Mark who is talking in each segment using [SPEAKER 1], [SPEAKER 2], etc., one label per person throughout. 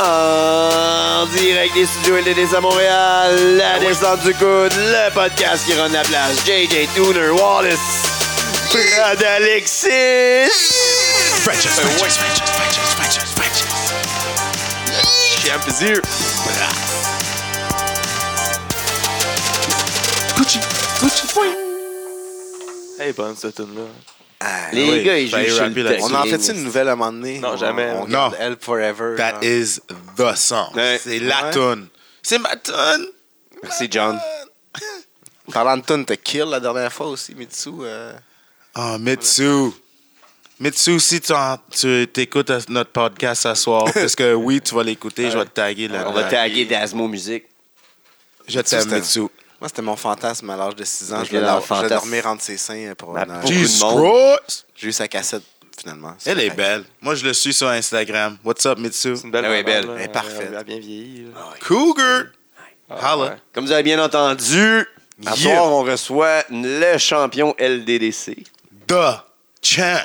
[SPEAKER 1] En direct des studios LDDC à Montréal, la descente du coude, le podcast qui rend la place, JJ Tuner, Wallace, Brad Alexis,
[SPEAKER 2] Franchise,
[SPEAKER 1] Euh, ouais.
[SPEAKER 2] franchise, franchise, franchise, franchise, franchise.
[SPEAKER 1] Camp Zir.
[SPEAKER 2] Gucci, Gucci, point.
[SPEAKER 1] Hey, bonne cette tune là
[SPEAKER 2] Ben
[SPEAKER 3] Ah,
[SPEAKER 1] Les
[SPEAKER 3] oui.
[SPEAKER 1] gars, ils
[SPEAKER 2] fallait
[SPEAKER 1] jouent sur
[SPEAKER 2] rapper
[SPEAKER 1] le
[SPEAKER 2] là-dessus.
[SPEAKER 1] texte.
[SPEAKER 3] On en fait une nouvelle à un moment donné?
[SPEAKER 1] Non,
[SPEAKER 3] On-
[SPEAKER 1] jamais.
[SPEAKER 3] On
[SPEAKER 1] Non.
[SPEAKER 3] garde Elle Forever.
[SPEAKER 2] That is the song.
[SPEAKER 1] Ouais.
[SPEAKER 2] C'est la
[SPEAKER 3] Ouais.
[SPEAKER 2] tune. C'est ma tune.
[SPEAKER 1] Merci, John.
[SPEAKER 3] Parlant de tune, t'as kill la dernière fois aussi, Mitsu. euh,
[SPEAKER 2] Oh, Mitsu. Mitsu, si tu, en- tu t'écoutes à- notre podcast ce soir, parce que oui, tu vas l'écouter, je vais te taguer là.
[SPEAKER 1] On va taguer Dasmo Music.
[SPEAKER 2] Je t'aime,
[SPEAKER 3] Mitsu,
[SPEAKER 2] Mitsu.
[SPEAKER 3] Moi, c'était mon fantasme à l'âge de 6 ans.
[SPEAKER 1] Moi,
[SPEAKER 3] Je
[SPEAKER 1] je l'ai
[SPEAKER 3] voulais
[SPEAKER 1] dans le
[SPEAKER 3] je voulais
[SPEAKER 1] fantasme. Bah,
[SPEAKER 3] dormir entre ses seins pour
[SPEAKER 1] Ma
[SPEAKER 3] un an.
[SPEAKER 1] pauvre.
[SPEAKER 2] Jesus
[SPEAKER 1] Beaucoup de monde.
[SPEAKER 2] Christ.
[SPEAKER 3] J'ai eu sa cassette, finalement.
[SPEAKER 2] Elle est belle. Moi, je le suis sur Instagram. What's up, Mitsu?
[SPEAKER 1] C'est une belle
[SPEAKER 3] Ah oui,
[SPEAKER 1] madame,
[SPEAKER 3] belle.
[SPEAKER 1] là.
[SPEAKER 2] Eh,
[SPEAKER 3] Elle est parfaite.
[SPEAKER 1] Elle a bien vieilli. là.
[SPEAKER 2] Cougar.
[SPEAKER 1] Ah,
[SPEAKER 2] Holla.
[SPEAKER 1] ouais. Comme vous avez bien entendu, à
[SPEAKER 2] Yeah.
[SPEAKER 1] soir, on reçoit le champion LDDC.
[SPEAKER 2] The champ.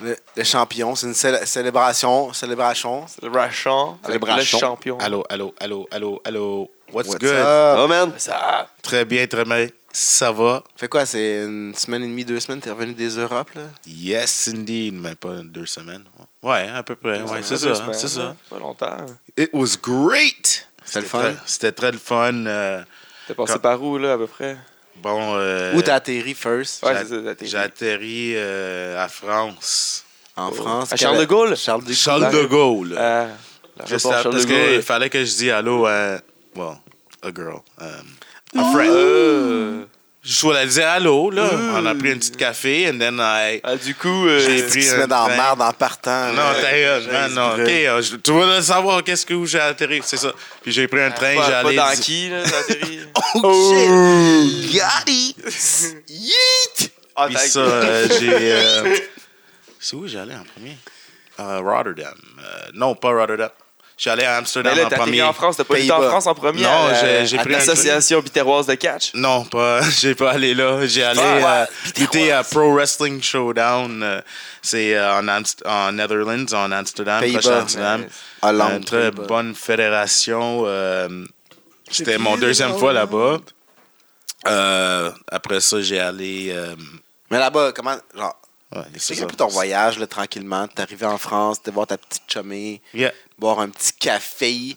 [SPEAKER 3] Le, le champion, c'est une célé- célébration. Célébration.
[SPEAKER 1] Le Rachon.
[SPEAKER 3] Le Brachon.
[SPEAKER 1] champion.
[SPEAKER 2] Allô, allô, allô, allô, allô. What's,
[SPEAKER 3] What's
[SPEAKER 2] good?
[SPEAKER 3] up?
[SPEAKER 1] Oh, man.
[SPEAKER 2] Très bien, très bien. Ça va?
[SPEAKER 3] Fait quoi, c'est une semaine et demie, deux semaines, t'es revenu des Europes, là?
[SPEAKER 2] Yes, indeed. Mais pas deux semaines. Ouais, à peu près. Ouais, c'est
[SPEAKER 1] Deux
[SPEAKER 2] ça.
[SPEAKER 1] semaines,
[SPEAKER 2] C'est ça.
[SPEAKER 1] hein. Pas longtemps.
[SPEAKER 2] It was great.
[SPEAKER 3] C'était le fun?
[SPEAKER 2] très- C'était très le fun. euh,
[SPEAKER 1] T'es passé
[SPEAKER 2] Quand-
[SPEAKER 1] par où, là, à peu près?
[SPEAKER 2] bon. euh,
[SPEAKER 3] Où t'as atterri first?
[SPEAKER 1] Ouais.
[SPEAKER 2] j'a-
[SPEAKER 1] c'est ça, t'as été-
[SPEAKER 2] J'ai atterri euh, à France.
[SPEAKER 3] En
[SPEAKER 1] Oh.
[SPEAKER 3] France.
[SPEAKER 1] À Charles
[SPEAKER 3] Quel-
[SPEAKER 1] de Gaulle?
[SPEAKER 3] Charles de Gaulle.
[SPEAKER 2] Charles de Gaulle.
[SPEAKER 1] Euh,
[SPEAKER 2] Juste
[SPEAKER 1] l'aéroport
[SPEAKER 2] à-
[SPEAKER 1] Charles
[SPEAKER 2] parce
[SPEAKER 1] de
[SPEAKER 2] qu'il
[SPEAKER 1] Gaulle.
[SPEAKER 2] fallait que je dise allô à. Well, a girl. um, a friend.
[SPEAKER 1] Euh,
[SPEAKER 2] Je voulais dire allô, là. On a pris un petit café, and then I.
[SPEAKER 1] ah, du coup, euh,
[SPEAKER 2] J'ai
[SPEAKER 3] Tu
[SPEAKER 2] pris
[SPEAKER 3] te
[SPEAKER 2] un
[SPEAKER 3] mets dans la
[SPEAKER 2] train.
[SPEAKER 3] merde en partant.
[SPEAKER 2] Non,
[SPEAKER 3] là.
[SPEAKER 2] ta gueule, man,
[SPEAKER 3] James
[SPEAKER 2] non.
[SPEAKER 3] Brel.
[SPEAKER 2] OK, euh, je- tu veux le savoir qu'est-ce que où j'ai atterri, c'est ça. Puis j'ai pris un
[SPEAKER 1] Ah,
[SPEAKER 2] train,
[SPEAKER 1] pas, pas
[SPEAKER 2] j'allais.
[SPEAKER 1] dans qui, là, ça atterrit?
[SPEAKER 2] Oh, shit!
[SPEAKER 3] Yeet!
[SPEAKER 1] Ah,
[SPEAKER 2] Puis
[SPEAKER 1] t'as-
[SPEAKER 2] ça, euh, j'ai. euh, C'est où j'allais en premier? Euh, Rotterdam. Euh, non, pas Rotterdam. J'allais à Amsterdam
[SPEAKER 1] Mais là,
[SPEAKER 2] en
[SPEAKER 1] t'as atterri
[SPEAKER 2] premier.
[SPEAKER 1] en France, t'as pas été en
[SPEAKER 3] Pays-Bas.
[SPEAKER 1] France en premier?
[SPEAKER 2] Non,
[SPEAKER 1] à la-
[SPEAKER 2] j'ai- j'ai
[SPEAKER 1] à
[SPEAKER 2] pris un
[SPEAKER 1] L'association bitéroise de catch?
[SPEAKER 2] Non, pas. J'ai pas allé là. J'ai allé
[SPEAKER 3] Ah,
[SPEAKER 1] Fuck.
[SPEAKER 2] euh,
[SPEAKER 1] Puis t'es
[SPEAKER 2] lutter
[SPEAKER 1] roi.
[SPEAKER 2] à Pro Wrestling Showdown. euh, c'est euh, en, Amst- en Netherlands, en Amsterdam,
[SPEAKER 3] Pays-Bas.
[SPEAKER 2] proche d'Amsterdam.
[SPEAKER 1] Nice.
[SPEAKER 3] Hollande,
[SPEAKER 2] Une très
[SPEAKER 3] Pays-Bas.
[SPEAKER 2] bonne fédération. euh, C'était mon
[SPEAKER 3] plus
[SPEAKER 2] deuxième
[SPEAKER 3] Hollande.
[SPEAKER 2] fois là-bas. Euh, après ça, j'ai allé. euh,
[SPEAKER 3] Mais là-bas, comment. Genre,
[SPEAKER 2] ouais, c'est
[SPEAKER 3] c'est un
[SPEAKER 2] ça.
[SPEAKER 3] peu ton voyage, là, tranquillement. T'es arrivé en France, t'es voir ta petite chumée,
[SPEAKER 2] Yeah.
[SPEAKER 3] boire un petit café.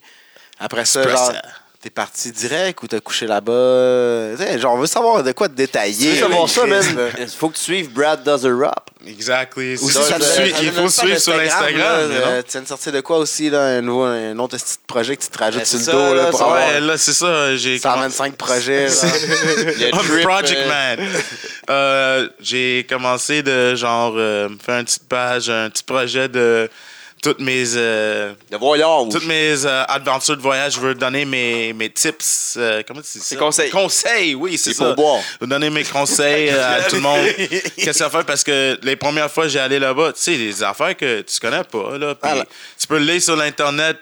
[SPEAKER 3] Après ça,
[SPEAKER 2] Espresso.
[SPEAKER 3] genre,
[SPEAKER 1] hein.
[SPEAKER 3] t'es parti direct ou t'as couché là-bas? Tu sais, genre, on veut savoir de quoi te détailler.
[SPEAKER 1] Tu veux savoir ça,
[SPEAKER 3] Chris,
[SPEAKER 1] man?
[SPEAKER 3] là.
[SPEAKER 1] Il faut que tu suives Brad Does a Rap.
[SPEAKER 2] Exactly.
[SPEAKER 3] Aussi,
[SPEAKER 2] C'est- il
[SPEAKER 3] ça te-
[SPEAKER 2] faut
[SPEAKER 3] ça
[SPEAKER 2] suivre- il
[SPEAKER 3] te
[SPEAKER 2] faut
[SPEAKER 3] donne
[SPEAKER 2] suivre
[SPEAKER 3] pas
[SPEAKER 2] sur
[SPEAKER 3] là,
[SPEAKER 2] Instagram. mais non?
[SPEAKER 3] euh, tu viens de sortir de quoi aussi, là? Un, nouveau, un autre petit projet que tu te rajoutes
[SPEAKER 1] Ben,
[SPEAKER 3] sur le
[SPEAKER 1] c'est
[SPEAKER 3] dos,
[SPEAKER 1] ça,
[SPEAKER 3] là,
[SPEAKER 1] là,
[SPEAKER 3] pour
[SPEAKER 1] ça va
[SPEAKER 3] avoir
[SPEAKER 2] Ouais, là, c'est ça. J'ai commencé-
[SPEAKER 3] 125 projets. là.
[SPEAKER 1] Le
[SPEAKER 2] I'm
[SPEAKER 1] drip,
[SPEAKER 2] Project
[SPEAKER 1] euh,
[SPEAKER 2] Man. Euh, j'ai commencé de genre euh, faire une petite page, un petit projet de toutes mes euh,
[SPEAKER 1] De voyant.
[SPEAKER 2] toutes mes euh, aventures de voyage. Je veux donner mes, mes tips. euh, comment tu dis ça?
[SPEAKER 1] Mes conseils.
[SPEAKER 2] Conseils, oui, c'est
[SPEAKER 1] Des
[SPEAKER 2] ça.
[SPEAKER 1] pourboires.
[SPEAKER 2] Je veux donner mes conseils euh, à tout le monde. Qu'est-ce à faire? Parce que les premières fois que j'ai allé là-bas, tu sais, des affaires que tu connais pas. Là, puis
[SPEAKER 3] Ah, là.
[SPEAKER 2] Tu peux le lire sur l'Internet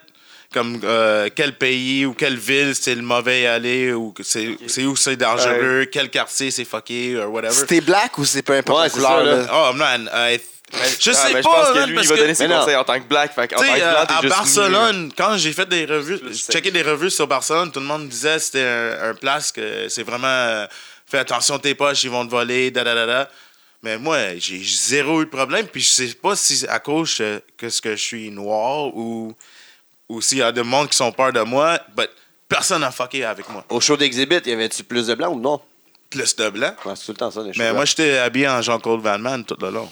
[SPEAKER 2] comme euh, quel pays ou quelle ville c'est le mauvais à aller ou que c'est c'est où c'est dangereux, quel quartier c'est fucké ou whatever.
[SPEAKER 3] Si t'es black ou c'est peu importe
[SPEAKER 1] Ouais,
[SPEAKER 3] la
[SPEAKER 1] c'est
[SPEAKER 3] couleur,
[SPEAKER 1] ça, là.
[SPEAKER 3] là.
[SPEAKER 2] Oh man, I- je
[SPEAKER 1] Ah,
[SPEAKER 2] sais
[SPEAKER 1] ben,
[SPEAKER 2] pas.
[SPEAKER 1] Je pense
[SPEAKER 2] man,
[SPEAKER 1] que lui,
[SPEAKER 2] parce
[SPEAKER 1] il va
[SPEAKER 2] que-
[SPEAKER 1] donner ses
[SPEAKER 3] Mais non.
[SPEAKER 1] conseils en tant que black. Fait qu'en
[SPEAKER 2] Tu
[SPEAKER 1] tant que
[SPEAKER 2] sais, euh,
[SPEAKER 1] blanc, t'es
[SPEAKER 2] à
[SPEAKER 1] juste nu, là.
[SPEAKER 2] Barcelone, quand j'ai fait des revues,
[SPEAKER 1] le
[SPEAKER 2] j'ai
[SPEAKER 1] sais.
[SPEAKER 2] checké des revues sur Barcelone, tout le monde disait que c'était un, un place que c'est vraiment euh, fais attention à tes poches, ils vont te voler, da da da da. Mais moi, j'ai zéro eu de problème, puis je sais pas si c'est à cause euh, que, ce que je suis noir ou, ou s'il y a des monde qui sont peur de moi, mais personne n'a fucké avec moi.
[SPEAKER 1] Au show d'exhibit, y avait-tu plus de blanc ou non?
[SPEAKER 2] Plus de blanc.
[SPEAKER 1] Ouais, c'est tout le temps ça, les
[SPEAKER 2] Mais
[SPEAKER 1] shows
[SPEAKER 2] moi, j'étais habillé en Jean-Claude Van Man tout le long.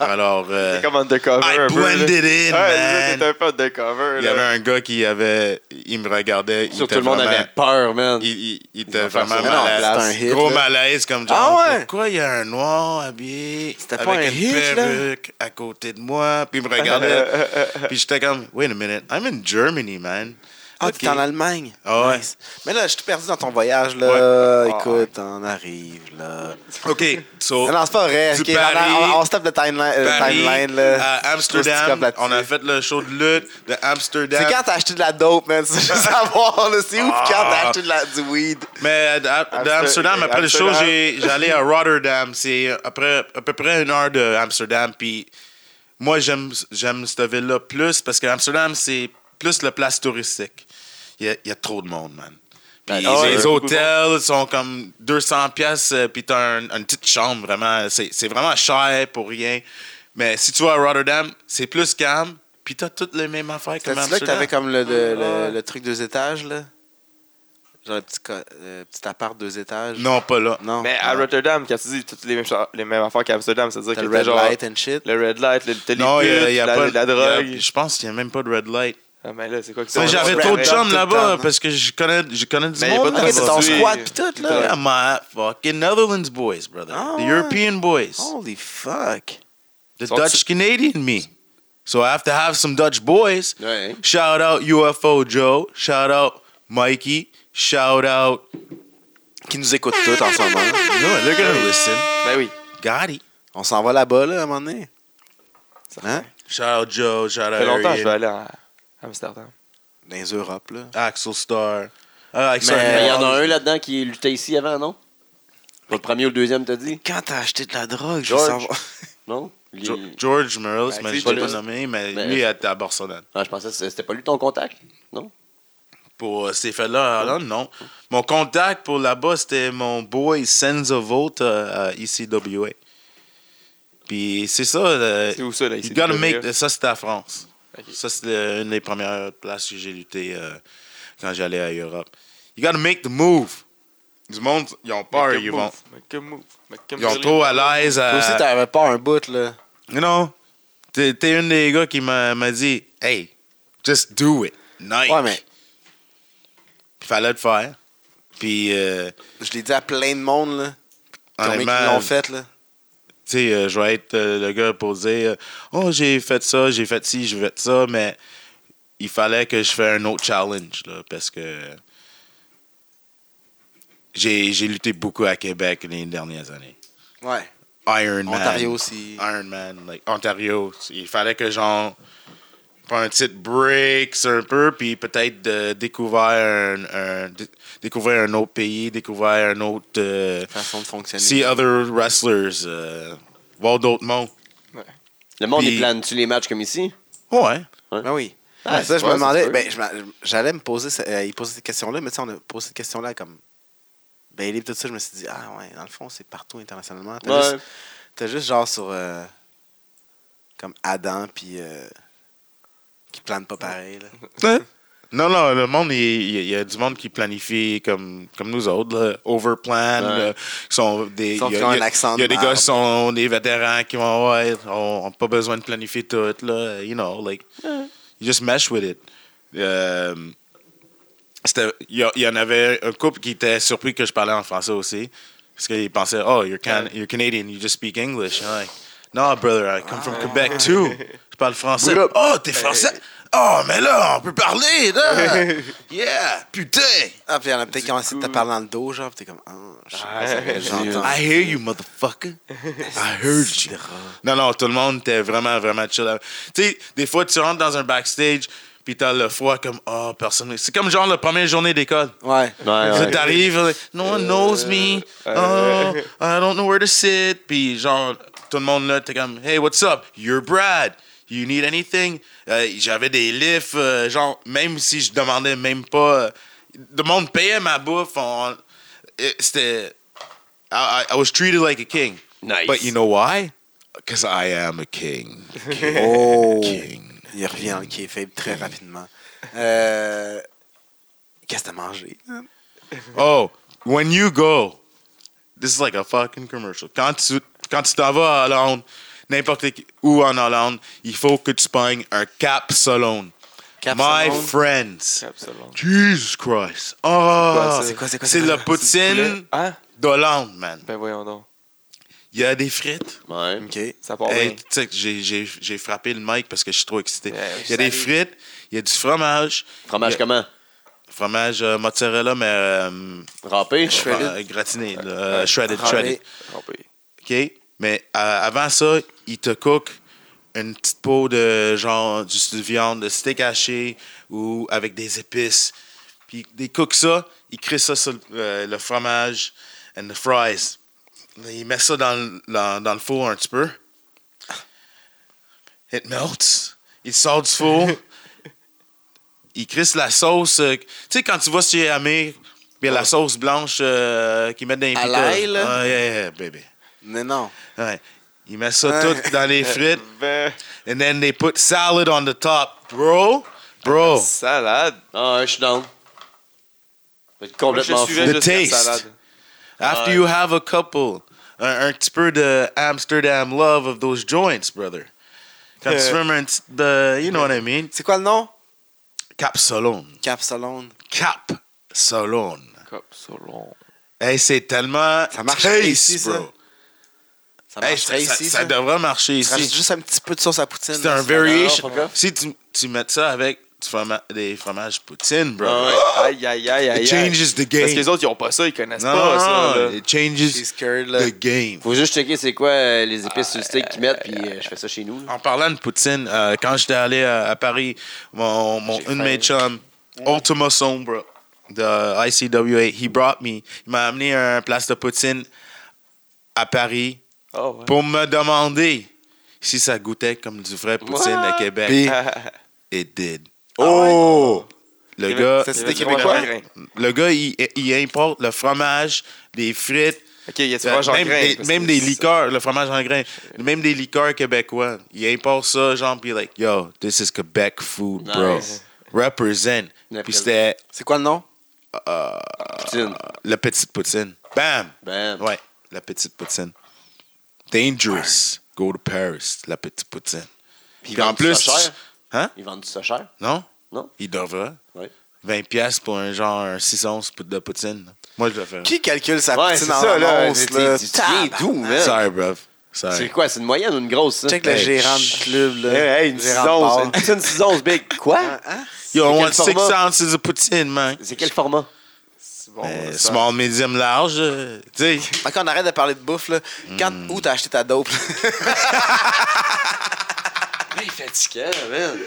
[SPEAKER 2] Alors, euh,
[SPEAKER 1] C'est comme undercover.
[SPEAKER 2] I
[SPEAKER 1] un peu, là.
[SPEAKER 2] blended
[SPEAKER 1] Ouais,
[SPEAKER 2] in, man.
[SPEAKER 1] c'est ça, t'es un peu undercover.
[SPEAKER 2] Il y
[SPEAKER 1] là.
[SPEAKER 2] avait un gars qui avait. Il me regardait. il
[SPEAKER 1] Sûr que
[SPEAKER 2] était
[SPEAKER 1] tout le monde
[SPEAKER 2] vraiment-
[SPEAKER 1] avait peur, man.
[SPEAKER 2] Il, il- il était
[SPEAKER 1] vont faire ça.
[SPEAKER 2] vraiment
[SPEAKER 3] Mais non,
[SPEAKER 2] malaise.
[SPEAKER 3] c'est un hit,
[SPEAKER 2] Gros
[SPEAKER 3] là.
[SPEAKER 2] malaise comme genre.
[SPEAKER 3] Ah ouais?
[SPEAKER 2] Pourquoi il y a un noir habillé
[SPEAKER 3] C'était
[SPEAKER 2] avec
[SPEAKER 3] pas un
[SPEAKER 2] une
[SPEAKER 3] hit, là?
[SPEAKER 2] perruque à côté de moi? Puis il me regardait. puis j'étais comme, wait a minute, I'm in Germany, man.
[SPEAKER 3] Ah,
[SPEAKER 2] Ok.
[SPEAKER 3] t'es en Allemagne.
[SPEAKER 2] Ah ouais.
[SPEAKER 3] Mais là, je suis perdu dans ton voyage, là.
[SPEAKER 2] Ouais.
[SPEAKER 3] Écoute, on arrive, là.
[SPEAKER 2] OK, so.
[SPEAKER 3] Mais non, c'est pas vrai.
[SPEAKER 2] Du
[SPEAKER 3] Ok,
[SPEAKER 2] Paris-
[SPEAKER 3] on, on- on se tape le timeline, euh, le
[SPEAKER 2] Paris,
[SPEAKER 3] timeline, là.
[SPEAKER 2] à
[SPEAKER 3] Trop
[SPEAKER 2] Amsterdam,
[SPEAKER 3] stick-up là-dessus.
[SPEAKER 2] on a fait le show de lutte de Amsterdam.
[SPEAKER 3] C'est quand t'as acheté de la dope, man. C'est juste savoir, là. C'est ouf
[SPEAKER 2] Ah.
[SPEAKER 3] quand t'as acheté de la, du weed.
[SPEAKER 2] Mais d'Amsterdam,
[SPEAKER 1] Amsterdam,
[SPEAKER 2] après le show,
[SPEAKER 1] Amsterdam.
[SPEAKER 2] j'ai- j'allais à Rotterdam. C'est après à peu près une heure de Amsterdam. Puis moi, j'aime j'aime cette ville-là plus parce qu'Amsterdam, c'est plus la place touristique. Il y a, il y a trop de monde, man. Puis
[SPEAKER 3] Ah ouais,
[SPEAKER 2] les
[SPEAKER 3] il y a beaucoup de
[SPEAKER 2] hôtels sont comme 200 pièces euh, puis t'as un- une petite chambre, vraiment. C'est c'est vraiment cher pour rien. Mais si tu vas à Rotterdam, c'est plus calme, puis t'as toutes les mêmes affaires
[SPEAKER 3] C'est
[SPEAKER 2] comme
[SPEAKER 3] là que
[SPEAKER 2] Amsterdam.
[SPEAKER 3] t'avais comme le, le, le, le truc deux étages, là? Genre le petit, co- euh, petit appart deux étages?
[SPEAKER 2] Non, pas là.
[SPEAKER 3] Non. Ah.
[SPEAKER 4] Mais à Rotterdam, quand tu dis toutes les mêmes, cha- les mêmes affaires qu'à Amsterdam, c'est-à-dire
[SPEAKER 3] T'as
[SPEAKER 4] que
[SPEAKER 3] le
[SPEAKER 4] t'as
[SPEAKER 3] red
[SPEAKER 4] genre
[SPEAKER 3] light and shit.
[SPEAKER 4] le red light, le t'as les
[SPEAKER 2] Non, il y a,
[SPEAKER 4] putes,
[SPEAKER 2] il y a
[SPEAKER 4] la,
[SPEAKER 2] pas
[SPEAKER 4] la
[SPEAKER 2] il y a-
[SPEAKER 4] drogue.
[SPEAKER 2] je pense qu'il n'y a même pas de red light.
[SPEAKER 4] Ah, mais là, c'est quoi que
[SPEAKER 2] Mais
[SPEAKER 4] c'est?
[SPEAKER 2] J'avais
[SPEAKER 3] red
[SPEAKER 2] trop de
[SPEAKER 3] light
[SPEAKER 2] chums
[SPEAKER 3] tout le temps,
[SPEAKER 2] là-bas
[SPEAKER 3] non?
[SPEAKER 2] parce que je connais, je connais du
[SPEAKER 4] Mais il y a
[SPEAKER 2] monde.
[SPEAKER 4] pas de
[SPEAKER 3] Ok, c'est ton
[SPEAKER 4] aujourd'hui,
[SPEAKER 3] squat pis tout,
[SPEAKER 2] Yeah,
[SPEAKER 3] là.
[SPEAKER 2] my fucking Netherlands boys, brother.
[SPEAKER 3] Ah,
[SPEAKER 2] the
[SPEAKER 3] ouais.
[SPEAKER 2] European boys.
[SPEAKER 3] Holy fuck.
[SPEAKER 2] the
[SPEAKER 4] Sont-
[SPEAKER 2] Dutch Canadian me. So I have to have some Dutch boys.
[SPEAKER 3] Ouais.
[SPEAKER 2] Shout out UFO Joe. Shout out Mikey. Shout out.
[SPEAKER 3] Qui nous écoute tous en ce moment.
[SPEAKER 2] You know what? They're gonna listen.
[SPEAKER 4] Ben oui.
[SPEAKER 2] Gotti.
[SPEAKER 3] On s'en va là-bas, là, à un moment donné. Hein?
[SPEAKER 2] Shout out Joe. Shout
[SPEAKER 4] Ça fait longtemps que je vais
[SPEAKER 2] out
[SPEAKER 4] aller à Amsterdam.
[SPEAKER 3] Dans les Europes, là.
[SPEAKER 2] Axel Star. I like
[SPEAKER 3] Mais-
[SPEAKER 2] certain
[SPEAKER 3] Euh,
[SPEAKER 5] Mais il y en a
[SPEAKER 2] albums.
[SPEAKER 5] un là-dedans qui luttait ici avant, non? Pas le premier ou le deuxième, t'as dit?
[SPEAKER 3] Quand t'as acheté de la drogue, je veux
[SPEAKER 5] George.
[SPEAKER 3] savoir.
[SPEAKER 5] Non? Il-
[SPEAKER 2] Jo- George Merles,
[SPEAKER 4] Ben,
[SPEAKER 2] mais
[SPEAKER 4] c'est
[SPEAKER 2] je l'ai
[SPEAKER 5] pas
[SPEAKER 2] pas
[SPEAKER 5] lui.
[SPEAKER 2] nommé, mais
[SPEAKER 5] Ben,
[SPEAKER 2] lui, il était à Barcelone.
[SPEAKER 5] Ah, je pensais que c'était pas lui ton contact.
[SPEAKER 2] Pour euh, ces faits-là, à
[SPEAKER 4] Oh.
[SPEAKER 2] Hollande, non. Mon contact pour là-bas, c'était mon boy Senzo Volt euh, à ICWA. Puis c'est ça. euh,
[SPEAKER 4] C'est où ça, E là?
[SPEAKER 2] You
[SPEAKER 4] ici,
[SPEAKER 2] gotta
[SPEAKER 4] le
[SPEAKER 2] make
[SPEAKER 4] Korea?
[SPEAKER 2] the- ça c'était à France.
[SPEAKER 4] Ok.
[SPEAKER 2] Ça c'était une des premières places que j'ai lutté euh, quand j'allais à Europe. You gotta make the move. Du monde, ils ont peur,
[SPEAKER 4] Make a
[SPEAKER 2] ils
[SPEAKER 4] move,
[SPEAKER 2] vont,
[SPEAKER 4] make a move, make a
[SPEAKER 2] ils ont
[SPEAKER 4] move.
[SPEAKER 2] trop à l'aise.
[SPEAKER 3] Toi aussi,
[SPEAKER 2] À...
[SPEAKER 3] t'avais pas un bout, là.
[SPEAKER 2] You know, t'es t'es un des gars qui m'a m'a dit, hey, just do it, Nike.
[SPEAKER 3] Ouais, mais
[SPEAKER 2] Puis fallait le faire. Puis euh,
[SPEAKER 3] je l'ai dit à plein de monde, là. Combien qui
[SPEAKER 2] honnêtement,
[SPEAKER 3] l'ont fait, là.
[SPEAKER 2] tu sais, euh, je vais être euh, le gars pour dire Oh, j'ai fait ça, j'ai fait ci, j'ai fait ça, mais il fallait que je fasse un autre challenge, là, parce que j'ai j'ai lutté beaucoup à Québec les dernières années.
[SPEAKER 3] Ouais.
[SPEAKER 2] Iron Man.
[SPEAKER 3] Ontario aussi.
[SPEAKER 2] Iron Man, like, Ontario. Il fallait que j'en prenne un petit break sur un peu, puis peut-être de découvrir un, un- d- découvrir un autre pays, découvrir un autre. euh,
[SPEAKER 3] Façon de fonctionner.
[SPEAKER 2] see other wrestlers, euh, voir d'autres mondes.
[SPEAKER 5] Le monde,
[SPEAKER 2] Puis-
[SPEAKER 5] il plane-tu les matchs comme ici?
[SPEAKER 2] Ouais.
[SPEAKER 3] Ben oui.
[SPEAKER 5] Ah, c'est
[SPEAKER 3] ça, je
[SPEAKER 5] pas, ça se
[SPEAKER 3] me demandais.
[SPEAKER 5] peut.
[SPEAKER 3] Ben, je m'a- j'allais me poser, ce- euh, y poser cette question-là, mais tu sais, on a posé cette question-là comme. Ben, libre, tout ça, je me suis dit, ah ouais, dans le fond, c'est partout internationalement. T'as
[SPEAKER 5] Ouais.
[SPEAKER 3] juste, t'as juste genre sur. euh, comme Adam, puis. euh, qui plane pas pareil, là.
[SPEAKER 2] Non, non, le monde, il il- il y a du monde qui planifie comme, comme nous autres, là. overplan.
[SPEAKER 5] Ouais.
[SPEAKER 2] là, qui sont des,
[SPEAKER 3] Sauf
[SPEAKER 2] il y a-
[SPEAKER 3] qu'ils ont
[SPEAKER 2] il y a-
[SPEAKER 3] un accent de
[SPEAKER 2] Il y a des
[SPEAKER 3] marde.
[SPEAKER 2] gars qui sont des vétérans qui vont, ouais, on n'a pas besoin de planifier tout, là. You know, like, you just mesh with it. Euh, c'était- il y, a- il y en avait un couple qui était surpris que je parlais en français aussi. Parce qu'ils pensaient, oh, you're, Can- you're Canadian, you just speak English. I'm like, no, brother, I come from Quebec too. Je parle français.
[SPEAKER 3] Broup.
[SPEAKER 2] Oh, t'es français? Oh, mais là, on peut parler, là! Yeah, putain!
[SPEAKER 3] Ah, puis il y en a peut-être qui ont essayé de te parler dans le dos, genre, puis t'es comme, ah, je sais pas, ça fait j'entends.
[SPEAKER 2] I hear you, motherfucker. I heard you. Non, non, tout le monde était vraiment, vraiment chill. Tu sais, des fois, tu rentres dans un backstage, puis t'as le froid comme, oh, personne. C'est comme genre la première journée d'école.
[SPEAKER 3] Ouais.
[SPEAKER 5] Ouais, ouais.
[SPEAKER 2] T'arrives, like, no one knows me. Oh,
[SPEAKER 4] euh.
[SPEAKER 2] I don't know where to sit. Puis genre, tout le monde là, t'es comme, hey, what's up? You're Brad. You need anything? Euh, J'avais des lifts, euh, genre, même si je demandais même pas. euh, le monde payait ma bouffe. on- euh, C'était. I, I- I was treated like a king.
[SPEAKER 5] Nice.
[SPEAKER 2] But you know why? Because I am a king.
[SPEAKER 3] Oh!
[SPEAKER 2] King.
[SPEAKER 3] Il revient en kayfabe très
[SPEAKER 5] Mm.
[SPEAKER 3] rapidement. Euh, Qu'est-ce que t'as mangé?
[SPEAKER 5] Mm.
[SPEAKER 2] Oh, when you go, this is like a fucking commercial. Quand tu quand tu t'en vas à Hollande, n'importe qui- où en Hollande, il faut que tu pognes un Cap Salon. My
[SPEAKER 3] Capsalon?
[SPEAKER 2] friends,
[SPEAKER 4] Absolument.
[SPEAKER 2] Jesus Christ. Oh,
[SPEAKER 4] ça? C'est
[SPEAKER 3] quoi, c'est quoi,
[SPEAKER 2] c'est
[SPEAKER 3] c'est
[SPEAKER 2] la
[SPEAKER 3] quoi?
[SPEAKER 2] poutine
[SPEAKER 4] Hein?
[SPEAKER 2] d'Hollande, man.
[SPEAKER 4] Ben voyons donc.
[SPEAKER 2] Il y a des frites.
[SPEAKER 5] Ouais.
[SPEAKER 3] OK.
[SPEAKER 4] Ça part
[SPEAKER 2] Hey,
[SPEAKER 3] ben.
[SPEAKER 4] bien.
[SPEAKER 2] tu sais que j'ai- j'ai j'ai frappé le mic parce que je suis trop excité.
[SPEAKER 4] Ouais,
[SPEAKER 2] Il y a des
[SPEAKER 4] salut.
[SPEAKER 2] frites, il y a du fromage.
[SPEAKER 5] Fromage
[SPEAKER 2] il y a-
[SPEAKER 5] comment?
[SPEAKER 2] Fromage euh, mozzarella, mais euh,
[SPEAKER 5] Râpé?
[SPEAKER 2] euh, gratiné, là, euh, shredded,
[SPEAKER 3] Râpé.
[SPEAKER 2] shredded.
[SPEAKER 4] Oh, ben,
[SPEAKER 2] OK? Mais euh, avant ça, il te cook une petite peau de genre du de viande, de steak haché ou avec des épices. Puis ils cook ça, ils crée ça sur euh, le fromage and the fries. Ils mettent ça dans, le- dans, dans le four un petit peu. It melts. Il sort du four. il crisse la sauce. euh, Tu sais, quand tu vas chez Amir, il y a la sauce blanche euh, qu'ils mettent dans les
[SPEAKER 3] À
[SPEAKER 2] pitas.
[SPEAKER 3] l'ail, là?
[SPEAKER 2] Ah, yeah, yeah, baby.
[SPEAKER 3] Mais non.
[SPEAKER 2] Ouais. Il met ça tout dans les frites.
[SPEAKER 4] Ben,
[SPEAKER 2] And then they put salad on the top. Bro, bro.
[SPEAKER 4] salade.
[SPEAKER 5] Ah, ouais, je suis down. Fait que
[SPEAKER 4] Moi, Je
[SPEAKER 5] Complètement fou.
[SPEAKER 4] suivais
[SPEAKER 2] The
[SPEAKER 4] juste la
[SPEAKER 2] taste.
[SPEAKER 4] salade.
[SPEAKER 2] After
[SPEAKER 5] Ouais.
[SPEAKER 2] you have a couple, un, un petit peu de Amsterdam love of those joints, brother. Quand tu fumes un petit, de- you know what I mean?
[SPEAKER 3] C'est quoi le nom?
[SPEAKER 2] Cap Solone.
[SPEAKER 3] Capsalone.
[SPEAKER 2] Cap Solone.
[SPEAKER 4] Cop Solon.
[SPEAKER 2] Hey, c'est tellement.
[SPEAKER 3] Ça marche
[SPEAKER 2] taste,
[SPEAKER 3] ici, ça.
[SPEAKER 2] bro.
[SPEAKER 3] Ça
[SPEAKER 2] Hey,
[SPEAKER 3] marche
[SPEAKER 2] ça, ça-
[SPEAKER 3] ici,
[SPEAKER 2] ça
[SPEAKER 3] ça.
[SPEAKER 2] devrait marcher
[SPEAKER 3] Tu
[SPEAKER 2] ici.
[SPEAKER 3] rajoutes juste un petit peu de sauce à poutine.
[SPEAKER 2] C'est un
[SPEAKER 3] là,
[SPEAKER 2] variation.
[SPEAKER 5] pourquoi?
[SPEAKER 2] Si tu, tu mets ça avec du froma- des fromages poutine, bro.
[SPEAKER 5] Ah, ouais.
[SPEAKER 4] Aïe, aïe, aïe, aïe.
[SPEAKER 2] It changes the game.
[SPEAKER 4] Parce que les autres, ils ont pas ça, ils connaissent
[SPEAKER 2] non,
[SPEAKER 4] pas
[SPEAKER 2] non,
[SPEAKER 4] ça.
[SPEAKER 2] non,
[SPEAKER 4] là.
[SPEAKER 2] It changes
[SPEAKER 3] Cheese curd, là.
[SPEAKER 2] the game.
[SPEAKER 5] Faut juste checker c'est quoi euh, les épices sur le steak qu'ils mettent, puis euh, je fais ça chez nous. là.
[SPEAKER 2] En parlant de poutine, euh, quand j'étais allé à, à Paris, mon, mon
[SPEAKER 5] J'ai
[SPEAKER 2] une de
[SPEAKER 5] faim.
[SPEAKER 2] mes chums, Ultima Sombra, de ICWA, he brought me. Il m'a amené un place de poutine à Paris
[SPEAKER 4] Oh, ouais.
[SPEAKER 2] pour me demander si ça goûtait comme du vrai poutine à Québec.
[SPEAKER 3] Puis-
[SPEAKER 2] It did. Ah
[SPEAKER 3] Oh!
[SPEAKER 2] Le
[SPEAKER 4] Québec-
[SPEAKER 2] gars,
[SPEAKER 3] Ça,
[SPEAKER 4] Il y
[SPEAKER 3] c'est
[SPEAKER 4] avait
[SPEAKER 3] des
[SPEAKER 4] du
[SPEAKER 3] Québécois?
[SPEAKER 4] fromage en grain.
[SPEAKER 2] le gars, il, il importe le fromage, les frites,
[SPEAKER 4] Ok, il y a du
[SPEAKER 2] euh,
[SPEAKER 4] fromage en
[SPEAKER 2] même,
[SPEAKER 4] grain,
[SPEAKER 2] des,
[SPEAKER 4] parce
[SPEAKER 2] même
[SPEAKER 4] que
[SPEAKER 2] des
[SPEAKER 4] c'est-
[SPEAKER 2] liqueurs, le fromage en grain, même des liqueurs québécois. Il importe ça, genre, puis like, yo, this is Quebec food, bro.
[SPEAKER 5] Nice.
[SPEAKER 2] Represent.
[SPEAKER 5] La
[SPEAKER 2] Puis
[SPEAKER 5] pres-
[SPEAKER 2] c'était euh,
[SPEAKER 3] C'est quoi le nom?
[SPEAKER 5] Poutine. Ben,
[SPEAKER 2] la petite poutine. Bam!
[SPEAKER 5] Bam.
[SPEAKER 2] Ouais, la petite poutine. Dangerous. Go to Paris, la petite poutine.
[SPEAKER 5] Puis ils
[SPEAKER 2] Puis en
[SPEAKER 5] vendent
[SPEAKER 2] plus,
[SPEAKER 5] ça cher.
[SPEAKER 2] hein?
[SPEAKER 5] Ils vendent ça cher.
[SPEAKER 2] Non?
[SPEAKER 5] Non?
[SPEAKER 2] Il devra.
[SPEAKER 5] Ouais.
[SPEAKER 2] 20 pièces pour un genre un 6 onces de poutine. Moi, je le fais.
[SPEAKER 3] Qui calcule sa
[SPEAKER 5] Ouais, c'est
[SPEAKER 3] poutine en
[SPEAKER 5] ça, là.
[SPEAKER 3] once,
[SPEAKER 5] Tu-
[SPEAKER 3] là?
[SPEAKER 5] tu- tu viens d'où, man?
[SPEAKER 2] Sorry, bro. Sorry.
[SPEAKER 5] C'est quoi? C'est une moyenne ou une grosse, ça?
[SPEAKER 3] Check le
[SPEAKER 2] Hey, Eh,
[SPEAKER 3] gérant de club, là.
[SPEAKER 5] Hey, hey, une
[SPEAKER 3] Gérant
[SPEAKER 5] 6
[SPEAKER 3] de Ah, bar.
[SPEAKER 5] Une poutine 6 onces, big. Quoi?
[SPEAKER 2] Yo, I
[SPEAKER 5] quel
[SPEAKER 2] want six
[SPEAKER 5] format?
[SPEAKER 2] ounces of poutine, man.
[SPEAKER 5] C'est quel format?
[SPEAKER 4] C'est bon,
[SPEAKER 2] Euh,
[SPEAKER 4] ça.
[SPEAKER 2] small, medium, large. euh, tu sais,
[SPEAKER 5] hein.
[SPEAKER 3] Fait qu'on arrête de parler de bouffe, là. Quand,
[SPEAKER 5] Mm.
[SPEAKER 3] où t'as acheté ta dope, là?
[SPEAKER 5] Il est fatiguant, man.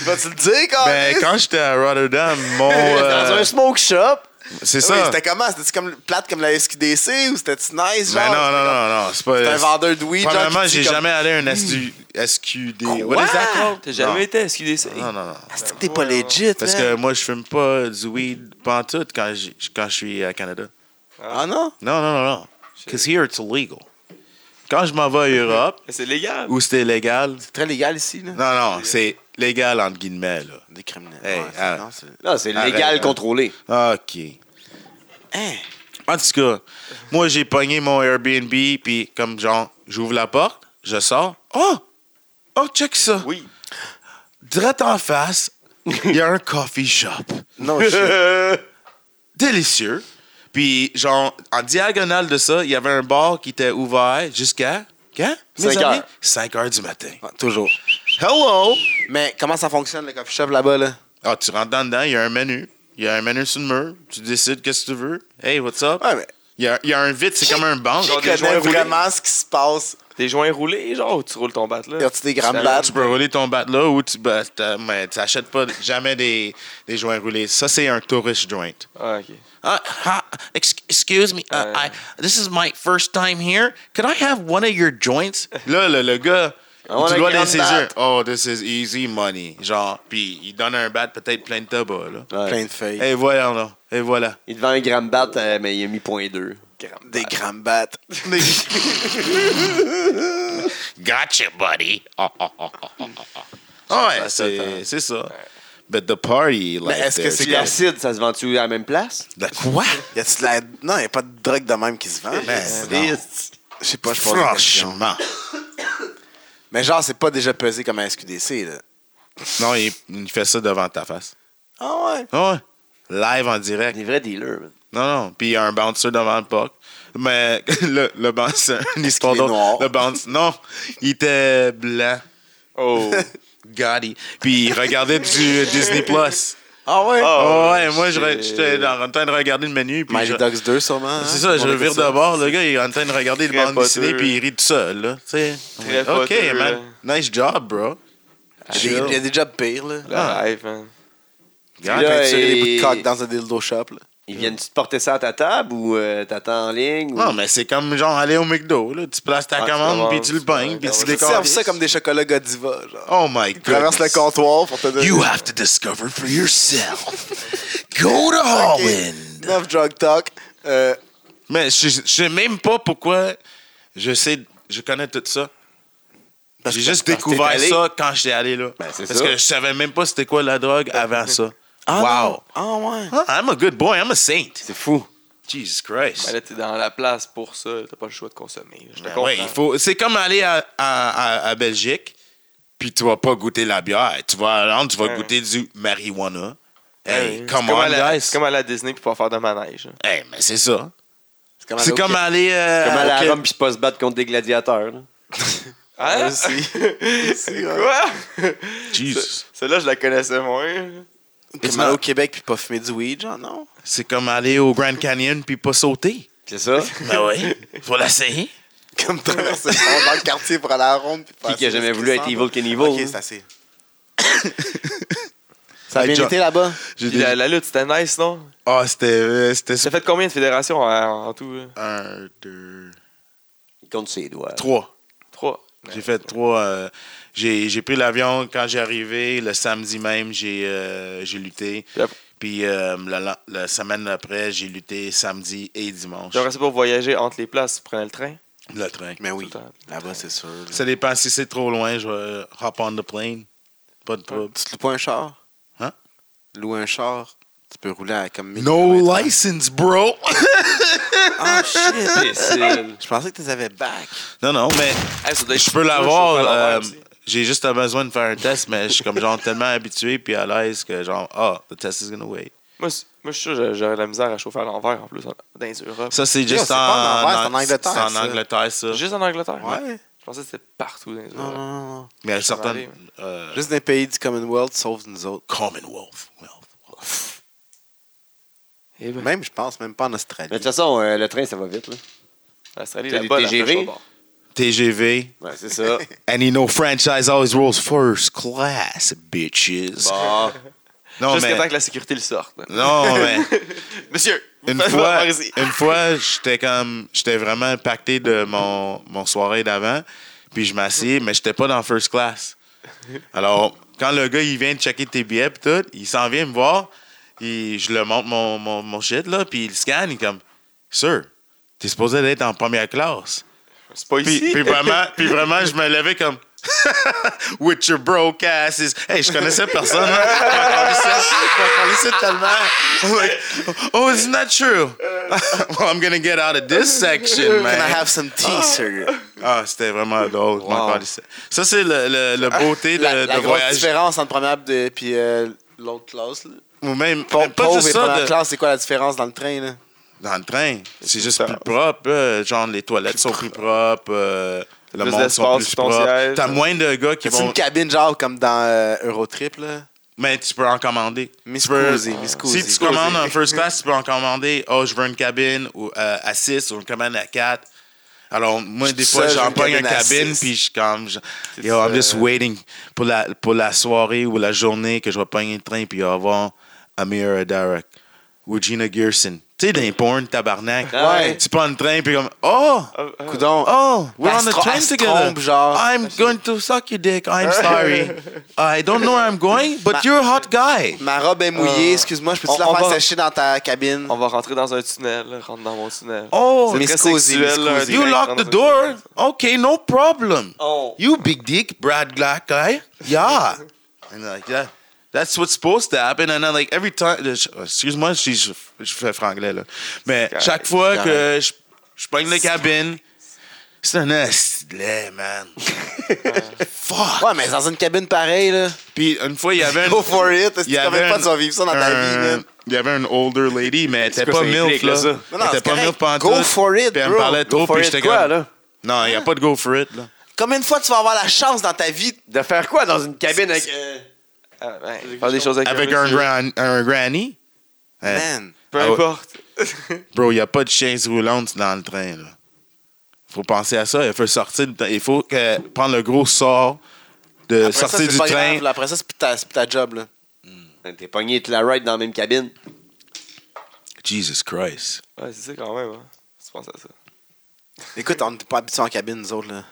[SPEAKER 3] Vas-tu le dire, quand
[SPEAKER 2] ben, quand j'étais à Rotterdam, mon. euh,
[SPEAKER 5] Dans un smoke shop.
[SPEAKER 2] c'est
[SPEAKER 3] Oui,
[SPEAKER 2] ça.
[SPEAKER 3] c'était comment? C'était-tu comme, plate comme la SQDC ou c'était-tu nice, genre?
[SPEAKER 2] Ben, non, non, non, non. C'est pas.
[SPEAKER 3] C'était un vendeur de weed, genre,
[SPEAKER 2] Premièrement,
[SPEAKER 3] qui dit
[SPEAKER 2] j'ai
[SPEAKER 3] comme-
[SPEAKER 2] jamais allé à un SQ, SQD.
[SPEAKER 3] Quoi?
[SPEAKER 2] What is that called?
[SPEAKER 4] T'as jamais été Oh. à SQDC?
[SPEAKER 2] Non, non, non.
[SPEAKER 3] Ah, c'est que t'es pas legit,
[SPEAKER 2] Parce
[SPEAKER 3] man.
[SPEAKER 2] que moi, je fume pas du weed pantoute quand, j'ai- quand je suis à Canada.
[SPEAKER 3] Ah non?
[SPEAKER 2] Non, non, non, non. Because here, it's illegal. Quand je m'en vais en Europe,
[SPEAKER 4] Mais C'est légal.
[SPEAKER 2] où c'était légal.
[SPEAKER 3] C'est très légal ici, là.
[SPEAKER 2] Non, non, c'est légal, entre guillemets, là.
[SPEAKER 3] Des criminels.
[SPEAKER 2] Hey,
[SPEAKER 3] Ouais, c'est-
[SPEAKER 2] ah.
[SPEAKER 3] non, c'est-
[SPEAKER 5] Là, c'est
[SPEAKER 2] Arrête,
[SPEAKER 5] légal
[SPEAKER 2] arrête.
[SPEAKER 5] contrôlé.
[SPEAKER 2] OK.
[SPEAKER 3] Hein?
[SPEAKER 2] En tout cas, moi, j'ai pogné mon Airbnb, puis comme genre, j'ouvre la porte, je sors. Oh! Oh, check ça!
[SPEAKER 4] Oui.
[SPEAKER 2] Direct en face, il y a un coffee shop.
[SPEAKER 3] Non, je
[SPEAKER 2] Délicieux. Puis, genre, en diagonale de ça, il y avait un bar qui était ouvert jusqu'à. Quand?
[SPEAKER 5] Cinq heures. Ah,
[SPEAKER 2] 5 heures du matin.
[SPEAKER 3] Ouais, Toujours.
[SPEAKER 2] Hello!
[SPEAKER 3] Mais comment ça fonctionne, le coffee shop là-bas, là?
[SPEAKER 2] Ah, tu rentres dans dedans, il y a un menu. Il y a un menu sur le mur. Tu décides qu'est-ce que tu veux. Hey, what's up?
[SPEAKER 3] Ouais, mais.
[SPEAKER 2] Il y a, il y a un vide, c'est comme un banc.
[SPEAKER 4] Genre
[SPEAKER 3] Tu
[SPEAKER 4] des joints
[SPEAKER 3] connais
[SPEAKER 4] roulés.
[SPEAKER 3] vraiment ce qui se passe.
[SPEAKER 4] Des joints roulés, genre, ou tu roules ton bat, là?
[SPEAKER 3] Y a-tu des grandes
[SPEAKER 4] Ça-
[SPEAKER 3] battes?
[SPEAKER 2] Tu peux rouler ton bat là ou tu bah, t'as- mais tu n'achètes pas jamais des, des joints roulés. Ça, c'est un tourist joint.
[SPEAKER 4] Ah, OK.
[SPEAKER 2] Uh, hi, ex- excuse me, uh, I, this is my first time here. Can I have one of your joints? Là, le, le gars,
[SPEAKER 5] want
[SPEAKER 2] tu
[SPEAKER 5] a
[SPEAKER 2] dois dans
[SPEAKER 5] grande
[SPEAKER 2] ses
[SPEAKER 5] batte.
[SPEAKER 2] yeux. Oh, this is easy money. Genre, puis il donne un bat peut-être plein de tabac. Là.
[SPEAKER 5] Ouais.
[SPEAKER 3] Plein de feuilles.
[SPEAKER 2] Et voilà, là. Et voilà.
[SPEAKER 5] Il devant un gramme bat, euh, mais il a mis 0.2.
[SPEAKER 3] Des grandes battes.
[SPEAKER 2] Gotcha, buddy. Ah, ah, ah, ah, ah, ah. Ouais, c'est c'est ça. But the party, like,
[SPEAKER 3] est-ce que
[SPEAKER 2] there's-
[SPEAKER 3] c'est
[SPEAKER 5] Puis l'acide, Euh, ça se vend-tu à la même place?
[SPEAKER 2] La quoi?
[SPEAKER 3] Y a-tu de la. Non, y a pas de drogue de même qui se vend.
[SPEAKER 2] Ben, non.
[SPEAKER 3] Je sais pas, je pose la question.
[SPEAKER 2] Franchement.
[SPEAKER 3] Mais genre, c'est pas déjà pesé comme un SQDC, là.
[SPEAKER 2] Non, il, il fait ça devant ta face.
[SPEAKER 3] Ah ouais?
[SPEAKER 2] Ouais. Live en direct.
[SPEAKER 5] Des vrais dealers, man.
[SPEAKER 2] Non, non. Puis il y a un bouncer devant le puck. Mais le, le bouncer, une histoire
[SPEAKER 3] qu'il est
[SPEAKER 2] d'autre.
[SPEAKER 3] noir?
[SPEAKER 2] Le bouncer, non. Il était blanc.
[SPEAKER 4] Oh.
[SPEAKER 2] Gotti. Puis il regardait du Disney Plus.
[SPEAKER 3] Ah ouais?
[SPEAKER 2] Oh,
[SPEAKER 4] Oh,
[SPEAKER 2] ouais, moi, je re-
[SPEAKER 4] shit.
[SPEAKER 2] j'étais en train de regarder le menu. Puis
[SPEAKER 3] Mighty
[SPEAKER 2] je-
[SPEAKER 3] Ducks 2, sûrement. hein?
[SPEAKER 2] Ah, C'est ça,
[SPEAKER 3] Tout
[SPEAKER 2] je
[SPEAKER 3] le monde
[SPEAKER 2] vire
[SPEAKER 3] écoute ça.
[SPEAKER 2] de bord. Le gars, il est en train de regarder le
[SPEAKER 4] Très
[SPEAKER 2] bande dessinée
[SPEAKER 4] poteux.
[SPEAKER 2] puis il rit tout seul. Là, tu sais.
[SPEAKER 4] Très
[SPEAKER 2] Ouais, OK,
[SPEAKER 4] poteux,
[SPEAKER 2] man. Nice job, bro.
[SPEAKER 3] Il y a des- il y a des jobs pires, là.
[SPEAKER 4] Le
[SPEAKER 2] Ah.
[SPEAKER 4] rêve, hein. man.
[SPEAKER 2] Gars,
[SPEAKER 5] Là,
[SPEAKER 2] Hein,
[SPEAKER 3] Peinturer des
[SPEAKER 5] et-
[SPEAKER 3] bouts de coque dans un dildo shop, là.
[SPEAKER 5] Ils viennent-tu te porter ça à ta table ou euh, t'attends en ligne? ou-
[SPEAKER 2] Non, mais c'est comme genre aller au McDo. Là. Tu places ta
[SPEAKER 4] Ah, tu
[SPEAKER 2] commande,
[SPEAKER 4] commandes,
[SPEAKER 2] puis tu le
[SPEAKER 4] tu
[SPEAKER 2] pognes,
[SPEAKER 4] commandes,
[SPEAKER 2] puis tu
[SPEAKER 4] ouais.
[SPEAKER 3] Ils
[SPEAKER 2] décolles.
[SPEAKER 3] servent ça comme des chocolats Godiva, genre.
[SPEAKER 2] Oh my
[SPEAKER 3] Ils traversent le
[SPEAKER 2] god.
[SPEAKER 3] comptoir pour te donner...
[SPEAKER 2] You have to discover for yourself. Go to Holland.
[SPEAKER 3] 9 drug talk. Euh,
[SPEAKER 2] Mais je je sais même pas pourquoi je sais, je connais tout ça.
[SPEAKER 3] parce
[SPEAKER 2] J'ai
[SPEAKER 3] que-
[SPEAKER 2] juste
[SPEAKER 3] parce que t'es
[SPEAKER 2] découvert
[SPEAKER 3] allé.
[SPEAKER 2] ça quand j'étais allé là.
[SPEAKER 5] Ben, c'est
[SPEAKER 2] Parce
[SPEAKER 5] ça.
[SPEAKER 2] que je savais même pas c'était quoi la drogue avant ça.
[SPEAKER 3] Ben, Ah,
[SPEAKER 2] wow.
[SPEAKER 3] non. Ah ouais.
[SPEAKER 2] I'm a good boy, I'm a saint.
[SPEAKER 5] C'est fou.
[SPEAKER 2] Jesus Christ.
[SPEAKER 4] Ben là, t'es dans la place pour ça. T'as pas le choix de consommer. Je te
[SPEAKER 2] Ben
[SPEAKER 4] comprends.
[SPEAKER 2] ouais, il faut. C'est comme aller à, à- à- à Belgique, puis tu vas pas goûter la bière. Tu vas à Hollande, tu vas
[SPEAKER 4] Ouais.
[SPEAKER 2] goûter du marijuana.
[SPEAKER 4] Ouais,
[SPEAKER 2] Hey,
[SPEAKER 4] c'est
[SPEAKER 2] come
[SPEAKER 4] comme
[SPEAKER 2] on,
[SPEAKER 4] aller à-
[SPEAKER 2] guys.
[SPEAKER 4] C'est comme aller à Disney pour pas faire de manège. hein. là.
[SPEAKER 2] Hey, mais c'est ça.
[SPEAKER 3] comme
[SPEAKER 2] C'est comme aller. euh,
[SPEAKER 5] Comme
[SPEAKER 2] à-
[SPEAKER 5] aller à
[SPEAKER 2] ok.
[SPEAKER 5] Rome puis pas se battre contre des gladiateurs. là.
[SPEAKER 3] Ah.
[SPEAKER 4] Hein?
[SPEAKER 3] aussi. Aussi, ouais.
[SPEAKER 4] Quoi?
[SPEAKER 2] Jesus.
[SPEAKER 4] Celle-là, je la connaissais moins.
[SPEAKER 3] Comme aller au Québec puis pas fumer du weed, genre, non?
[SPEAKER 2] C'est comme aller au Grand Canyon puis pas sauter.
[SPEAKER 5] C'est ça?
[SPEAKER 2] Ben oui. Faut l'essayer.
[SPEAKER 3] Comme traverser le monde dans le quartier pour aller à la ronde. Puis
[SPEAKER 5] Qui qui a
[SPEAKER 3] passer
[SPEAKER 5] jamais
[SPEAKER 3] jusqu'à
[SPEAKER 5] voulu être
[SPEAKER 3] cent,
[SPEAKER 5] evil Knievel?
[SPEAKER 3] Ok, c'est assez.
[SPEAKER 5] Ça a
[SPEAKER 2] Hey,
[SPEAKER 5] bien
[SPEAKER 2] John.
[SPEAKER 5] été là-bas?
[SPEAKER 2] J'ai
[SPEAKER 4] Puis la, la lutte, c'était nice, non?
[SPEAKER 2] Ah, c'était. euh, c'était
[SPEAKER 4] T'as fait combien de fédérations en, en tout? hein? là?
[SPEAKER 2] Un, deux,
[SPEAKER 5] Il compte ses doigts.
[SPEAKER 2] trois.
[SPEAKER 4] Trois.
[SPEAKER 2] J'ai fait trois. euh, j'ai j'ai pris l'avion quand j'ai arrivé. Le samedi même, j'ai euh, j'ai lutté.
[SPEAKER 4] Yep.
[SPEAKER 2] Puis euh, la, la- la semaine après, j'ai lutté samedi et dimanche.
[SPEAKER 4] J'aurais ça pour voyager entre les places. Tu prenais le train?
[SPEAKER 2] Le train.
[SPEAKER 3] Mais oui,
[SPEAKER 4] Tout le temps.
[SPEAKER 3] là-bas, c'est sûr. là.
[SPEAKER 2] Ça dépend si c'est trop loin, je vais hop on the plane. Pas de problème.
[SPEAKER 3] Tu te loues pas un char?
[SPEAKER 2] Hein?
[SPEAKER 3] Louer un char, tu peux rouler à comme... 1000
[SPEAKER 2] No
[SPEAKER 3] kilomètres.
[SPEAKER 2] license, bro!
[SPEAKER 3] Oh, shit!
[SPEAKER 4] Imbécile.
[SPEAKER 3] Je pensais que tu les avais back.
[SPEAKER 2] non, non, mais
[SPEAKER 4] Hey, ça doit être
[SPEAKER 2] je peux
[SPEAKER 4] chaud, je peux pas
[SPEAKER 2] l'avoir. euh,
[SPEAKER 4] l'avoir aussi.
[SPEAKER 2] j'ai juste besoin de faire un test, mais je suis comme genre tellement habitué puis à l'aise que genre, ah, the test is gonna wait.
[SPEAKER 4] Moi, c- moi, je suis sûr que j'aurais de la misère à chauffer à l'envers en plus, en- dans les Europes.
[SPEAKER 2] Ça, c'est juste
[SPEAKER 3] c'est
[SPEAKER 2] en,
[SPEAKER 3] pas en Anvers, c'est en Angleterre,
[SPEAKER 2] C'est en
[SPEAKER 3] ça.
[SPEAKER 2] Angleterre, ça.
[SPEAKER 4] Juste en Angleterre.
[SPEAKER 3] Ouais.
[SPEAKER 4] Je pensais que c'était partout dans les
[SPEAKER 3] Non, non,
[SPEAKER 4] Europes.
[SPEAKER 3] non. non.
[SPEAKER 2] Mais
[SPEAKER 4] suis
[SPEAKER 2] certaines.
[SPEAKER 4] allé,
[SPEAKER 2] euh,
[SPEAKER 3] Juste des pays du Commonwealth, sauf nous autres.
[SPEAKER 2] Commonwealth.
[SPEAKER 4] Eh ben,
[SPEAKER 3] Même, je pense, même pas en
[SPEAKER 5] Mais de
[SPEAKER 3] Australie.
[SPEAKER 5] toute façon, euh, le train, ça va vite. Là.
[SPEAKER 4] l'Australie,
[SPEAKER 5] T'as
[SPEAKER 4] la
[SPEAKER 5] des
[SPEAKER 4] bonne
[SPEAKER 5] TGV?
[SPEAKER 4] après, je pars.
[SPEAKER 2] TGV.
[SPEAKER 5] Ouais, c'est ça.
[SPEAKER 2] And you know, franchise always rolls first class, bitches.
[SPEAKER 5] Bon.
[SPEAKER 2] Non,
[SPEAKER 4] Jusqu'à
[SPEAKER 2] mais.
[SPEAKER 4] temps que la sécurité le sorte.
[SPEAKER 2] Non, mais.
[SPEAKER 4] Monsieur,
[SPEAKER 2] Une
[SPEAKER 4] faites-moi
[SPEAKER 2] fois,
[SPEAKER 4] par ici.
[SPEAKER 2] une fois, j'étais comme. J'étais vraiment impacté de mon, mon soirée d'avant. Puis je m'assieds, mais j'étais pas dans first class. Alors, quand le gars, il vient de checker tes billets, pis tout, il s'en vient me voir. il- je le montre mon, mon, mon shit, là. Puis il scanne, il est comme. Sir, t'es supposé être en première classe.
[SPEAKER 4] C'est pas
[SPEAKER 2] Puis,
[SPEAKER 4] ici.
[SPEAKER 2] puis vraiment, puis vraiment, je me levais comme. With your broke asses. Hey, je connaissais personne. hein. Je m'en calissais- je m'en calissais tellement. I'm like, oh, it's not true. well, I'm gonna get out of this section,
[SPEAKER 3] Can I
[SPEAKER 2] man.
[SPEAKER 3] have some tea, sir?
[SPEAKER 2] Ah, c'était vraiment drôle. je m'en calissais. Ça, c'est le, le, le beauté de,
[SPEAKER 3] Ah, La, la
[SPEAKER 2] de
[SPEAKER 3] grosse
[SPEAKER 2] voyager.
[SPEAKER 3] différence entre première de- puis euh, l'autre classe, là.
[SPEAKER 2] Ou même,
[SPEAKER 3] Pau-
[SPEAKER 2] même pas
[SPEAKER 3] pauvre
[SPEAKER 2] juste
[SPEAKER 3] et
[SPEAKER 2] ça,
[SPEAKER 3] première
[SPEAKER 2] de-
[SPEAKER 3] classe, c'est quoi la différence dans le train, là?
[SPEAKER 2] dans le train. C'est juste
[SPEAKER 4] ça.
[SPEAKER 2] plus propre. euh, genre, les toilettes sont plus propres. euh, le
[SPEAKER 4] Plus
[SPEAKER 2] monde sont
[SPEAKER 4] d'espace
[SPEAKER 2] plus
[SPEAKER 4] sur ton
[SPEAKER 2] propres.
[SPEAKER 4] siège.
[SPEAKER 2] T'as moins de gars qui
[SPEAKER 3] C'est
[SPEAKER 2] vont.
[SPEAKER 3] une cabine, genre, comme dans euh, Eurotrip, là.
[SPEAKER 2] Mais tu peux en commander.
[SPEAKER 3] Mi
[SPEAKER 2] Tu peux-
[SPEAKER 3] scusi, mi scusi.
[SPEAKER 2] Si tu commandes en first class, tu peux en commander. Oh, je veux une cabine ou, euh, à 6 ou une cabine à 4. Alors, moi,
[SPEAKER 3] Je
[SPEAKER 2] des
[SPEAKER 3] suis
[SPEAKER 2] fois,
[SPEAKER 3] seul, j'ai
[SPEAKER 2] j'en
[SPEAKER 3] une
[SPEAKER 2] pogne une
[SPEAKER 3] cabine à
[SPEAKER 2] cabine,
[SPEAKER 3] six.
[SPEAKER 2] puis je comme. je-
[SPEAKER 4] C'est
[SPEAKER 2] Yo, I'm
[SPEAKER 4] ça.
[SPEAKER 2] just waiting pour la, pour la soirée ou la journée que je vais pogner le train, puis avoir Amir Adarak ou Gina Gerson. Tu sais, dans les porn, tabarnak.
[SPEAKER 4] Ah ouais.
[SPEAKER 2] Tu prends le train, puis comme. Oh!
[SPEAKER 4] Ah, ah.
[SPEAKER 3] Coudon.
[SPEAKER 2] Oh, we're on the
[SPEAKER 3] Astro-
[SPEAKER 2] train
[SPEAKER 3] Astro-
[SPEAKER 2] together.
[SPEAKER 3] genre.
[SPEAKER 2] I'm going to suck your dick. I'm sorry. I don't know where I'm going, but you're a hot guy.
[SPEAKER 3] oh, Ma robe est mouillée, excuse-moi, je peux-tu
[SPEAKER 4] On-
[SPEAKER 3] la
[SPEAKER 4] on
[SPEAKER 3] faire
[SPEAKER 4] va-
[SPEAKER 3] sécher dans ta cabine?
[SPEAKER 4] On va rentrer dans un tunnel, rentre dans mon tunnel.
[SPEAKER 2] Oh,
[SPEAKER 4] C'est
[SPEAKER 3] Mais
[SPEAKER 4] très
[SPEAKER 3] scusi,
[SPEAKER 4] sexuel,
[SPEAKER 3] mais
[SPEAKER 4] là, un
[SPEAKER 3] scusi.
[SPEAKER 4] train
[SPEAKER 2] you
[SPEAKER 4] qui
[SPEAKER 2] lock
[SPEAKER 4] rentre
[SPEAKER 2] the
[SPEAKER 4] dans un
[SPEAKER 2] door.
[SPEAKER 4] tunnel.
[SPEAKER 2] Okay, no problem.
[SPEAKER 5] Oh.
[SPEAKER 2] You big dick, Brad Black guy. Yeah. And like that. That's what's supposed to happen. And then like every time, uh, excuse-moi, si je, je fais franglais là, mais
[SPEAKER 4] correct.
[SPEAKER 2] chaque fois que je, je pogne les cabines, c'est un estilet, man. Fuck.
[SPEAKER 3] Ouais, mais dans une cabine pareille, là.
[SPEAKER 2] Puis une fois, il y avait une,
[SPEAKER 3] Go for it! Est-ce que
[SPEAKER 2] Il y
[SPEAKER 3] tu
[SPEAKER 2] avait
[SPEAKER 3] pas
[SPEAKER 2] un-
[SPEAKER 3] de vivre ça dans ta vie,
[SPEAKER 2] un-
[SPEAKER 3] man?
[SPEAKER 2] Il y avait une older lady, mais elle était
[SPEAKER 4] quoi
[SPEAKER 2] pas
[SPEAKER 4] ça
[SPEAKER 2] milf,
[SPEAKER 4] implique,
[SPEAKER 2] là.
[SPEAKER 4] là, ça?
[SPEAKER 3] Non,
[SPEAKER 2] Elle
[SPEAKER 3] non,
[SPEAKER 2] était
[SPEAKER 3] c'est
[SPEAKER 2] pas milf
[SPEAKER 3] correct.
[SPEAKER 2] pantoute.
[SPEAKER 3] Go for it,
[SPEAKER 2] Puis elle me
[SPEAKER 3] bro.
[SPEAKER 2] parlait
[SPEAKER 4] Go
[SPEAKER 2] trop,
[SPEAKER 4] for
[SPEAKER 2] puis
[SPEAKER 4] it
[SPEAKER 2] j'étais
[SPEAKER 4] quoi,
[SPEAKER 2] comme...
[SPEAKER 4] là?
[SPEAKER 2] Non, il n'y a pas de go for it, là.
[SPEAKER 3] Combien de fois tu vas avoir la chance dans ta vie?
[SPEAKER 5] De faire quoi dans une cabine avec. euh,
[SPEAKER 4] Ah, ben, faire des choses avec,
[SPEAKER 2] Avec
[SPEAKER 4] un
[SPEAKER 2] un,
[SPEAKER 4] monsieur.
[SPEAKER 2] gran- un granny? Eh,
[SPEAKER 3] Man!
[SPEAKER 4] Peu
[SPEAKER 2] Ah ouais.
[SPEAKER 4] importe.
[SPEAKER 2] Bro, il n'y a pas de chaise roulante dans le train, là. Faut penser à ça. Il faut sortir... du- Il faut que- prendre le gros sort de
[SPEAKER 3] Après ça,
[SPEAKER 2] sortir
[SPEAKER 3] c'est
[SPEAKER 2] du
[SPEAKER 3] pas grave,
[SPEAKER 2] train.
[SPEAKER 3] là. Après ça, c'est plus ta, c'est plus ta job, là.
[SPEAKER 5] T'es pogné et la ride dans la même cabine.
[SPEAKER 2] Jesus Christ.
[SPEAKER 4] Ouais, c'est ça quand même, hein. Tu penses à ça.
[SPEAKER 3] Écoute, on n'est pas habitués en cabine, nous autres, là.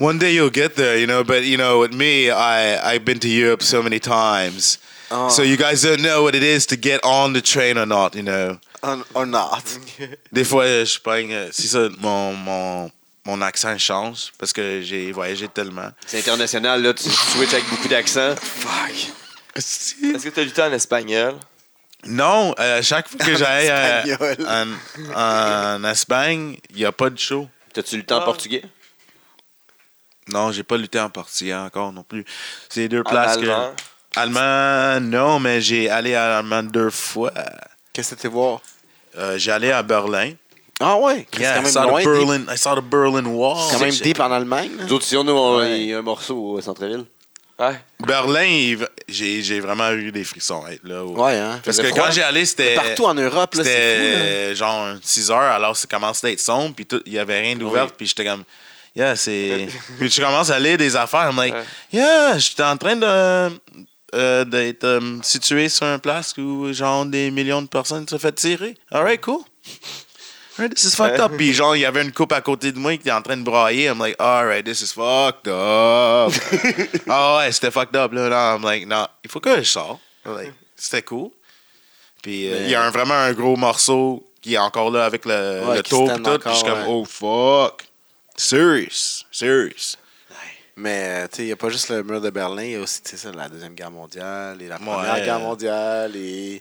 [SPEAKER 2] One day you'll get there, you know. But you know, with me, I I've been to Europe so many times,
[SPEAKER 3] Oh.
[SPEAKER 2] so you guys don't know what it is to get on the train or not, you know.
[SPEAKER 3] On, on not.
[SPEAKER 2] Des fois, euh, je pogne, euh, c'est ça, mon mon mon accent change parce que j'ai voyagé tellement.
[SPEAKER 5] C'est international, là, tu switches avec beaucoup d'accent.
[SPEAKER 4] Est-ce que t'as lutté en espagnol?
[SPEAKER 2] Non, euh, chaque fois que j'aille euh,
[SPEAKER 3] espagnol.
[SPEAKER 2] en, en Espagne, il n'y a pas de show.
[SPEAKER 5] T'as-tu le temps
[SPEAKER 3] Ah.
[SPEAKER 5] en portugais?
[SPEAKER 2] Non, j'ai pas lutté en partie hein, encore non plus. C'est les deux
[SPEAKER 4] En
[SPEAKER 2] places
[SPEAKER 4] allemand?
[SPEAKER 2] que allemand, non, mais j'ai allé à allemand deux fois.
[SPEAKER 3] Qu'est-ce que c'était voir?
[SPEAKER 2] Euh, J'allais à Berlin.
[SPEAKER 3] Ah ouais,
[SPEAKER 2] Yeah, I
[SPEAKER 3] c'est quand
[SPEAKER 2] saw
[SPEAKER 3] même loin.
[SPEAKER 2] the
[SPEAKER 3] deep.
[SPEAKER 2] Berlin. I saw the Berlin Wall.
[SPEAKER 3] C'est quand même deep en Allemagne. là.
[SPEAKER 5] Nous autres, si on nous, on-
[SPEAKER 3] Ouais.
[SPEAKER 5] il y a un morceau au centre-ville.
[SPEAKER 4] Ouais.
[SPEAKER 2] Berlin, il- j'ai j'ai vraiment eu des frissons être là. ouais.
[SPEAKER 3] Ouais, hein.
[SPEAKER 2] Parce
[SPEAKER 5] faisait
[SPEAKER 2] que
[SPEAKER 5] froid.
[SPEAKER 2] quand j'y allais, c'était
[SPEAKER 3] Partout en Europe, là, c'est fou,
[SPEAKER 2] c'était genre 6 heures, alors ça commençait à être sombre, puis tout- il y avait rien d'ouvert, puis j'étais comme yeah, c'est puis je commence à lire des affaires, I'm like
[SPEAKER 4] Ouais.
[SPEAKER 2] yeah, j'étais en train de euh, d'être euh, situé sur un place où genre des millions de personnes se fait tirer. Alright, cool. Alright, this is fucked up. Puis genre, il y avait une coupe à côté de moi qui était en train de brailler. I'm like, alright, this is fucked up. ah ouais, c'était fucked up. Là, non, I'm like, non, il faut que je sorte. I'm like, c'était cool. Puis euh, il y a un- vraiment un gros morceau qui est encore là avec le,
[SPEAKER 3] Ouais,
[SPEAKER 2] le
[SPEAKER 3] qui
[SPEAKER 2] tour
[SPEAKER 3] se
[SPEAKER 2] pis
[SPEAKER 3] tend
[SPEAKER 2] tout. Puis je suis
[SPEAKER 3] encore,
[SPEAKER 2] comme, oh fuck. Serious. Serious.
[SPEAKER 3] Mais, euh, tu sais, il n'y a pas juste le mur de Berlin, il y a aussi, tu sais, ça, la Deuxième Guerre mondiale et la Première
[SPEAKER 2] Ouais.
[SPEAKER 3] Guerre mondiale et.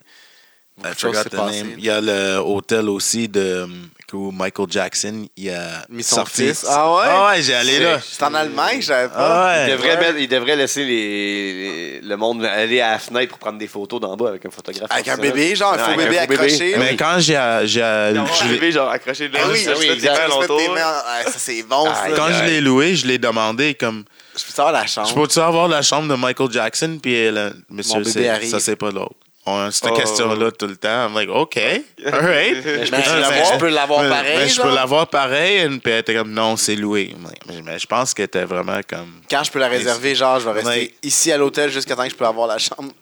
[SPEAKER 3] beaucoup
[SPEAKER 2] I
[SPEAKER 3] de choses
[SPEAKER 2] forgot
[SPEAKER 3] s'est
[SPEAKER 2] the
[SPEAKER 3] passé.
[SPEAKER 2] name. Il y a le hôtel aussi de où Michael Jackson il a
[SPEAKER 3] Mis son
[SPEAKER 2] sorti.
[SPEAKER 3] fils. Ah ouais?
[SPEAKER 2] Ah ouais, j'ai allé là.
[SPEAKER 3] C'est en Allemagne, je savais pas.
[SPEAKER 2] Ah
[SPEAKER 5] Il
[SPEAKER 2] ouais.
[SPEAKER 5] devrait, mettre- il devrait laisser les- les- le monde aller à la fenêtre pour prendre des photos d'en bas avec un photographe.
[SPEAKER 3] Avec un
[SPEAKER 5] professionnel.
[SPEAKER 3] bébé, genre, un
[SPEAKER 5] Non,
[SPEAKER 3] faux
[SPEAKER 5] avec un
[SPEAKER 3] bébé
[SPEAKER 5] faux bébé.
[SPEAKER 3] accroché.
[SPEAKER 5] Mais
[SPEAKER 2] Mais quand j'ai j'ai-
[SPEAKER 4] Je
[SPEAKER 2] je l'ai-
[SPEAKER 4] l'ai genre accroché de là.
[SPEAKER 5] Ah oui,
[SPEAKER 4] ça,
[SPEAKER 5] oui,
[SPEAKER 4] je fais des
[SPEAKER 5] exact.
[SPEAKER 4] mains
[SPEAKER 3] Ah, se
[SPEAKER 4] dans le
[SPEAKER 3] mettre des
[SPEAKER 4] tour,
[SPEAKER 3] mains
[SPEAKER 4] là.
[SPEAKER 3] en- Ah, ça, c'est bon, ça.
[SPEAKER 5] Aïe,
[SPEAKER 2] quand je
[SPEAKER 5] aïe.
[SPEAKER 2] l'ai loué, je l'ai demandé comme
[SPEAKER 3] Je peux savoir la
[SPEAKER 2] je
[SPEAKER 3] chambre.
[SPEAKER 2] peux-tu avoir la chambre de Michael Jackson puis le monsieur
[SPEAKER 3] bébé
[SPEAKER 2] c'est-
[SPEAKER 3] arrive.
[SPEAKER 2] ça c'est pas l'autre. On- Cette
[SPEAKER 4] Oh.
[SPEAKER 2] question-là tout le temps. I'm like, OK. All right.
[SPEAKER 4] Mais je
[SPEAKER 3] peux-tu
[SPEAKER 2] Ah,
[SPEAKER 3] l'avoir? Je peux l'avoir
[SPEAKER 2] mais-
[SPEAKER 3] pareil,
[SPEAKER 2] mais je
[SPEAKER 3] genre?
[SPEAKER 2] peux l'avoir pareil. Et Puis elle était comme, non, c'est loué. I'm like, Mais, mais je pense qu'elle était vraiment comme.
[SPEAKER 3] Quand je peux la réserver, genre, je vais rester
[SPEAKER 2] Ouais.
[SPEAKER 3] ici à l'hôtel jusqu'à temps que je peux avoir la chambre.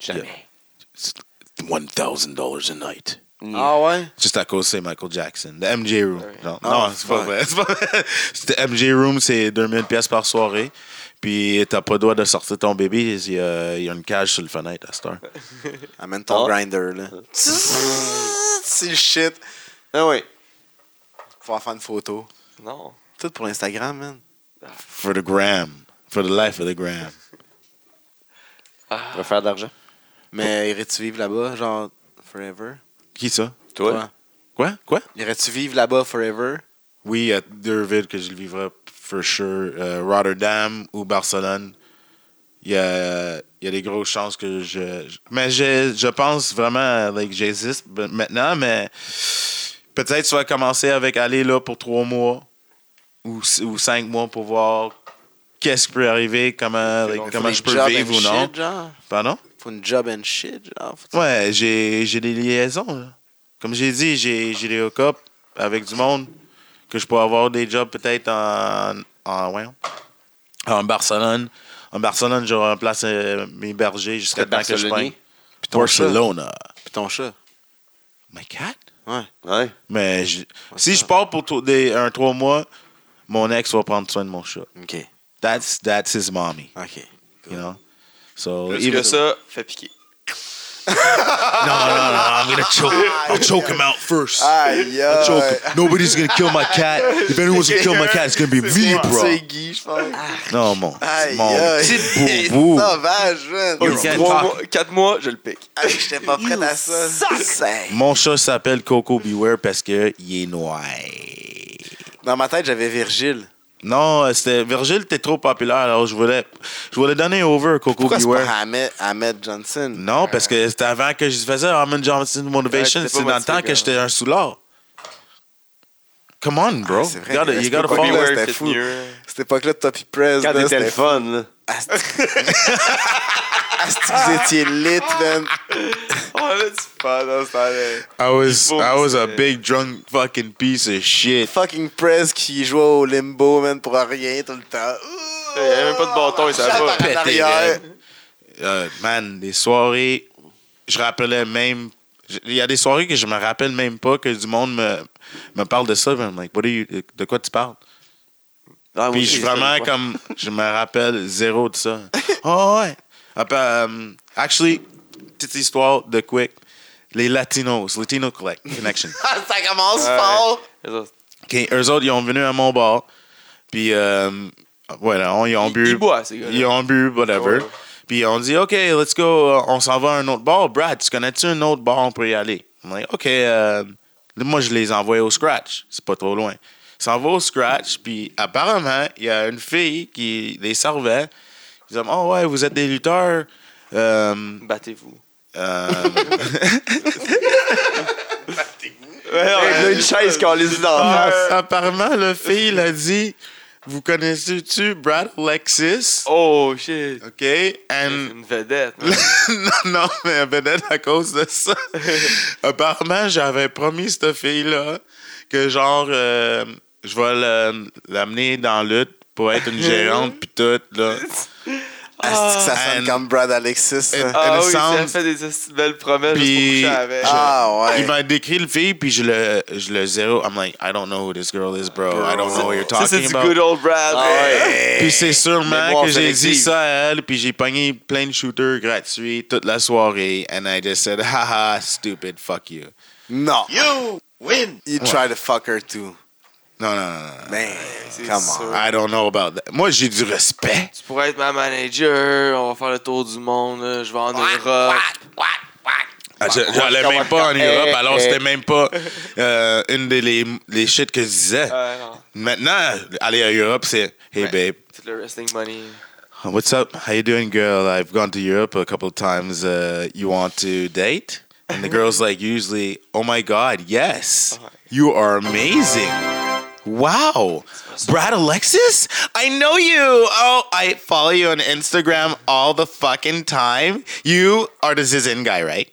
[SPEAKER 5] Jamais.
[SPEAKER 2] 1000 dollars a night.
[SPEAKER 3] Ah ouais?
[SPEAKER 2] Juste à cause c'est Michael Jackson, the MJ Room. Non,
[SPEAKER 3] Ah,
[SPEAKER 2] non, c'est pas
[SPEAKER 3] ouais.
[SPEAKER 2] vrai. c'est pas vrai. C'était MJ Room, c'est 2000 pièces par soirée. Puis t'as pas le droit de sortir ton bébé, il y a, il y a une cage sur le fenêtre à cette heure.
[SPEAKER 3] Amène ton
[SPEAKER 5] Ah.
[SPEAKER 3] grinder, là. c'est le shit.
[SPEAKER 5] Ah oui.
[SPEAKER 3] Faut en faire une photo.
[SPEAKER 4] Non.
[SPEAKER 3] Tout pour Instagram, man.
[SPEAKER 2] For the gram. For the life of the gram.
[SPEAKER 5] Pour faire de l'argent.
[SPEAKER 3] Mais irais-tu vivre là-bas, genre, forever?
[SPEAKER 2] Qui ça?
[SPEAKER 5] Toi?
[SPEAKER 2] Quoi? Quoi?
[SPEAKER 3] Irais-tu vivre là-bas forever?
[SPEAKER 2] Oui, il y a deux villes que je vivrai for sure. euh, Rotterdam ou Barcelone. Il y a, il y a des grosses chances que je... je- mais je, je pense vraiment like, j'existe b- maintenant, mais peut-être tu vas commencer avec aller là pour trois mois ou, c- ou cinq mois pour voir qu'est-ce qui peut arriver, comment, like,
[SPEAKER 4] long.
[SPEAKER 2] comment je
[SPEAKER 3] Une
[SPEAKER 2] peux
[SPEAKER 3] job
[SPEAKER 2] vivre
[SPEAKER 3] and
[SPEAKER 2] ou non.
[SPEAKER 3] shit, genre?
[SPEAKER 2] Pardon?
[SPEAKER 3] Faut une job and shit, genre. Faut-
[SPEAKER 2] Ouais, j'ai j'ai des liaisons. là. Comme j'ai dit, j'ai j'ai des hook-ups avec du monde que je peux avoir des jobs peut-être en, en, voyons, en Barcelone. En Barcelone, je remplace euh, mes bergers jusqu'à
[SPEAKER 5] T'es
[SPEAKER 2] temps que je
[SPEAKER 5] Barcelonais?
[SPEAKER 2] prenne. Barcelona.
[SPEAKER 3] Puis ton chat.
[SPEAKER 2] My cat?
[SPEAKER 3] Ouais.
[SPEAKER 5] Ouais.
[SPEAKER 2] Mais je- si je pars pour to- des- un trois mois, mon ex va prendre soin de mon chat.
[SPEAKER 3] OK.
[SPEAKER 2] That's, that's his mommy,
[SPEAKER 3] OK.
[SPEAKER 2] you know? So,
[SPEAKER 4] Plus
[SPEAKER 2] even-
[SPEAKER 4] que ça, fais piquer.
[SPEAKER 2] No, no, no, I'm gonna choke. I'll choke him out first.
[SPEAKER 4] Ah,
[SPEAKER 3] Aïe,
[SPEAKER 2] I choke him. Nobody's gonna kill my cat. If anyone's gonna kill my cat, it's gonna be me, bro.
[SPEAKER 3] Guy, je pense.
[SPEAKER 2] Non, mon,
[SPEAKER 3] Aïe,
[SPEAKER 2] mon
[SPEAKER 3] aïe.
[SPEAKER 2] petit boubou.
[SPEAKER 3] Sauvage, man.
[SPEAKER 2] You can't
[SPEAKER 4] Trois
[SPEAKER 2] talk.
[SPEAKER 4] mois- Quatre mois, je le pique.
[SPEAKER 3] Aïe, J'étais pas prêt à ça. C'est-
[SPEAKER 2] Mon chat s'appelle Coco Beware parce que il est noir.
[SPEAKER 3] Dans ma tête, j'avais Virgile.
[SPEAKER 2] Non, c'était Virgile, t'es trop populaire, alors je voulais, je voulais donner over à Coco
[SPEAKER 3] Pourquoi c'est
[SPEAKER 2] Beware.
[SPEAKER 3] pas Hmm. Ahmed, Ahmed Johnson?
[SPEAKER 2] Non, parce que c'était avant que je faisais Armin Johnson Motivation.
[SPEAKER 4] Ouais, t'étais
[SPEAKER 2] c'est
[SPEAKER 4] pas
[SPEAKER 2] dans le temps
[SPEAKER 3] hein.
[SPEAKER 4] motivé,
[SPEAKER 2] que j'étais un soulard. Come on, bro.
[SPEAKER 3] Ah, c'est vrai,
[SPEAKER 2] you gotta,
[SPEAKER 3] mais
[SPEAKER 2] you
[SPEAKER 3] c'est
[SPEAKER 2] gotta
[SPEAKER 3] pas
[SPEAKER 2] follow.
[SPEAKER 3] Beware,
[SPEAKER 4] Beware,
[SPEAKER 3] c'était
[SPEAKER 4] c'est
[SPEAKER 3] fou.
[SPEAKER 4] mieux.
[SPEAKER 3] Cette époque-là, de Toppy Press.
[SPEAKER 5] Quand
[SPEAKER 3] là,
[SPEAKER 5] t'étais le
[SPEAKER 3] c'était
[SPEAKER 5] fun, là.
[SPEAKER 3] Asti Asti que vous étiez lit, man.
[SPEAKER 4] On
[SPEAKER 5] Ah,
[SPEAKER 4] avait du fun dans ce temps-là.
[SPEAKER 2] I was
[SPEAKER 4] Bon,
[SPEAKER 2] I was a
[SPEAKER 4] c'est-
[SPEAKER 2] big drunk fucking piece of shit.
[SPEAKER 3] Fucking Press qui jouait au limbo, man, pour rien tout le temps.
[SPEAKER 4] Il
[SPEAKER 5] Ah,
[SPEAKER 4] y avait même pas de bâton, il savait
[SPEAKER 3] Chape
[SPEAKER 4] pas.
[SPEAKER 3] en arrière.
[SPEAKER 2] Euh, man, des soirées je rappelais même. je- Il y a des soirées que je me rappelle même pas que du monde me, me parle de ça. I'm like, what are you- de quoi tu parles?
[SPEAKER 5] Ah, moi
[SPEAKER 2] Puis
[SPEAKER 5] aussi,
[SPEAKER 2] je suis
[SPEAKER 5] j'ai ça,
[SPEAKER 2] vraiment
[SPEAKER 5] des fois.
[SPEAKER 2] comme. Je me rappelle zéro de ça. oh, ouais. Après, euh, actually, petite histoire de quick. Les Latinos, Latino Collect- Connection.
[SPEAKER 3] ça commence
[SPEAKER 4] Ouais.
[SPEAKER 3] fort.
[SPEAKER 4] Les autres.
[SPEAKER 2] OK, eux autres, ils ont venu à mon bar. Puis, euh, voilà, on- ils ont
[SPEAKER 4] Ils-
[SPEAKER 2] bu.
[SPEAKER 4] ils boivent, ces gars-là.
[SPEAKER 2] Ils ont bu, whatever.
[SPEAKER 4] Ouais.
[SPEAKER 2] Puis, on dit, OK, let's go, euh, on s'en va à un autre bar. Brad, tu connais-tu un autre bar, on peut y aller? I'm like, OK, euh, là, moi, je les envoie au scratch. C'est pas trop loin. Ils s'en vont au scratch. Puis, apparemment, il y a une fille qui les servait. Ils disent, oh ouais, vous êtes des lutteurs. Euh,
[SPEAKER 4] Battez-vous.
[SPEAKER 2] euh,
[SPEAKER 5] Ouais, il y a une chaise qu'on les dans
[SPEAKER 2] Ah,
[SPEAKER 5] la face.
[SPEAKER 2] apparemment, le fille, il a dit Vous connaissez-tu Brad Lexis
[SPEAKER 4] Oh shit.
[SPEAKER 2] OK.
[SPEAKER 4] C'est
[SPEAKER 2] And.
[SPEAKER 4] une vedette. man.
[SPEAKER 2] non, non, mais peut-être à cause de ça. apparemment, j'avais promis cette fille-là que, genre, euh, je vais le- l'amener dans la lutte pour être une gérante, puis tout, là.
[SPEAKER 3] Est-ce Ah, que ça
[SPEAKER 2] And-
[SPEAKER 3] sonne comme Brad Alexis? hein?
[SPEAKER 2] and-
[SPEAKER 3] ça?
[SPEAKER 4] Ah
[SPEAKER 2] Elle
[SPEAKER 4] oui,
[SPEAKER 2] sound-
[SPEAKER 4] ça fait des esti de belles promesses juste pour
[SPEAKER 2] Puis-
[SPEAKER 4] coucher avec.
[SPEAKER 3] Ah
[SPEAKER 2] Il
[SPEAKER 3] ouais.
[SPEAKER 2] m'a décrit le fille, puis je le, je le zéro. I'm like, I don't know who this girl is, bro. I don't know what you're
[SPEAKER 4] Ça, c'est
[SPEAKER 2] talking
[SPEAKER 4] du
[SPEAKER 2] about.
[SPEAKER 4] good old Brad.
[SPEAKER 5] Ah ouais.
[SPEAKER 2] Puis c'est sûrement
[SPEAKER 5] Mémoire
[SPEAKER 2] que j'ai dit
[SPEAKER 5] sélective.
[SPEAKER 2] ça à elle, puis j'ai pogné plein de shooters gratuits toute la soirée, and I just said, haha, stupid, fuck you.
[SPEAKER 3] Non.
[SPEAKER 1] You win!
[SPEAKER 3] You try to fuck her too.
[SPEAKER 2] Non, non, non, non.
[SPEAKER 3] Man,
[SPEAKER 4] c'est
[SPEAKER 3] Ah, come
[SPEAKER 4] sûr.
[SPEAKER 3] on.
[SPEAKER 2] I don't know about that. Moi, j'ai du respect.
[SPEAKER 4] Tu pourrais être ma manager, on va faire le tour du monde, là, je vais en Europe.
[SPEAKER 2] Ah, je- J'allais même pas en Europe, alors c'était même pas euh, une des les, les shit que je disais.
[SPEAKER 4] Ah, non.
[SPEAKER 2] Maintenant, aller à Europe, c'est, hey babe,
[SPEAKER 4] Tout le wrestling money.
[SPEAKER 2] What's up? How you doing, girl? I've gone to Europe a couple of times. Uh, you want to date? And the girl's like, usually, oh my god, yes, you are amazing. Wow, Brad Alexis, I know you. Oh, I follow you on Instagram all the fucking time. You are the Zizin guy, right?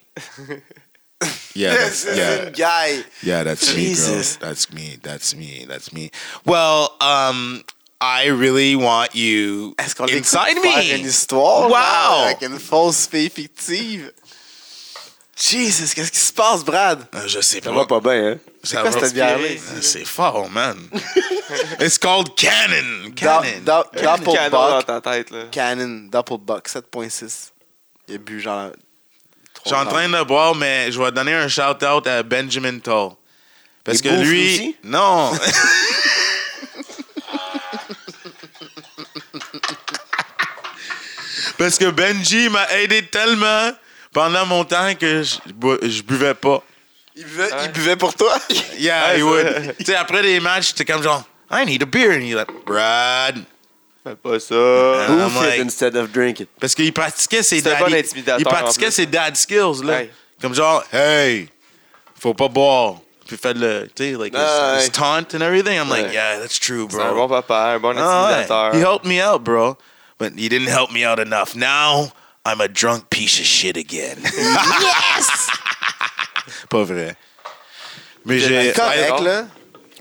[SPEAKER 2] Yeah, that's, yeah,
[SPEAKER 3] This guy.
[SPEAKER 2] yeah, that's
[SPEAKER 3] Jesus.
[SPEAKER 2] me, girl. That's me. That's me. That's me. Well, um, I really want you
[SPEAKER 3] Est-ce qu'on l'écoute
[SPEAKER 2] inside
[SPEAKER 3] faire une
[SPEAKER 2] me.
[SPEAKER 3] histoire?
[SPEAKER 2] Wow!
[SPEAKER 3] là, Avec une fausse fille fictive. Jesus, qu'est-ce qui se passe, Brad?
[SPEAKER 2] Euh, Je sais
[SPEAKER 5] Ça va
[SPEAKER 2] pas.
[SPEAKER 5] pas bien, hein?
[SPEAKER 2] Ça
[SPEAKER 3] quoi
[SPEAKER 2] va-
[SPEAKER 3] cette bière-là?
[SPEAKER 2] Euh, C'est fort, man. It's called Cannon.
[SPEAKER 3] Dou-
[SPEAKER 2] Cannon.
[SPEAKER 3] dou-
[SPEAKER 4] Canon
[SPEAKER 3] Double
[SPEAKER 4] dans
[SPEAKER 3] buck.
[SPEAKER 4] ta tête, là.
[SPEAKER 3] Canon, double buck, 7.6. Il a bu genre.
[SPEAKER 2] Je suis en train de boire, mais je vais donner un shout-out à Benjamin Toll. Parce
[SPEAKER 3] Il
[SPEAKER 2] que
[SPEAKER 3] bouffe,
[SPEAKER 2] lui.
[SPEAKER 3] lui aussi?
[SPEAKER 2] Non! Parce que Benji m'a aidé tellement pendant mon temps que je, bu- je buvais pas.
[SPEAKER 3] Il buvait, il buvait pour toi?
[SPEAKER 2] Yeah, he would. tu sais, après les matchs, c'était comme genre, I need a beer. And he's like, Brad.
[SPEAKER 4] Fais pas ça.
[SPEAKER 2] And I'm
[SPEAKER 5] Who
[SPEAKER 2] like-
[SPEAKER 5] fit instead of drink it?
[SPEAKER 2] Parce qu'il pratiquait ses
[SPEAKER 4] C'est un
[SPEAKER 2] dad.
[SPEAKER 4] bon
[SPEAKER 2] il-
[SPEAKER 4] intimidateur,
[SPEAKER 2] Il
[SPEAKER 4] en
[SPEAKER 2] pratiquait
[SPEAKER 4] plus.
[SPEAKER 2] ses dad skills, là.
[SPEAKER 4] Ouais.
[SPEAKER 2] Comme genre, hey, faut pas boire. Puis fait le, tu sais, like, his-
[SPEAKER 4] Ouais.
[SPEAKER 2] his, taunt and everything. I'm like,
[SPEAKER 4] Ouais.
[SPEAKER 2] yeah, that's true, bro.
[SPEAKER 4] C'est un bon papa, un bon
[SPEAKER 2] Ah, ouais.
[SPEAKER 4] intimidateur.
[SPEAKER 2] He helped me out, bro. But he didn't help me out enough. Now, I'm a drunk piece of shit again. pas vrai. Mais j'ai.
[SPEAKER 3] C'est correct,
[SPEAKER 4] I-
[SPEAKER 3] là.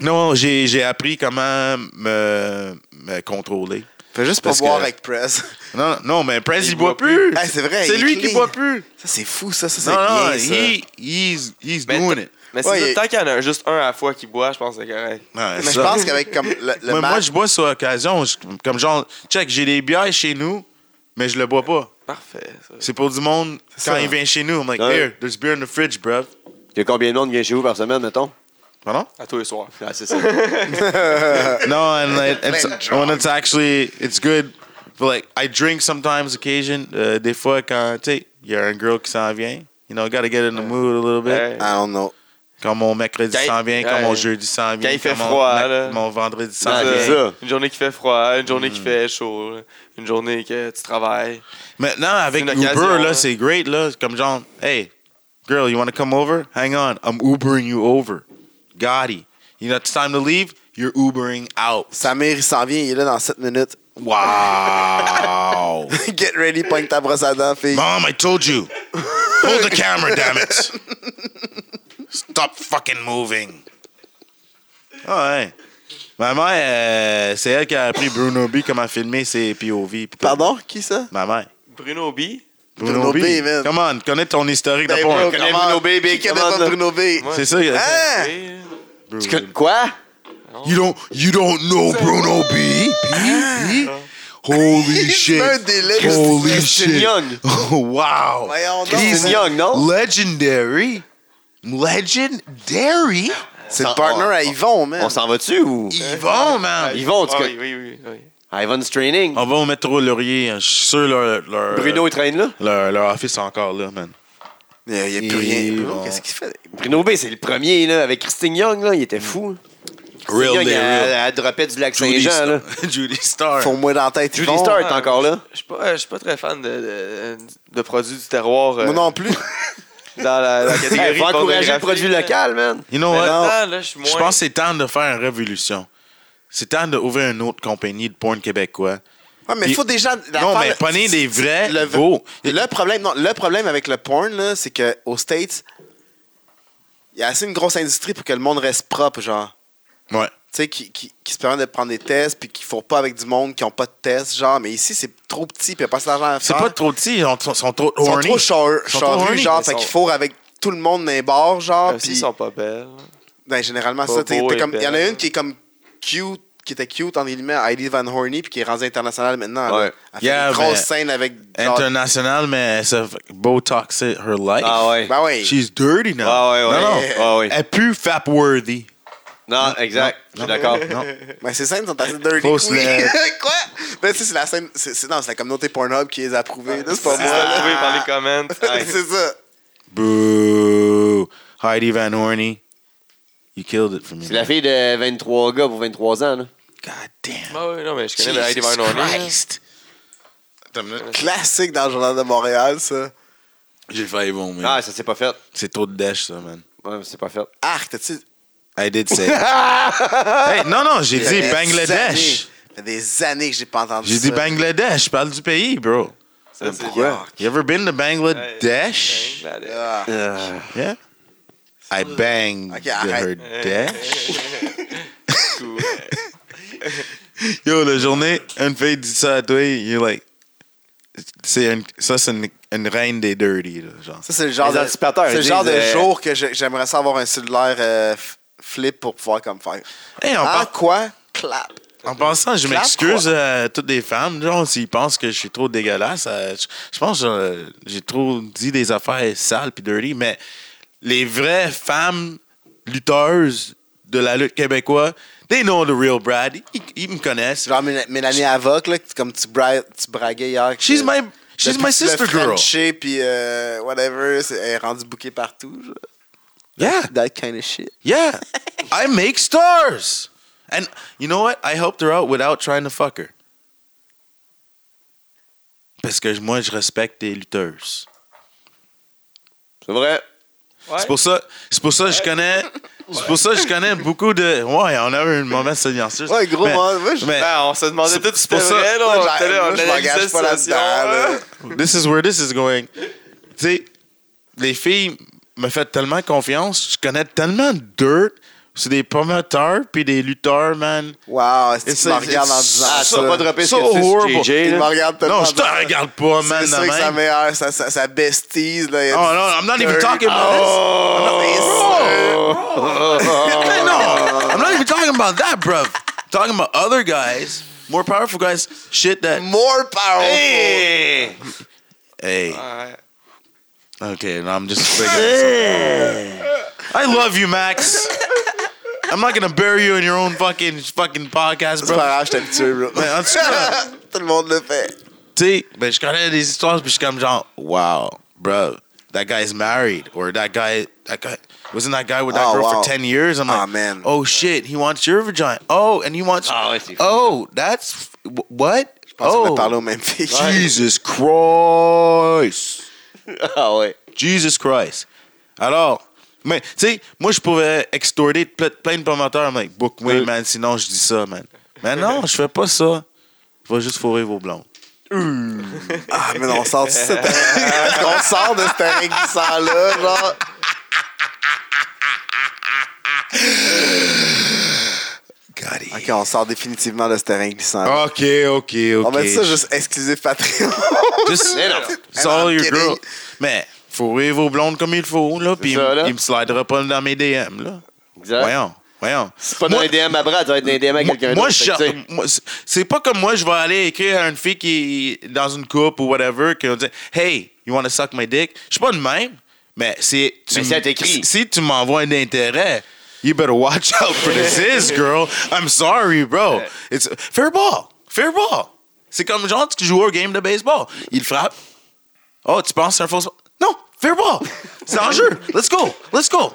[SPEAKER 2] Non, j'ai j'ai appris comment me, me contrôler.
[SPEAKER 3] Fais juste pas
[SPEAKER 2] Parce
[SPEAKER 3] boire
[SPEAKER 2] que-
[SPEAKER 3] avec Press.
[SPEAKER 2] Non, non, mais Prince, il,
[SPEAKER 4] Il
[SPEAKER 2] boit
[SPEAKER 4] boit plus.
[SPEAKER 2] plus.
[SPEAKER 3] Hey, c'est vrai,
[SPEAKER 2] C'est
[SPEAKER 3] il est
[SPEAKER 2] lui qui
[SPEAKER 3] clean.
[SPEAKER 2] boit plus.
[SPEAKER 3] Ça, c'est fou, ça. Ça, c'est
[SPEAKER 2] Non, non,
[SPEAKER 3] bien, ça.
[SPEAKER 2] he, he's, he's
[SPEAKER 4] Mais
[SPEAKER 2] doing
[SPEAKER 4] t-
[SPEAKER 2] it.
[SPEAKER 4] Mais c'est
[SPEAKER 3] Ouais,
[SPEAKER 4] ça,
[SPEAKER 3] il-
[SPEAKER 4] tant qu'il y en a un- juste un à la fois qui boit, je pense que c'est correct.
[SPEAKER 2] Ouais,
[SPEAKER 3] Mais
[SPEAKER 2] ça.
[SPEAKER 3] je pense qu'avec comme le, le
[SPEAKER 2] moi,
[SPEAKER 3] match...
[SPEAKER 2] moi, je bois sur occasion. Je- comme genre, check, j'ai des bières chez nous, mais je le bois pas.
[SPEAKER 4] Parfait. ça.
[SPEAKER 2] C'est pour du monde quand
[SPEAKER 3] ça.
[SPEAKER 2] il vient chez nous. I'm like,
[SPEAKER 5] Ouais.
[SPEAKER 2] here, there's beer in the fridge, bruv.
[SPEAKER 5] Il y a combien de monde qui vient chez vous par semaine, mettons?
[SPEAKER 2] Pardon?
[SPEAKER 4] À tous les soirs.
[SPEAKER 5] Ah, c'est ça. Euh,
[SPEAKER 2] no, and like, it's,
[SPEAKER 3] Plein de
[SPEAKER 2] when it's actually, it's good. But like, I drink sometimes, occasion. euh, des fois, quand, tu sais, il y a un girl qui s'en vient. You know, gotta get in the mood a little bit.
[SPEAKER 4] Ouais.
[SPEAKER 3] I don't know.
[SPEAKER 2] Quand mon mercredi
[SPEAKER 4] Quand il-
[SPEAKER 2] s'en vient, quand mon
[SPEAKER 4] ouais.
[SPEAKER 2] jeudi s'en vient.
[SPEAKER 4] il fait
[SPEAKER 2] quand mon-
[SPEAKER 4] froid,
[SPEAKER 2] ma-
[SPEAKER 4] là.
[SPEAKER 2] Mon vendredi s'en
[SPEAKER 5] Ah,
[SPEAKER 2] vient.
[SPEAKER 5] c'est ça.
[SPEAKER 4] euh, Une journée qui fait froid, une journée qui fait chaud, une journée que tu travailles.
[SPEAKER 2] Maintenant, avec
[SPEAKER 4] C'est une occasion,
[SPEAKER 2] Uber, là,
[SPEAKER 4] hein.
[SPEAKER 2] c'est great, là. Comme genre, hey, girl, you want to come over? Hang on, I'm Ubering you over. Gotti. You know, it's time to leave, you're Ubering out.
[SPEAKER 3] Samir, il s'en vient, il est là dans 7 minutes.
[SPEAKER 2] Wow.
[SPEAKER 3] Get ready, pointe ta brosse à dents, fille.
[SPEAKER 2] Mom, I told you. Hold the camera, damn it. Stop fucking moving. Ah, Ouais. Maman, euh, c'est elle qui a appris Bruno B comment filmer ses POV. pis tout.
[SPEAKER 3] Pardon? Qui, ça?
[SPEAKER 2] Ma mère.
[SPEAKER 4] Bruno B,
[SPEAKER 2] Bruno,
[SPEAKER 3] Bruno
[SPEAKER 2] B.
[SPEAKER 3] B, man.
[SPEAKER 2] Come on, connais ton historique de
[SPEAKER 3] Ben,
[SPEAKER 2] points.
[SPEAKER 3] bro,
[SPEAKER 5] connais
[SPEAKER 3] come on.
[SPEAKER 5] Bruno B,
[SPEAKER 3] Qui
[SPEAKER 5] big,
[SPEAKER 3] connaît
[SPEAKER 5] come
[SPEAKER 3] pas
[SPEAKER 5] on, là.
[SPEAKER 3] Bruno B?
[SPEAKER 2] C'est ça.
[SPEAKER 3] Hein?
[SPEAKER 5] Tu connais- Quoi?
[SPEAKER 2] You don't, you don't know Bruno B. B? B? Holy shit.
[SPEAKER 3] un délai.
[SPEAKER 2] Holy
[SPEAKER 5] Christine
[SPEAKER 2] shit.
[SPEAKER 5] Young.
[SPEAKER 2] Oh, wow.
[SPEAKER 3] Voyons donc.
[SPEAKER 5] Christine
[SPEAKER 3] man.
[SPEAKER 5] Young, non?
[SPEAKER 2] Legendary. Legendary.
[SPEAKER 3] C'est le
[SPEAKER 5] On-
[SPEAKER 3] partner à Yvon, man.
[SPEAKER 5] On s'en va-tu ou?
[SPEAKER 2] Yvon, man.
[SPEAKER 3] Ben,
[SPEAKER 5] Ils vont, en tout
[SPEAKER 3] Ah,
[SPEAKER 5] cas.
[SPEAKER 4] Ah
[SPEAKER 5] Ah,
[SPEAKER 4] Oui, oui, oui. oui.
[SPEAKER 5] Ivan's Training.
[SPEAKER 2] On va au métro Laurier. hein. Je suis sûr leur, leur,
[SPEAKER 5] Bruno, il traîne là.
[SPEAKER 2] leur, leur office est encore là, man.
[SPEAKER 3] Il n'y a
[SPEAKER 2] Et
[SPEAKER 3] plus rien. Bruno,
[SPEAKER 2] bon.
[SPEAKER 3] Qu'est-ce qu'il fait?
[SPEAKER 5] Bruno B, c'est le premier, là, avec Christine Young, là. Il était fou. Christine
[SPEAKER 2] Real
[SPEAKER 5] Young,
[SPEAKER 2] day,
[SPEAKER 5] elle,
[SPEAKER 2] real.
[SPEAKER 5] elle dropait du lac
[SPEAKER 2] Judy
[SPEAKER 5] Saint-Jean, là.
[SPEAKER 2] Star. Judy Star.
[SPEAKER 3] Faut-moi dans la tête.
[SPEAKER 5] Judy
[SPEAKER 3] Yvon.
[SPEAKER 5] Star est encore là.
[SPEAKER 4] Je suis pas, euh, je suis pas très fan de, de, de produits du terroir euh,
[SPEAKER 3] Moi non plus.
[SPEAKER 4] dans la, la catégorie.
[SPEAKER 5] Il faut encourager le
[SPEAKER 4] pornographie,
[SPEAKER 5] produit
[SPEAKER 4] là.
[SPEAKER 5] local, man.
[SPEAKER 2] You know
[SPEAKER 4] Mais
[SPEAKER 2] what?
[SPEAKER 4] maintenant, là, je suis
[SPEAKER 2] Je
[SPEAKER 4] moins.
[SPEAKER 2] pense que c'est temps de faire une révolution. C'est temps d'ouvrir une autre compagnie de porn québécois.
[SPEAKER 3] Ouais, mais
[SPEAKER 2] Puis-
[SPEAKER 3] il faut déjà.
[SPEAKER 2] non,
[SPEAKER 3] l'affaire,
[SPEAKER 2] mais
[SPEAKER 3] le-
[SPEAKER 2] prenez des vrais
[SPEAKER 3] le-
[SPEAKER 2] beaux.
[SPEAKER 3] Le problème, non, le problème avec le porn, là, c'est qu'aux States, il y a assez une grosse industrie pour que le monde reste propre, genre.
[SPEAKER 2] Ouais.
[SPEAKER 3] Tu sais, qui, qui, qui se permet de prendre des tests, puis qui ne font pas avec du monde qui n'ont pas de tests, genre. Mais ici, c'est trop petit, puis il n'y a pas assez d'argent à
[SPEAKER 2] C'est
[SPEAKER 3] faire.
[SPEAKER 2] pas trop petit, ils sont, sont- sont trop
[SPEAKER 3] Ils sont
[SPEAKER 2] horny.
[SPEAKER 3] trop char-
[SPEAKER 2] Ils sont trop
[SPEAKER 3] charrues,
[SPEAKER 2] horny,
[SPEAKER 3] genre.
[SPEAKER 2] mais
[SPEAKER 3] Fait
[SPEAKER 4] ils
[SPEAKER 3] qu'il
[SPEAKER 4] sont-
[SPEAKER 3] faut avec tout le monde dans les bars, genre.
[SPEAKER 4] Même s'ils
[SPEAKER 3] puis-
[SPEAKER 4] sont pas belles.
[SPEAKER 3] Ben, généralement, c'est
[SPEAKER 4] Pas
[SPEAKER 3] ça. t'sais,
[SPEAKER 4] beau
[SPEAKER 3] t'es
[SPEAKER 4] et
[SPEAKER 3] comme- Il y en a
[SPEAKER 4] belle.
[SPEAKER 3] une qui est comme cute, qui était cute, en guillemets, Heidi Van Horny, puis qui est rendue internationale maintenant. là.
[SPEAKER 5] Ouais.
[SPEAKER 3] Elle fait
[SPEAKER 2] Yeah,
[SPEAKER 3] une grosse
[SPEAKER 2] mais-
[SPEAKER 3] scène avec. genre-
[SPEAKER 2] International, mais ça fait Botox it her life.
[SPEAKER 5] Ah ouais.
[SPEAKER 3] Ben oui.
[SPEAKER 2] She's dirty now.
[SPEAKER 5] Ah ouais, ouais.
[SPEAKER 2] Non, non.
[SPEAKER 5] Ah ouais.
[SPEAKER 2] Elle est plus fap worthy.
[SPEAKER 5] Non, exact. Je suis
[SPEAKER 2] Non.
[SPEAKER 5] d'accord.
[SPEAKER 2] Non.
[SPEAKER 3] Ben, ces scènes sont assez dirty.
[SPEAKER 2] Fausse
[SPEAKER 3] Oui.
[SPEAKER 2] lettre.
[SPEAKER 3] Quoi? Ben, tu sais, c'est la scène. c'est- c'est- non, c'est la communauté Pornhub qui les a approuvées. là, C'est pas
[SPEAKER 4] Pas
[SPEAKER 3] moi,
[SPEAKER 4] moi,
[SPEAKER 3] là.
[SPEAKER 4] trouvé par les comments.
[SPEAKER 3] Ah.
[SPEAKER 4] Hey.
[SPEAKER 3] c'est ça.
[SPEAKER 2] Boo. Heidi Van Horny. You killed it for me.
[SPEAKER 5] C'est la fille de 23 gars pour 23 ans, là.
[SPEAKER 2] God damn.
[SPEAKER 4] Bah oui, non, mais je connais le
[SPEAKER 2] Jesus
[SPEAKER 4] Heidi Van Horn.
[SPEAKER 2] Christ. Attends une minute.
[SPEAKER 3] Classique dans le Journal de Montréal, ça.
[SPEAKER 2] J'ai failli bon, man.
[SPEAKER 5] Ah, ça s'est pas fait.
[SPEAKER 2] C'est trop de dash, ça, man.
[SPEAKER 5] Ouais, c'est pas fait.
[SPEAKER 3] Arc, Ah, t'as-tu.
[SPEAKER 2] I did say. it. hey, non, non, j'ai dit
[SPEAKER 3] Des
[SPEAKER 2] Bangladesh.
[SPEAKER 3] années- Ça fait des années que j'ai pas entendu
[SPEAKER 2] J'ai
[SPEAKER 3] ça.
[SPEAKER 2] dit Bangladesh. Je parle du pays, bro.
[SPEAKER 4] Ça, c'est
[SPEAKER 3] Pourquoi?
[SPEAKER 2] You ever been to Bangladesh?
[SPEAKER 4] bien. Bangladesh.
[SPEAKER 3] Ah.
[SPEAKER 5] Euh,
[SPEAKER 2] Yeah. I banged
[SPEAKER 3] Okay,
[SPEAKER 2] her
[SPEAKER 3] arrête.
[SPEAKER 2] dash.
[SPEAKER 4] Cool.
[SPEAKER 2] Yo, la journée, une fille dit ça à toi, you're like. C'est une- ça, c'est une, une reine des dirty, là, genre.
[SPEAKER 3] Ça, c'est le genre
[SPEAKER 5] Les
[SPEAKER 3] de,
[SPEAKER 5] anticipateurs,
[SPEAKER 3] c'est le
[SPEAKER 5] ils
[SPEAKER 3] genre de
[SPEAKER 5] disent, euh,
[SPEAKER 3] jour que je- j'aimerais ça avoir un cellulaire euh, f- flip pour pouvoir comme faire.
[SPEAKER 2] Hey, en,
[SPEAKER 3] Ah,
[SPEAKER 2] par-
[SPEAKER 3] quoi? Clap.
[SPEAKER 2] en passant, je
[SPEAKER 3] Clap,
[SPEAKER 2] m'excuse à toutes les femmes, genre, s'ils pensent que je suis trop dégueulasse. euh, je, je pense que euh, j'ai trop dit des affaires sales puis dirty, mais les vraies femmes lutteuses de la lutte québécoise, they know the real Brad. Ils, ils me connaissent.
[SPEAKER 3] Genre Mél- Mélanie Avoc, là, que- comme tu, bra- tu braguais hier. que-
[SPEAKER 2] She's my, she's
[SPEAKER 3] depuis
[SPEAKER 2] my
[SPEAKER 3] que tu l'as
[SPEAKER 2] sister girl.
[SPEAKER 3] Frenché, puis euh, whatever, c'est- elle est rendue bouquée partout. genre.
[SPEAKER 2] Yeah.
[SPEAKER 3] That kind of shit.
[SPEAKER 2] Yeah. I make stars. And you know what? I helped her out without trying to fuck her. Parce que moi, je respecte les lutteuses.
[SPEAKER 5] C'est vrai.
[SPEAKER 4] Ouais.
[SPEAKER 2] C'est pour ça, c'est pour ça que je connais. C'est pour ça que je connais beaucoup de. Ouais, on a eu une mauvaise séance.
[SPEAKER 3] Ouais, gros,
[SPEAKER 2] Mais-
[SPEAKER 3] moi, moi, je-
[SPEAKER 2] mais-
[SPEAKER 4] Ben, on se demandait
[SPEAKER 2] C'est-
[SPEAKER 4] tout
[SPEAKER 2] c'est
[SPEAKER 4] si c'était
[SPEAKER 2] pour ça-
[SPEAKER 4] vrai, là.
[SPEAKER 3] Moi,
[SPEAKER 4] On
[SPEAKER 3] je-
[SPEAKER 4] était là, on
[SPEAKER 3] moi, je
[SPEAKER 4] analysait
[SPEAKER 3] m'engage pas
[SPEAKER 4] la
[SPEAKER 3] là-dedans,
[SPEAKER 4] situation.
[SPEAKER 3] là.
[SPEAKER 4] là.
[SPEAKER 2] This is where this is going. Tu sais, les filles me font tellement confiance. Je connais tellement de dirt. C'est des promoteurs puis des lutteurs, man.
[SPEAKER 3] Wow, est-ce que
[SPEAKER 2] It's-
[SPEAKER 3] tu me
[SPEAKER 2] it's-
[SPEAKER 3] regardes en
[SPEAKER 2] it's-
[SPEAKER 3] disant
[SPEAKER 5] Ah,
[SPEAKER 3] ça?
[SPEAKER 5] tu vas pas dropper ce
[SPEAKER 2] So
[SPEAKER 5] que tu
[SPEAKER 2] horrible.
[SPEAKER 5] sais, sur JJ,
[SPEAKER 3] Il me
[SPEAKER 5] là.
[SPEAKER 3] regarde tellement
[SPEAKER 2] oh, Non, je te
[SPEAKER 3] en disant-
[SPEAKER 2] regarde pas, man.
[SPEAKER 3] C'est
[SPEAKER 2] de
[SPEAKER 3] sûr que
[SPEAKER 2] même.
[SPEAKER 3] sa meilleure, sa, sa, sa bestie, là. il y a
[SPEAKER 2] Oh
[SPEAKER 3] du-
[SPEAKER 2] no, I'm not even
[SPEAKER 3] Dirty.
[SPEAKER 2] talking about
[SPEAKER 3] Oh, non, mais c'est-
[SPEAKER 2] this. Hey, no, I'm not even talking about that, bruv. I'm talking about other guys, more powerful guys. Shit that.
[SPEAKER 3] More powerful.
[SPEAKER 5] Hey!
[SPEAKER 2] Hey.
[SPEAKER 4] Ouais.
[SPEAKER 2] Okay, no, I'm just. bringing this up. I love you, Max. I'm not gonna bury you in your own fucking fucking podcast,
[SPEAKER 3] C'est pas
[SPEAKER 2] bro.
[SPEAKER 3] grave, je t'habitue, bro.
[SPEAKER 2] Mais en tout cas,
[SPEAKER 3] Tout le monde le fait.
[SPEAKER 2] tu sais, ben, je connais des histoires, puis je suis comme genre, wow, bro, that guy's married, or that guy, that guy, wasn't that guy with that
[SPEAKER 3] Oh,
[SPEAKER 2] girl
[SPEAKER 3] wow.
[SPEAKER 2] for 10 years? I'm
[SPEAKER 3] Ah,
[SPEAKER 2] like,
[SPEAKER 3] man.
[SPEAKER 2] oh shit, he wants your vagina. Oh, and he wants,
[SPEAKER 5] Ah, ouais, c'est fou,
[SPEAKER 2] oh, that's, wh- what?
[SPEAKER 3] Parce qu'on a parlé
[SPEAKER 2] oh,
[SPEAKER 3] aux mêmes filles.
[SPEAKER 2] Jesus Christ.
[SPEAKER 5] Ah ouais.
[SPEAKER 2] Jesus Christ. Alors, mais, tu sais, moi, je pourrais extorter ple- plein de promoteurs. I'm like, book
[SPEAKER 5] Euh.
[SPEAKER 2] me, man, sinon je dis ça, man. Mais non, je fais pas ça. Je vais juste fourrer vos blondes.
[SPEAKER 3] Ah, mais on sort de cette... on sort de cette réglissant-là, genre...
[SPEAKER 2] Got it.
[SPEAKER 3] Ok, on sort définitivement de ce terrain glissant.
[SPEAKER 2] OK, OK, Oh, OK.
[SPEAKER 5] Ah, ben
[SPEAKER 3] On va dire ça juste exclusif Patreon.
[SPEAKER 2] Just-
[SPEAKER 5] Mais non.
[SPEAKER 2] It's
[SPEAKER 3] I'm
[SPEAKER 2] all your
[SPEAKER 3] kidding.
[SPEAKER 2] girl. Mais fourrez vos blondes comme il faut, là, puis il,
[SPEAKER 5] ça, là.
[SPEAKER 2] il me slidera pas dans mes DM, là.
[SPEAKER 5] Exact.
[SPEAKER 2] Voyons, voyons.
[SPEAKER 5] C'est pas dans
[SPEAKER 2] Moi-
[SPEAKER 5] un DM à Brad, ça va être dans un DM à
[SPEAKER 2] Moi,
[SPEAKER 5] quelqu'un d'autre.
[SPEAKER 2] moi,
[SPEAKER 5] fait que, tu sais.
[SPEAKER 2] je- moi, c'est- c'est pas comme moi, je vais aller écrire à une fille qui est dans une coupe ou whatever, qui va dire Hey, you wanna suck my dick? Je suis pas de même, mais c'est. tu
[SPEAKER 5] Mais ça
[SPEAKER 2] m-
[SPEAKER 5] t'écrit.
[SPEAKER 2] Si, si tu m'envoies un intérêt, you better watch out for this, is, girl. I'm sorry, bro. It's fair ball. Fair ball. C'est comme genre, tu joues au game de baseball. Il frappe. Oh, tu penses que c'est un faux. Non, fair ball. C'est en jeu. Let's go. Let's go.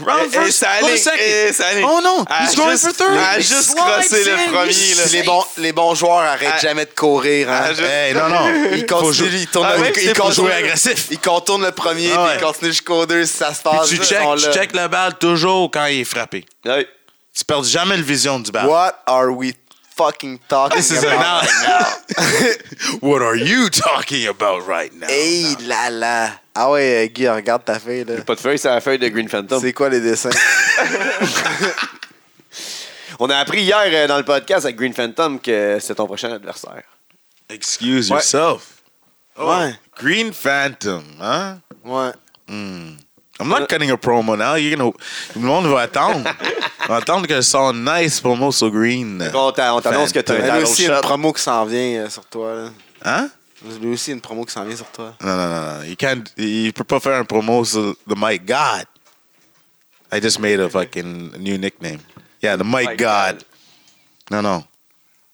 [SPEAKER 2] Round
[SPEAKER 4] Eh, eh,
[SPEAKER 2] first,
[SPEAKER 4] ça
[SPEAKER 2] go
[SPEAKER 4] allait,
[SPEAKER 2] to second.
[SPEAKER 4] eh, ça allait.
[SPEAKER 2] Oh non,
[SPEAKER 4] Ah,
[SPEAKER 2] he's going
[SPEAKER 4] juste-
[SPEAKER 2] for third.
[SPEAKER 4] ah, juste
[SPEAKER 2] Slides
[SPEAKER 4] crosser le
[SPEAKER 2] in.
[SPEAKER 4] premier,
[SPEAKER 2] He's
[SPEAKER 4] là.
[SPEAKER 3] les, bons, les bons joueurs arrêtent
[SPEAKER 4] Ah.
[SPEAKER 3] jamais de courir. Hein. Euh,
[SPEAKER 4] Ah, je-
[SPEAKER 2] Hey, non, non.
[SPEAKER 3] Ils continuent,
[SPEAKER 2] Faut jouer-
[SPEAKER 3] ils tournent
[SPEAKER 4] Ah,
[SPEAKER 3] le-
[SPEAKER 4] même
[SPEAKER 3] ils
[SPEAKER 4] si c'est
[SPEAKER 2] faut
[SPEAKER 3] contournent-
[SPEAKER 2] jouer agressif.
[SPEAKER 3] Ils contournent le premier,
[SPEAKER 2] Ah, ouais.
[SPEAKER 3] puis ils continuent jusqu'au deux si ça se passe.
[SPEAKER 2] Ah, Tu
[SPEAKER 3] ils
[SPEAKER 2] check,
[SPEAKER 3] sont
[SPEAKER 2] tu
[SPEAKER 3] là.
[SPEAKER 2] check la balle toujours quand il est frappé.
[SPEAKER 5] Ouais.
[SPEAKER 2] Tu perds jamais le vision du ballon.
[SPEAKER 3] What are we fucking talking
[SPEAKER 2] This is an
[SPEAKER 3] about?
[SPEAKER 2] out. What are you talking about right now?
[SPEAKER 3] Hey là là! Ah ouais, euh, Guy, regarde ta feuille là.
[SPEAKER 5] Pas de feuille, c'est la feuille de Green Phantom.
[SPEAKER 3] C'est quoi les dessins?
[SPEAKER 5] On a appris hier euh, dans le podcast avec Green Phantom que c'est ton prochain adversaire.
[SPEAKER 2] Excuse
[SPEAKER 3] Ouais.
[SPEAKER 2] yourself.
[SPEAKER 3] Ouais.
[SPEAKER 2] Green Phantom, hein?
[SPEAKER 3] Ouais.
[SPEAKER 2] I'm not cutting a promo now. You're gonna... Le monde va attendre. On va attendre que ça sonne nice promo sur Green.
[SPEAKER 5] On t'a- on t'annonce que t'as
[SPEAKER 3] Il y
[SPEAKER 5] un
[SPEAKER 3] a
[SPEAKER 5] talon
[SPEAKER 3] aussi une
[SPEAKER 5] shot.
[SPEAKER 3] promo qui s'en vient euh, sur toi. Là.
[SPEAKER 2] Hein?
[SPEAKER 3] Il y a aussi une promo qui s'en vient sur toi.
[SPEAKER 2] Non, non, non, non. You can't, il peut pas faire un promo sur The Mike God. I just made a fucking new nickname. Yeah, The Mike
[SPEAKER 4] Mike
[SPEAKER 2] God.
[SPEAKER 4] God.
[SPEAKER 2] Non, non.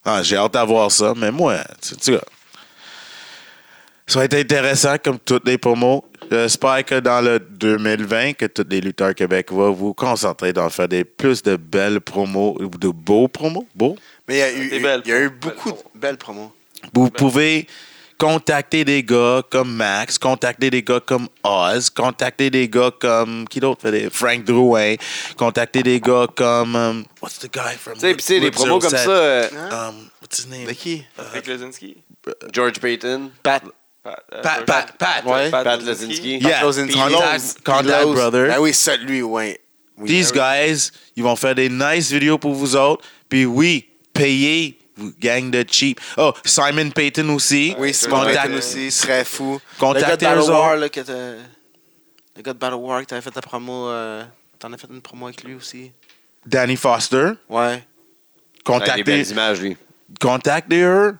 [SPEAKER 2] Ah, j'ai hâte d'avoir ça, mais moi, tu tu vois. Ça va être intéressant comme toutes les promos. J'espère que dans le 2020, que tous les lutteurs Québec vont vous concentrer dans faire des plus de belles promos, ou de beaux promos, beaux.
[SPEAKER 3] Mais il y a eu,
[SPEAKER 4] Des
[SPEAKER 3] eu-
[SPEAKER 4] belles
[SPEAKER 3] il y a eu
[SPEAKER 4] promos.
[SPEAKER 3] beaucoup de belles promos.
[SPEAKER 2] Vous pouvez contacter des gars comme Max, contacter des gars comme Oz, contacter des gars comme qui d'autre fait des Frank Drouin, contacter des gars comme um, what's the guy from
[SPEAKER 5] Tu sais, pis tu sais, des
[SPEAKER 2] Whip
[SPEAKER 5] promos comme
[SPEAKER 2] 07?
[SPEAKER 5] ça. euh,
[SPEAKER 2] Um, what's his name?
[SPEAKER 3] Hein? De qui?
[SPEAKER 4] Rick Lezinski?
[SPEAKER 5] George Payton,
[SPEAKER 3] Pat.
[SPEAKER 4] Pat, euh,
[SPEAKER 2] Pat, Pat, Pat.
[SPEAKER 3] Ouais.
[SPEAKER 5] Pat Lezinski.
[SPEAKER 4] Lezinski.
[SPEAKER 2] Yeah,
[SPEAKER 3] Lozinski.
[SPEAKER 2] contact, contact
[SPEAKER 3] Loz.
[SPEAKER 2] brother.
[SPEAKER 3] Ben oui, celui, ouais. Ah Oui.
[SPEAKER 2] These guys, ils vont faire des nice vidéos pour vous autres. Puis oui, payez, vous gang de cheap. Oh, Simon Payton aussi.
[SPEAKER 3] Ben Oui, Simon
[SPEAKER 2] Contact-
[SPEAKER 3] Payton aussi, il serait fou. le gars de
[SPEAKER 2] Contactez
[SPEAKER 3] Battle
[SPEAKER 2] eux
[SPEAKER 3] War,
[SPEAKER 2] autres.
[SPEAKER 3] là, que t'as- Le gars de Battle War, que t'avais fait ta promo. euh, T'en as fait une promo avec lui aussi.
[SPEAKER 2] Danny Foster.
[SPEAKER 3] Ouais.
[SPEAKER 5] Avec des belles
[SPEAKER 2] Contactez,
[SPEAKER 5] images, lui.
[SPEAKER 2] contactez eux.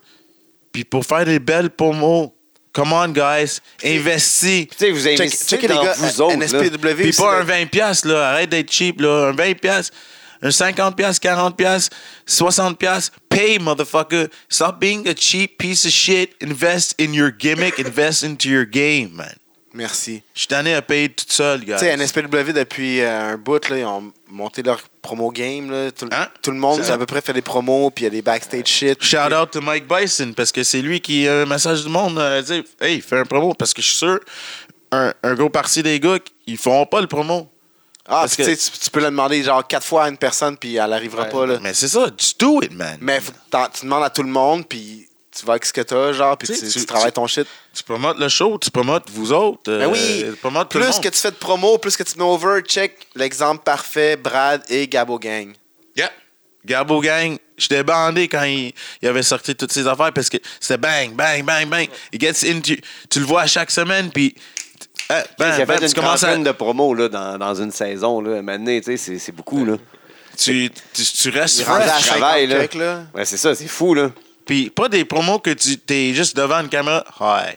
[SPEAKER 2] Puis pour faire des belles promos, come on, guys, investis.
[SPEAKER 5] Tu sais, vous investissez
[SPEAKER 3] checkez les
[SPEAKER 5] dans
[SPEAKER 3] gars,
[SPEAKER 5] vous autres. là.
[SPEAKER 3] NSPW,
[SPEAKER 2] Puis
[SPEAKER 3] c'est
[SPEAKER 2] pas un
[SPEAKER 3] le-
[SPEAKER 2] 20$, là. Arrête d'être cheap, là. Un 20$, un 50$, 40$, 60$. Pay, motherfucker. Stop being a cheap piece of shit. Invest in your gimmick. Invest into your game, man.
[SPEAKER 3] Merci.
[SPEAKER 2] Je suis tanné à payer toute seule, gars.
[SPEAKER 3] Tu sais, NSPW, depuis euh, un bout, là, ils ont monté leur promo game. là. Tout,
[SPEAKER 2] Hein?
[SPEAKER 3] tout le monde
[SPEAKER 2] C'est-
[SPEAKER 3] a à peu près fait des promos, puis il y a des backstage shit.
[SPEAKER 2] Shout out to Mike Bison parce que c'est lui qui a un message du monde. euh, dire, hey, fais un promo parce que je suis sûr, un, un gros parti des gars, ils feront pas le promo.
[SPEAKER 3] Ah,
[SPEAKER 2] parce
[SPEAKER 3] puis
[SPEAKER 2] que-
[SPEAKER 3] tu sais, tu- tu peux la demander genre quatre fois à une personne, puis elle n'arrivera
[SPEAKER 4] Ouais.
[SPEAKER 3] pas. Là.
[SPEAKER 2] Mais c'est ça, just do it, man.
[SPEAKER 3] Mais faut que t'en- tu demandes à tout le monde, puis tu vas avec ce que t'as, genre, puis
[SPEAKER 2] Tu
[SPEAKER 3] tu,
[SPEAKER 2] sais, tu-
[SPEAKER 3] tu travailles
[SPEAKER 2] tu-
[SPEAKER 3] ton shit.
[SPEAKER 2] Tu promotes le show, tu promotes vous autres.
[SPEAKER 3] Ben
[SPEAKER 2] euh,
[SPEAKER 3] oui,
[SPEAKER 2] tu promotes tout le
[SPEAKER 3] plus
[SPEAKER 2] monde.
[SPEAKER 3] que tu fais de promo, plus que tu mets over, check l'exemple parfait, Brad et Gabo Gang.
[SPEAKER 2] Yeah. Garbo Gang, j'étais bandé quand il, il avait sorti toutes ses affaires parce que c'était bang, bang, bang, bang. It gets into. Tu le vois à chaque semaine, puis. ah, bang,
[SPEAKER 5] J'ai
[SPEAKER 2] bang,
[SPEAKER 5] fait
[SPEAKER 2] tu
[SPEAKER 5] une
[SPEAKER 2] commences à.
[SPEAKER 5] trentaine de promos là, dans, dans une saison. Là. Maintenant, tu sais, c'est- c'est beaucoup. Là.
[SPEAKER 2] Tu, tu, tu restes
[SPEAKER 3] Il rendait à
[SPEAKER 2] fresh.
[SPEAKER 3] 50
[SPEAKER 5] travail, là.
[SPEAKER 3] quelques, là.
[SPEAKER 5] Ouais, c'est ça, c'est fou. là.
[SPEAKER 2] Puis pas des promos que tu t'es juste devant une caméra. Hi,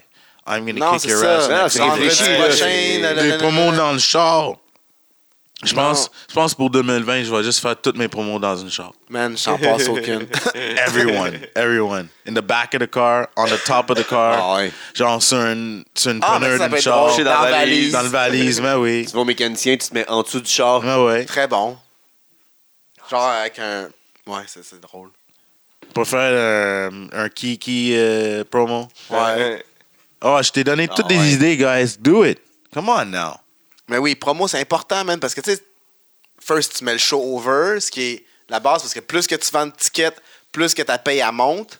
[SPEAKER 2] I'm gonna
[SPEAKER 3] Non,
[SPEAKER 2] kick
[SPEAKER 3] c'est
[SPEAKER 2] your
[SPEAKER 3] ça.
[SPEAKER 2] ass.
[SPEAKER 5] Non, c'est
[SPEAKER 3] Vendredi
[SPEAKER 5] réfléchi, là.
[SPEAKER 3] prochain,
[SPEAKER 5] C'est-
[SPEAKER 3] nanana.
[SPEAKER 2] euh, des promos dans le char. Je pense,
[SPEAKER 3] Non.
[SPEAKER 2] je pense pour 2020, je vais juste faire toutes mes promos dans une char.
[SPEAKER 3] Man, j'en passe aucune.
[SPEAKER 2] Everyone, everyone. In the back of the car, on the top of the car.
[SPEAKER 5] Ah ouais.
[SPEAKER 2] Genre sur une, sur une
[SPEAKER 3] Ah, mais
[SPEAKER 2] preneur
[SPEAKER 3] ça peut
[SPEAKER 2] d'une
[SPEAKER 3] être
[SPEAKER 2] char.
[SPEAKER 3] drôle.
[SPEAKER 4] dans
[SPEAKER 3] Dans
[SPEAKER 4] la
[SPEAKER 3] la
[SPEAKER 4] valise.
[SPEAKER 3] valise.
[SPEAKER 2] Dans le valise, mais oui. Ah,
[SPEAKER 5] Tu vas au mécanicien, tu te mets en dessous du char.
[SPEAKER 2] Mais oui.
[SPEAKER 3] Très bon. Genre avec un. Ouais, c'est c'est drôle.
[SPEAKER 2] Pour faire un, un Kiki euh, promo.
[SPEAKER 3] Ouais.
[SPEAKER 2] Oh, je t'ai donné toutes
[SPEAKER 5] Ah ouais.
[SPEAKER 2] les idées, guys. Do it. Come on now.
[SPEAKER 3] Mais oui, promo, c'est important, man, parce que tu sais, first, tu mets le show over, ce qui est la base, parce que plus que tu vends de tickets, plus que ta paye, elle monte.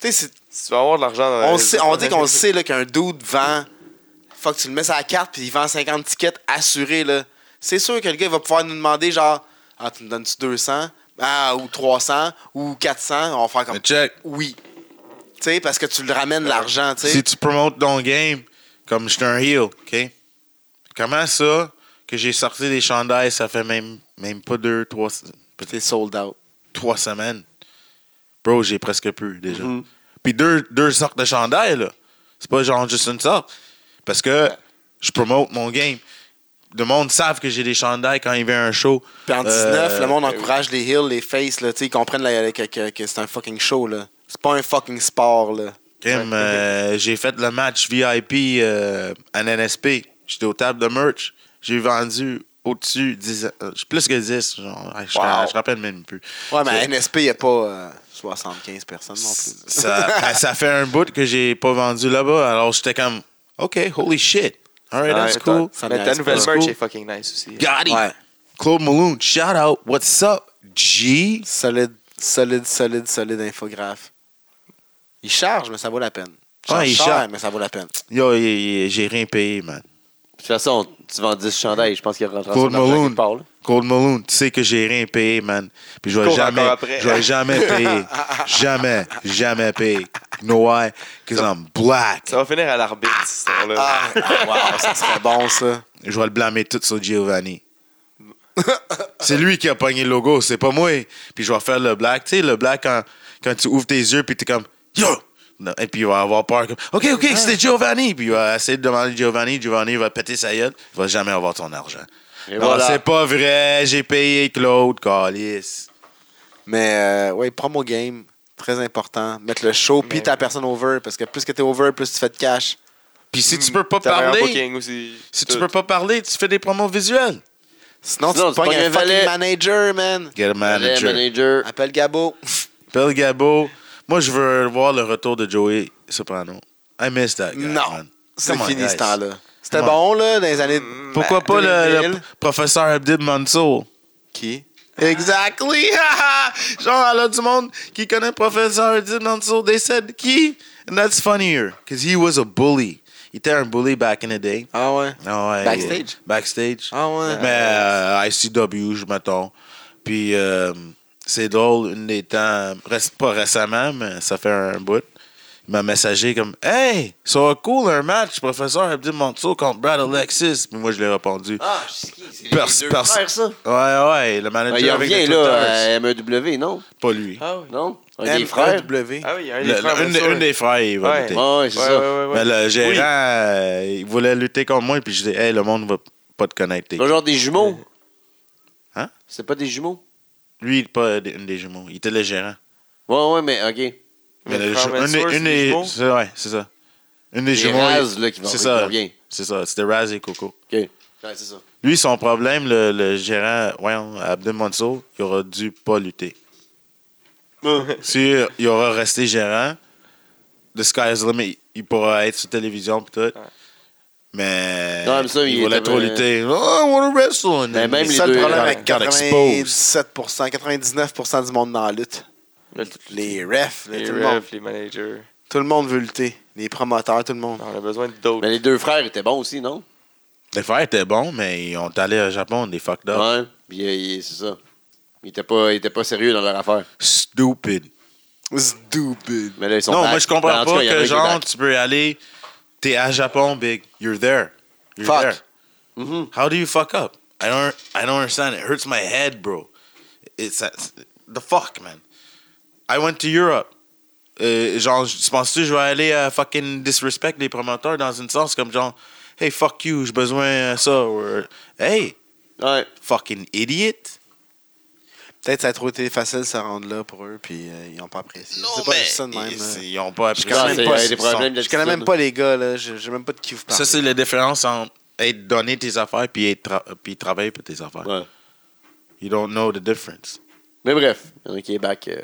[SPEAKER 3] Tu sais, c'est-
[SPEAKER 4] Si tu vas avoir de l'argent dans la
[SPEAKER 3] on, sait- on dit qu'on le sait là, qu'un dude vend. Faut que tu le mets sur la carte, puis il vend 50 tickets assurés, là. C'est sûr que le gars, il va pouvoir nous demander, genre, ah, tu me donnes-tu 200? ah, ou 300 ou 400, on va faire comme
[SPEAKER 2] Mais check.
[SPEAKER 3] oui. Tu sais, parce que tu le ramènes l'argent, tu sais.
[SPEAKER 2] Si tu promotes ton game, comme je suis un heel, OK? Comment ça que j'ai sorti des chandails, ça fait même, même pas deux, trois,
[SPEAKER 3] T'es
[SPEAKER 2] peut-être
[SPEAKER 3] sold out.
[SPEAKER 2] trois semaines? Bro, j'ai presque plus déjà.
[SPEAKER 3] Mm-hmm.
[SPEAKER 2] Puis deux, deux sortes de chandails, là. C'est pas genre juste une sorte. Parce que je promote mon game. Le monde savent que j'ai des chandails quand il vient à un show.
[SPEAKER 3] Puis en 19,
[SPEAKER 2] Euh,
[SPEAKER 3] le monde encourage les heels, les faces, là, tu sais, ils comprennent là, que, que- que c'est un fucking show, là. C'est pas un fucking sport, là.
[SPEAKER 2] Kim, euh, j'ai fait le match VIP euh, à NNSP. J'étais aux tables de merch. J'ai vendu au-dessus de 10, euh, plus que 10. Genre, hey, je,
[SPEAKER 3] Wow.
[SPEAKER 2] je rappelle même plus.
[SPEAKER 3] Ouais, mais
[SPEAKER 2] C'est-
[SPEAKER 3] à NSP, il n'y a pas euh, 75 personnes non plus.
[SPEAKER 2] ça, ben, ça fait un bout que j'ai pas vendu là-bas. Alors j'étais comme, OK, holy shit. All right, that's cool.
[SPEAKER 3] Ça
[SPEAKER 4] Mais
[SPEAKER 3] me
[SPEAKER 4] ta
[SPEAKER 3] niaise
[SPEAKER 4] nouvelle
[SPEAKER 3] pas.
[SPEAKER 4] merch
[SPEAKER 2] Cool.
[SPEAKER 4] est fucking nice aussi.
[SPEAKER 2] Got it.
[SPEAKER 3] Ouais.
[SPEAKER 2] Claude Malone, shout out. What's up, G?
[SPEAKER 3] Solide, solide, solide, solide infographe. Il charge, mais ça vaut la peine.
[SPEAKER 2] Ouais, Ah, il
[SPEAKER 3] cher,
[SPEAKER 2] charge.
[SPEAKER 3] mais ça vaut la peine.
[SPEAKER 2] Yo, y- y- j'ai rien payé, man.
[SPEAKER 5] De toute façon, tu vends 10 chandails, je pense qu'il rentre
[SPEAKER 2] Claude Malone.
[SPEAKER 5] Parle.
[SPEAKER 2] Cold Malone, tu sais que j'ai rien payé, man. Puis je vais
[SPEAKER 4] Cours
[SPEAKER 2] jamais,
[SPEAKER 4] encore après.
[SPEAKER 2] je vais jamais payer. jamais, jamais payer. You know why? Because I'm black.
[SPEAKER 4] Ça va finir à l'arbitre, cette histoire-là.
[SPEAKER 3] Ah, wow, ça serait bon, ça.
[SPEAKER 2] Je vais le blâmer tout sur Giovanni. c'est lui qui a pogné le logo, c'est pas moi. Puis je vais faire le black. Tu sais, le black, quand, quand tu ouvres tes yeux, puis t'es comme Yo! Non, Et puis il va avoir peur. Comme, OK, OK, c'était Giovanni. Puis il va essayer de demander Giovanni. Giovanni va péter sa gueule. Il va jamais avoir ton argent.
[SPEAKER 5] Et
[SPEAKER 2] non,
[SPEAKER 5] voilà.
[SPEAKER 2] c'est pas vrai. J'ai payé Claude Calis.
[SPEAKER 3] Mais euh, ouais, promo game, très important. Mettre le show, puis ta personne over, parce que plus que t'es over, plus tu fais de cash.
[SPEAKER 2] Puis si tu peux pas
[SPEAKER 4] T'as meilleur
[SPEAKER 2] parler,
[SPEAKER 4] booking aussi.
[SPEAKER 2] si
[SPEAKER 4] Tout.
[SPEAKER 2] tu peux pas parler, tu fais des promos visuels.
[SPEAKER 3] Sinon,
[SPEAKER 5] Sinon,
[SPEAKER 3] tu te pognes
[SPEAKER 5] un
[SPEAKER 3] un
[SPEAKER 5] valet.
[SPEAKER 3] fucking manager, man.
[SPEAKER 2] Get a
[SPEAKER 5] Allez,
[SPEAKER 2] manager. Ah,
[SPEAKER 5] manager.
[SPEAKER 3] Appelle Gabo.
[SPEAKER 2] Bill Gabo. Moi, je veux voir le retour de Joey Soprano. I miss that guy,
[SPEAKER 3] non,
[SPEAKER 2] man.
[SPEAKER 3] c'est
[SPEAKER 2] Come on,
[SPEAKER 3] fini
[SPEAKER 2] guys.
[SPEAKER 3] ce temps-là. C'était
[SPEAKER 2] Come
[SPEAKER 3] bon, là, dans les années.
[SPEAKER 2] Pourquoi pas le, le
[SPEAKER 3] 2000?
[SPEAKER 2] professeur Abdib Mansour?
[SPEAKER 3] Qui
[SPEAKER 2] Exactly! Genre, elle a du monde qui connaît professeur Abdib Mansour. They said, qui? And that's funnier, because he was a bully. Il était un bully back in the day.
[SPEAKER 3] Ah ouais.
[SPEAKER 2] Ah ouais.
[SPEAKER 3] Backstage?
[SPEAKER 2] Backstage.
[SPEAKER 3] Ah ouais.
[SPEAKER 2] Mais euh, ICW, je m'attends. Puis euh, c'est drôle, une des temps, reste pas récemment, mais ça fait un bout. Il m'a messagé comme Hey, ça va cool un match, professeur Abdul Mansour contre Brad Alexis. Puis moi, je l'ai répondu.
[SPEAKER 5] Ah, je sais qui, c'est les
[SPEAKER 2] Pers-
[SPEAKER 5] deux
[SPEAKER 2] pers-
[SPEAKER 5] frères, ça.
[SPEAKER 2] Ouais, ouais, le manager.
[SPEAKER 5] Ah, il
[SPEAKER 2] avec
[SPEAKER 5] revient
[SPEAKER 2] les Twitters.
[SPEAKER 5] là euh, à MEW, non?
[SPEAKER 2] Pas lui.
[SPEAKER 4] Ah oui.
[SPEAKER 5] Non? Un
[SPEAKER 2] E
[SPEAKER 5] des frères?
[SPEAKER 3] MW.
[SPEAKER 4] Ah oui, il y a un
[SPEAKER 2] Le-
[SPEAKER 4] des
[SPEAKER 2] le-
[SPEAKER 4] frères.
[SPEAKER 2] une, des-
[SPEAKER 4] Mansour.
[SPEAKER 2] une des frères, il va
[SPEAKER 4] Ouais.
[SPEAKER 2] lutter.
[SPEAKER 5] Ouais, c'est
[SPEAKER 4] Ouais,
[SPEAKER 5] ça.
[SPEAKER 4] ouais, ouais, ouais.
[SPEAKER 2] Mais le gérant,
[SPEAKER 4] Oui.
[SPEAKER 2] euh, il voulait lutter contre moi, puis je dis Hey, le monde va pas te connaître. t'es
[SPEAKER 5] C'est pas genre des jumeaux?
[SPEAKER 2] Hein?
[SPEAKER 5] C'est pas des jumeaux?
[SPEAKER 2] Lui, il est pas des- une des jumeaux. Il était le gérant.
[SPEAKER 5] Ouais, ouais, mais OK.
[SPEAKER 2] Mais
[SPEAKER 4] Mais
[SPEAKER 2] le
[SPEAKER 4] le frère
[SPEAKER 2] ju- une,
[SPEAKER 4] Mansour,
[SPEAKER 2] des-
[SPEAKER 4] c'est
[SPEAKER 2] une
[SPEAKER 4] les
[SPEAKER 2] des.
[SPEAKER 4] jumeaux?
[SPEAKER 2] c'est- Ouais, c'est ça. Une des
[SPEAKER 5] Les
[SPEAKER 2] jumeaux.
[SPEAKER 5] Raz, là, qui vont
[SPEAKER 2] C'est
[SPEAKER 5] qui
[SPEAKER 2] ça.
[SPEAKER 5] revient.
[SPEAKER 2] C'est ça. C'était Raz et Coco.
[SPEAKER 5] OK. Ouais, c'est ça.
[SPEAKER 2] Lui, son problème, le, le gérant, voyons, Abdel Mansour, il aurait dû pas lutter. si euh, il aurait resté gérant, the sky is the limit. Il pourra être sur télévision pis tout. Mais,
[SPEAKER 5] Non, mais ça, il
[SPEAKER 2] il voulait
[SPEAKER 5] était-
[SPEAKER 2] trop lutter. Oh, I wanna wrestle.
[SPEAKER 5] Mais même les
[SPEAKER 2] Il
[SPEAKER 3] C'est ça le
[SPEAKER 5] deux-
[SPEAKER 3] problème
[SPEAKER 2] got-
[SPEAKER 3] avec
[SPEAKER 2] got exposed.
[SPEAKER 3] 97%, 99% du monde dans la lutte.
[SPEAKER 4] Le- tout-
[SPEAKER 3] Les refs, là,
[SPEAKER 4] Les
[SPEAKER 3] tout, Le monde,
[SPEAKER 4] refs, les managers.
[SPEAKER 3] tout le monde veut lutter. Les promoteurs, tout le monde.
[SPEAKER 4] On a besoin d'autres.
[SPEAKER 5] Mais les deux frères étaient bons aussi, non?
[SPEAKER 2] Les frères étaient bons, mais ils ont allé au Japon, des fucked up.
[SPEAKER 5] Ouais. Puis euh, il- c'est ça. Ils étaient pas, ils étaient pas sérieux dans leur affaire.
[SPEAKER 2] Stupid.
[SPEAKER 3] Stupid.
[SPEAKER 5] Mais là, ils sont
[SPEAKER 2] Non,
[SPEAKER 5] back.
[SPEAKER 2] moi je
[SPEAKER 5] Ben,
[SPEAKER 2] comprends
[SPEAKER 5] en tout cas,
[SPEAKER 2] pas
[SPEAKER 5] il y en a un
[SPEAKER 2] que
[SPEAKER 5] qui est
[SPEAKER 2] genre
[SPEAKER 5] back.
[SPEAKER 2] tu peux aller, t'es à Japon, big, you're there, you're
[SPEAKER 3] Fuck.
[SPEAKER 2] there.
[SPEAKER 5] Mhm.
[SPEAKER 2] How do you fuck up? I don't, I don't understand. It hurts my head, bro. It's the fuck, man. I went to Europe. Euh, genre, je- tu penses-tu que je vais aller à fucking disrespect les promoteurs dans une sens comme genre, hey fuck you, j'ai besoin de ça. Ou, hey,
[SPEAKER 5] Ouais.
[SPEAKER 2] fucking idiot.
[SPEAKER 3] Peut-être que ça a trop été facile de se rendre là pour eux, puis euh, ils n'ont pas apprécié. C'est pas
[SPEAKER 2] mais
[SPEAKER 3] juste ça de même.
[SPEAKER 2] ils,
[SPEAKER 3] euh.
[SPEAKER 2] ils ont pas apprécié.
[SPEAKER 3] connais même pas
[SPEAKER 5] c'est euh, des
[SPEAKER 2] Ils sont-
[SPEAKER 5] problèmes
[SPEAKER 3] Je connais même
[SPEAKER 5] d'attitude.
[SPEAKER 3] pas les gars, là. Je je sais même pas de qui vous parlez.
[SPEAKER 2] Ça, c'est la différence entre être donné tes affaires puis, être tra- puis travailler pour tes affaires.
[SPEAKER 5] Ouais.
[SPEAKER 2] You don't know the difference.
[SPEAKER 5] Mais bref, il y en a un qui est back. euh,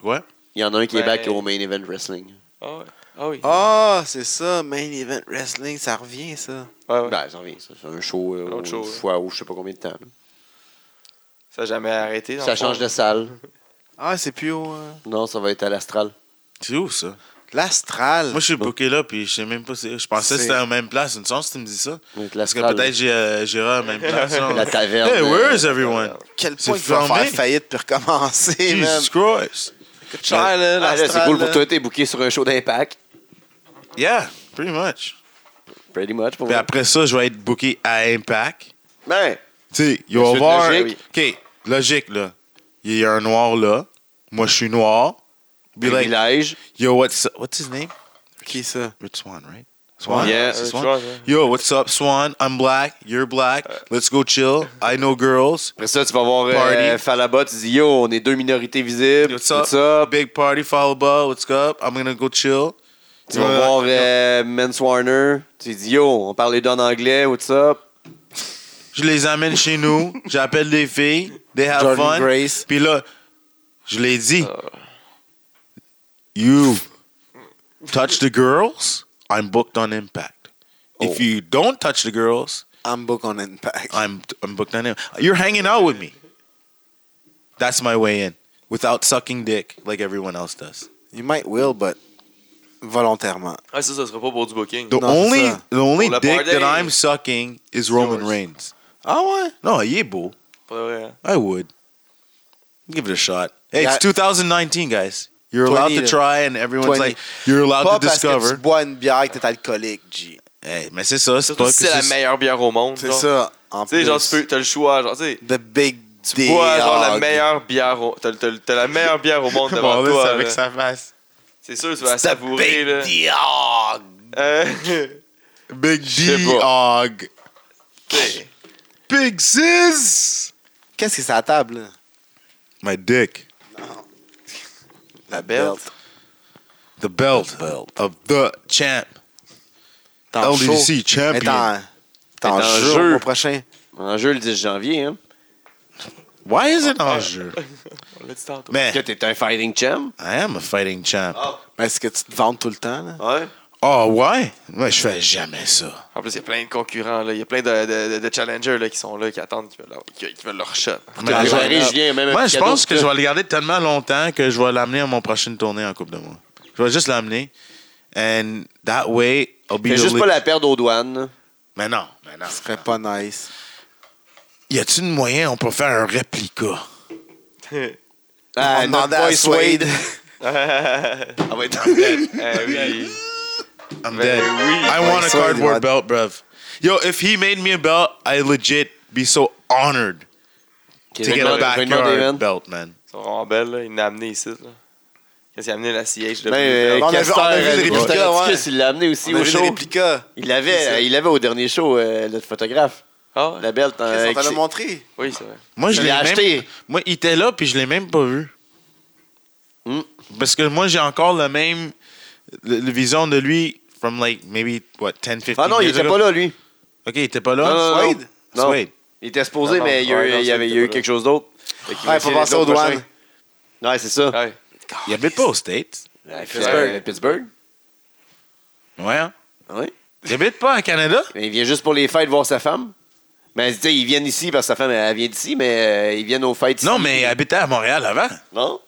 [SPEAKER 2] Quoi?
[SPEAKER 5] Il y en a un qui est
[SPEAKER 4] Ouais.
[SPEAKER 5] back au main event wrestling.
[SPEAKER 4] Ah ouais. Ah oui.
[SPEAKER 3] Ah, c'est ça, Main Event Wrestling, ça revient, ça.
[SPEAKER 4] Ouais, ouais.
[SPEAKER 5] Ben, ça revient. Ça fait un show, euh,
[SPEAKER 4] Un autre
[SPEAKER 5] une
[SPEAKER 4] show, ouais.
[SPEAKER 5] fois ou je sais pas combien de temps. là.
[SPEAKER 4] Ça n'a jamais arrêté. dans
[SPEAKER 5] Ça
[SPEAKER 4] le
[SPEAKER 5] change
[SPEAKER 4] fond.
[SPEAKER 5] de salle.
[SPEAKER 3] Ah, c'est plus haut. hein.
[SPEAKER 5] Non, ça va être à l'Astral.
[SPEAKER 2] C'est où ça?
[SPEAKER 3] L'astral.
[SPEAKER 2] Moi, je suis booké là, puis je sais même pas. si- Je pensais que
[SPEAKER 3] C'est-
[SPEAKER 2] c'était à la même place. Une chance, tu me dis ça.
[SPEAKER 5] Donc,
[SPEAKER 2] Parce que
[SPEAKER 5] l'astral,
[SPEAKER 2] peut-être j'ai, euh, j'irai à la même place. hein.
[SPEAKER 5] La taverne.
[SPEAKER 2] Hey, where is
[SPEAKER 5] euh,
[SPEAKER 2] everyone?
[SPEAKER 3] Quel
[SPEAKER 2] C'est
[SPEAKER 3] point il va
[SPEAKER 2] fermé.
[SPEAKER 3] faire faillite puis recommencer, man.
[SPEAKER 2] Jesus Christ.
[SPEAKER 4] Cher, là,
[SPEAKER 5] Ah, là, c'est
[SPEAKER 4] l'Astral,
[SPEAKER 5] cool pour
[SPEAKER 4] là.
[SPEAKER 5] toi, t'es booké sur un show d'impact.
[SPEAKER 2] Yeah, pretty much.
[SPEAKER 5] Pretty much, pour
[SPEAKER 2] Puis
[SPEAKER 5] moi.
[SPEAKER 2] après ça, je vais être booké à Impact.
[SPEAKER 5] Ben,
[SPEAKER 2] Tu sais, il va y
[SPEAKER 5] Suite
[SPEAKER 2] avoir.
[SPEAKER 5] logique.
[SPEAKER 2] OK, logique, là. Il y a un noir là. Moi, je suis noir. Be like,
[SPEAKER 5] privilège.
[SPEAKER 2] yo, what's up? What's his name?
[SPEAKER 3] Qui ça?
[SPEAKER 2] Rich Swan, right? Swan?
[SPEAKER 5] Yeah,
[SPEAKER 2] C'est
[SPEAKER 4] Rich
[SPEAKER 2] Swan?
[SPEAKER 4] Swan, yeah.
[SPEAKER 2] Yo, what's up, Swan? I'm black. You're black. Let's go chill. I know girls.
[SPEAKER 5] Après ça, tu vas voir euh,
[SPEAKER 2] Party.
[SPEAKER 5] Falaba, tu dis Yo, on est deux minorités visibles.
[SPEAKER 2] What's up?
[SPEAKER 5] What's up?
[SPEAKER 2] Big party, follow up. What's up? I'm gonna go chill.
[SPEAKER 5] Tu vas
[SPEAKER 2] Ouais.
[SPEAKER 5] voir euh, Mance Warner. Tu dis Yo, on parle les deux en anglais. What's up?
[SPEAKER 2] Je les amène chez nous. J'appelle les filles. They have
[SPEAKER 3] Jordan
[SPEAKER 2] fun.
[SPEAKER 3] Grace.
[SPEAKER 2] Puis là, je l'ai dit. You touch the girls, I'm booked on Impact. If you don't touch the girls,
[SPEAKER 3] I'm book on impact.
[SPEAKER 2] I'm, I'm booked on Impact. You're hanging out with me. That's my way in. Without sucking dick like everyone else does.
[SPEAKER 3] You might will, but volontairement.
[SPEAKER 4] Ah, ça, ça sera pas pour du booking.
[SPEAKER 2] The
[SPEAKER 3] Non,
[SPEAKER 2] only
[SPEAKER 3] c'est ça.
[SPEAKER 2] the only
[SPEAKER 4] Pour le
[SPEAKER 2] dick that
[SPEAKER 4] party.
[SPEAKER 2] I'm sucking is Roman
[SPEAKER 4] yours.
[SPEAKER 2] Reigns.
[SPEAKER 3] Ah ouais?
[SPEAKER 2] No, il est beau.
[SPEAKER 4] Pour de vrai. hein.
[SPEAKER 2] I would. Give it a shot. Hey,
[SPEAKER 3] Yeah.
[SPEAKER 2] it's 2019, guys. You're
[SPEAKER 3] 20,
[SPEAKER 2] allowed to
[SPEAKER 3] là.
[SPEAKER 2] try, and everyone's
[SPEAKER 3] 20.
[SPEAKER 2] like, you're allowed
[SPEAKER 3] Pas
[SPEAKER 2] to
[SPEAKER 3] parce que tu
[SPEAKER 2] Ah, discover.
[SPEAKER 3] bois une bière que t'es alcoolique, G.
[SPEAKER 2] Hey, mais c'est ça, c'est
[SPEAKER 4] Surtout
[SPEAKER 2] pas que
[SPEAKER 4] si c'est la
[SPEAKER 2] c'est-
[SPEAKER 4] meilleure bière au monde.
[SPEAKER 3] C'est
[SPEAKER 4] genre.
[SPEAKER 3] ça. En
[SPEAKER 4] Tu sais,
[SPEAKER 3] plus.
[SPEAKER 4] genre, tu peux, t'as le choix. Genre, tu sais,
[SPEAKER 3] The big
[SPEAKER 4] tu bois genre,
[SPEAKER 3] ah,
[SPEAKER 4] la meilleure bière au, t'as, t'as- t'as la meilleure bière au monde devant
[SPEAKER 2] Bon, là,
[SPEAKER 4] toi.
[SPEAKER 2] c'est avec
[SPEAKER 4] là.
[SPEAKER 2] sa face.
[SPEAKER 4] C'est sûr, tu vas la savourer. Là.
[SPEAKER 3] Dog.
[SPEAKER 4] Euh,
[SPEAKER 2] Big
[SPEAKER 4] sais
[SPEAKER 2] D Og.
[SPEAKER 4] t'sais,
[SPEAKER 2] Big Sis.
[SPEAKER 3] Qu'est-ce que c'est à la table? là?
[SPEAKER 2] My dick.
[SPEAKER 3] La
[SPEAKER 4] belt.
[SPEAKER 2] The belt, of the champ.
[SPEAKER 3] T'es en chaud.
[SPEAKER 2] LDC
[SPEAKER 3] Mais T'es
[SPEAKER 2] champion.
[SPEAKER 3] en- t'es en
[SPEAKER 5] T'es en
[SPEAKER 3] jeu au
[SPEAKER 5] jeu.
[SPEAKER 3] mois prochain.
[SPEAKER 5] En jeu le 10 janvier, hein?
[SPEAKER 2] Why is
[SPEAKER 5] Oh,
[SPEAKER 2] it en jeu?
[SPEAKER 4] on l'a dit tantôt.
[SPEAKER 3] Eh.
[SPEAKER 5] Est-ce que
[SPEAKER 2] Man,
[SPEAKER 5] t'es un fighting champ?
[SPEAKER 2] I am a fighting champ.
[SPEAKER 5] Oh.
[SPEAKER 3] Mais Est-ce que tu te vantes tout le temps? Là?
[SPEAKER 5] Ouais.
[SPEAKER 2] Oh, ouais? Ouais, je fais jamais ça.
[SPEAKER 4] En plus, il y a plein de concurrents, là. il y a plein de, de, de- de challengers là, qui sont là, qui attendent, qui veulent leur, qui, qui veulent leur shot.
[SPEAKER 2] Mais
[SPEAKER 5] En
[SPEAKER 2] je-
[SPEAKER 5] janvier, je viens même
[SPEAKER 2] Moi,
[SPEAKER 5] un
[SPEAKER 2] je
[SPEAKER 5] cadeau
[SPEAKER 2] pense que
[SPEAKER 5] pour
[SPEAKER 2] je
[SPEAKER 5] toi.
[SPEAKER 2] vais le garder tellement longtemps que je vais l'amener à mon prochaine tournée en Coupe de Monde. Je vais juste l'amener. And that way, I'll be
[SPEAKER 5] Fais
[SPEAKER 2] the
[SPEAKER 5] juste
[SPEAKER 2] lead-
[SPEAKER 5] pas la perdre aux douanes.
[SPEAKER 2] Mais non, mais non.
[SPEAKER 3] Ce serait pas nice.
[SPEAKER 2] Y a-t-il une moyen, on peut faire un réplica?
[SPEAKER 5] Ah,
[SPEAKER 3] On va demander
[SPEAKER 5] notre
[SPEAKER 3] à
[SPEAKER 5] boy
[SPEAKER 3] Suede.
[SPEAKER 5] Suede.
[SPEAKER 4] Ah
[SPEAKER 2] Ah ouais, I'm dead.
[SPEAKER 4] oui.
[SPEAKER 2] I'm
[SPEAKER 4] Ben
[SPEAKER 2] dead.
[SPEAKER 4] oui.
[SPEAKER 2] I want a
[SPEAKER 3] ça, il
[SPEAKER 2] cardboard
[SPEAKER 3] va-
[SPEAKER 2] belt, bruv. Yo, if he made me a belt, I legit be so honored to get a
[SPEAKER 5] Raymond- Raymond Damon.
[SPEAKER 2] backyard
[SPEAKER 3] Ben,
[SPEAKER 2] belt, man.
[SPEAKER 4] Ils sont vraiment belles, là. il l'a amené ici. Là. Qu'est-ce qu'il a amené la CH de
[SPEAKER 5] Ben,
[SPEAKER 3] On a vu-
[SPEAKER 5] Castor, euh,
[SPEAKER 3] euh, on a vu des
[SPEAKER 5] Castor
[SPEAKER 3] répliques, ouais.
[SPEAKER 5] Atticus, il l'a amené aussi
[SPEAKER 3] On
[SPEAKER 5] au
[SPEAKER 3] a vu des
[SPEAKER 5] show.
[SPEAKER 3] réplicas.
[SPEAKER 5] Il l'avait il l'avait au dernier show, euh, notre photographe.
[SPEAKER 4] Ah, ouais.
[SPEAKER 5] La belle.
[SPEAKER 3] Qu'est-ce
[SPEAKER 5] euh,
[SPEAKER 3] qu'on t'a
[SPEAKER 5] qui-
[SPEAKER 3] le montré?
[SPEAKER 4] Oui, c'est vrai.
[SPEAKER 2] Moi, je
[SPEAKER 5] Il
[SPEAKER 2] l'ai
[SPEAKER 5] l'a
[SPEAKER 2] même-
[SPEAKER 5] acheté.
[SPEAKER 2] Moi, il était là, puis je l'ai même pas vu.
[SPEAKER 5] Hmm.
[SPEAKER 2] Parce que moi, j'ai encore la même le- le vision de lui from like maybe what 10 15
[SPEAKER 5] Ah non, il
[SPEAKER 2] years
[SPEAKER 5] était
[SPEAKER 2] ago.
[SPEAKER 5] pas là, lui.
[SPEAKER 2] OK, il était pas là.
[SPEAKER 5] Non, non, non.
[SPEAKER 2] Suede?
[SPEAKER 5] Non.
[SPEAKER 2] Suede.
[SPEAKER 5] Il était exposé,
[SPEAKER 4] Non, non,
[SPEAKER 5] mais il y a eu-
[SPEAKER 4] ouais, non,
[SPEAKER 5] il y avait
[SPEAKER 4] c'est
[SPEAKER 5] il y a eu
[SPEAKER 4] pas
[SPEAKER 5] quelque chose d'autre. Fait qu'il
[SPEAKER 3] Ouais,
[SPEAKER 5] va
[SPEAKER 3] faut
[SPEAKER 5] essayer
[SPEAKER 3] penser
[SPEAKER 5] l'autre
[SPEAKER 3] aux douanes.
[SPEAKER 5] prochain. Ouais, c'est ça.
[SPEAKER 4] Ah Ouais.
[SPEAKER 2] Il habite pas aux States.
[SPEAKER 5] Ouais, puis,
[SPEAKER 4] Pittsburgh.
[SPEAKER 5] euh, Pittsburgh.
[SPEAKER 2] Ouais. hein?
[SPEAKER 5] Ouais.
[SPEAKER 2] Il habite pas à Canada.
[SPEAKER 5] Mais il vient juste pour les fêtes voir sa femme. Mais tu sais, ils viennent ici parce que sa femme, elle vient d'ici, mais euh, ils viennent aux fêtes
[SPEAKER 2] Non,
[SPEAKER 5] ici.
[SPEAKER 2] mais il habitait à Montréal avant.
[SPEAKER 5] Non?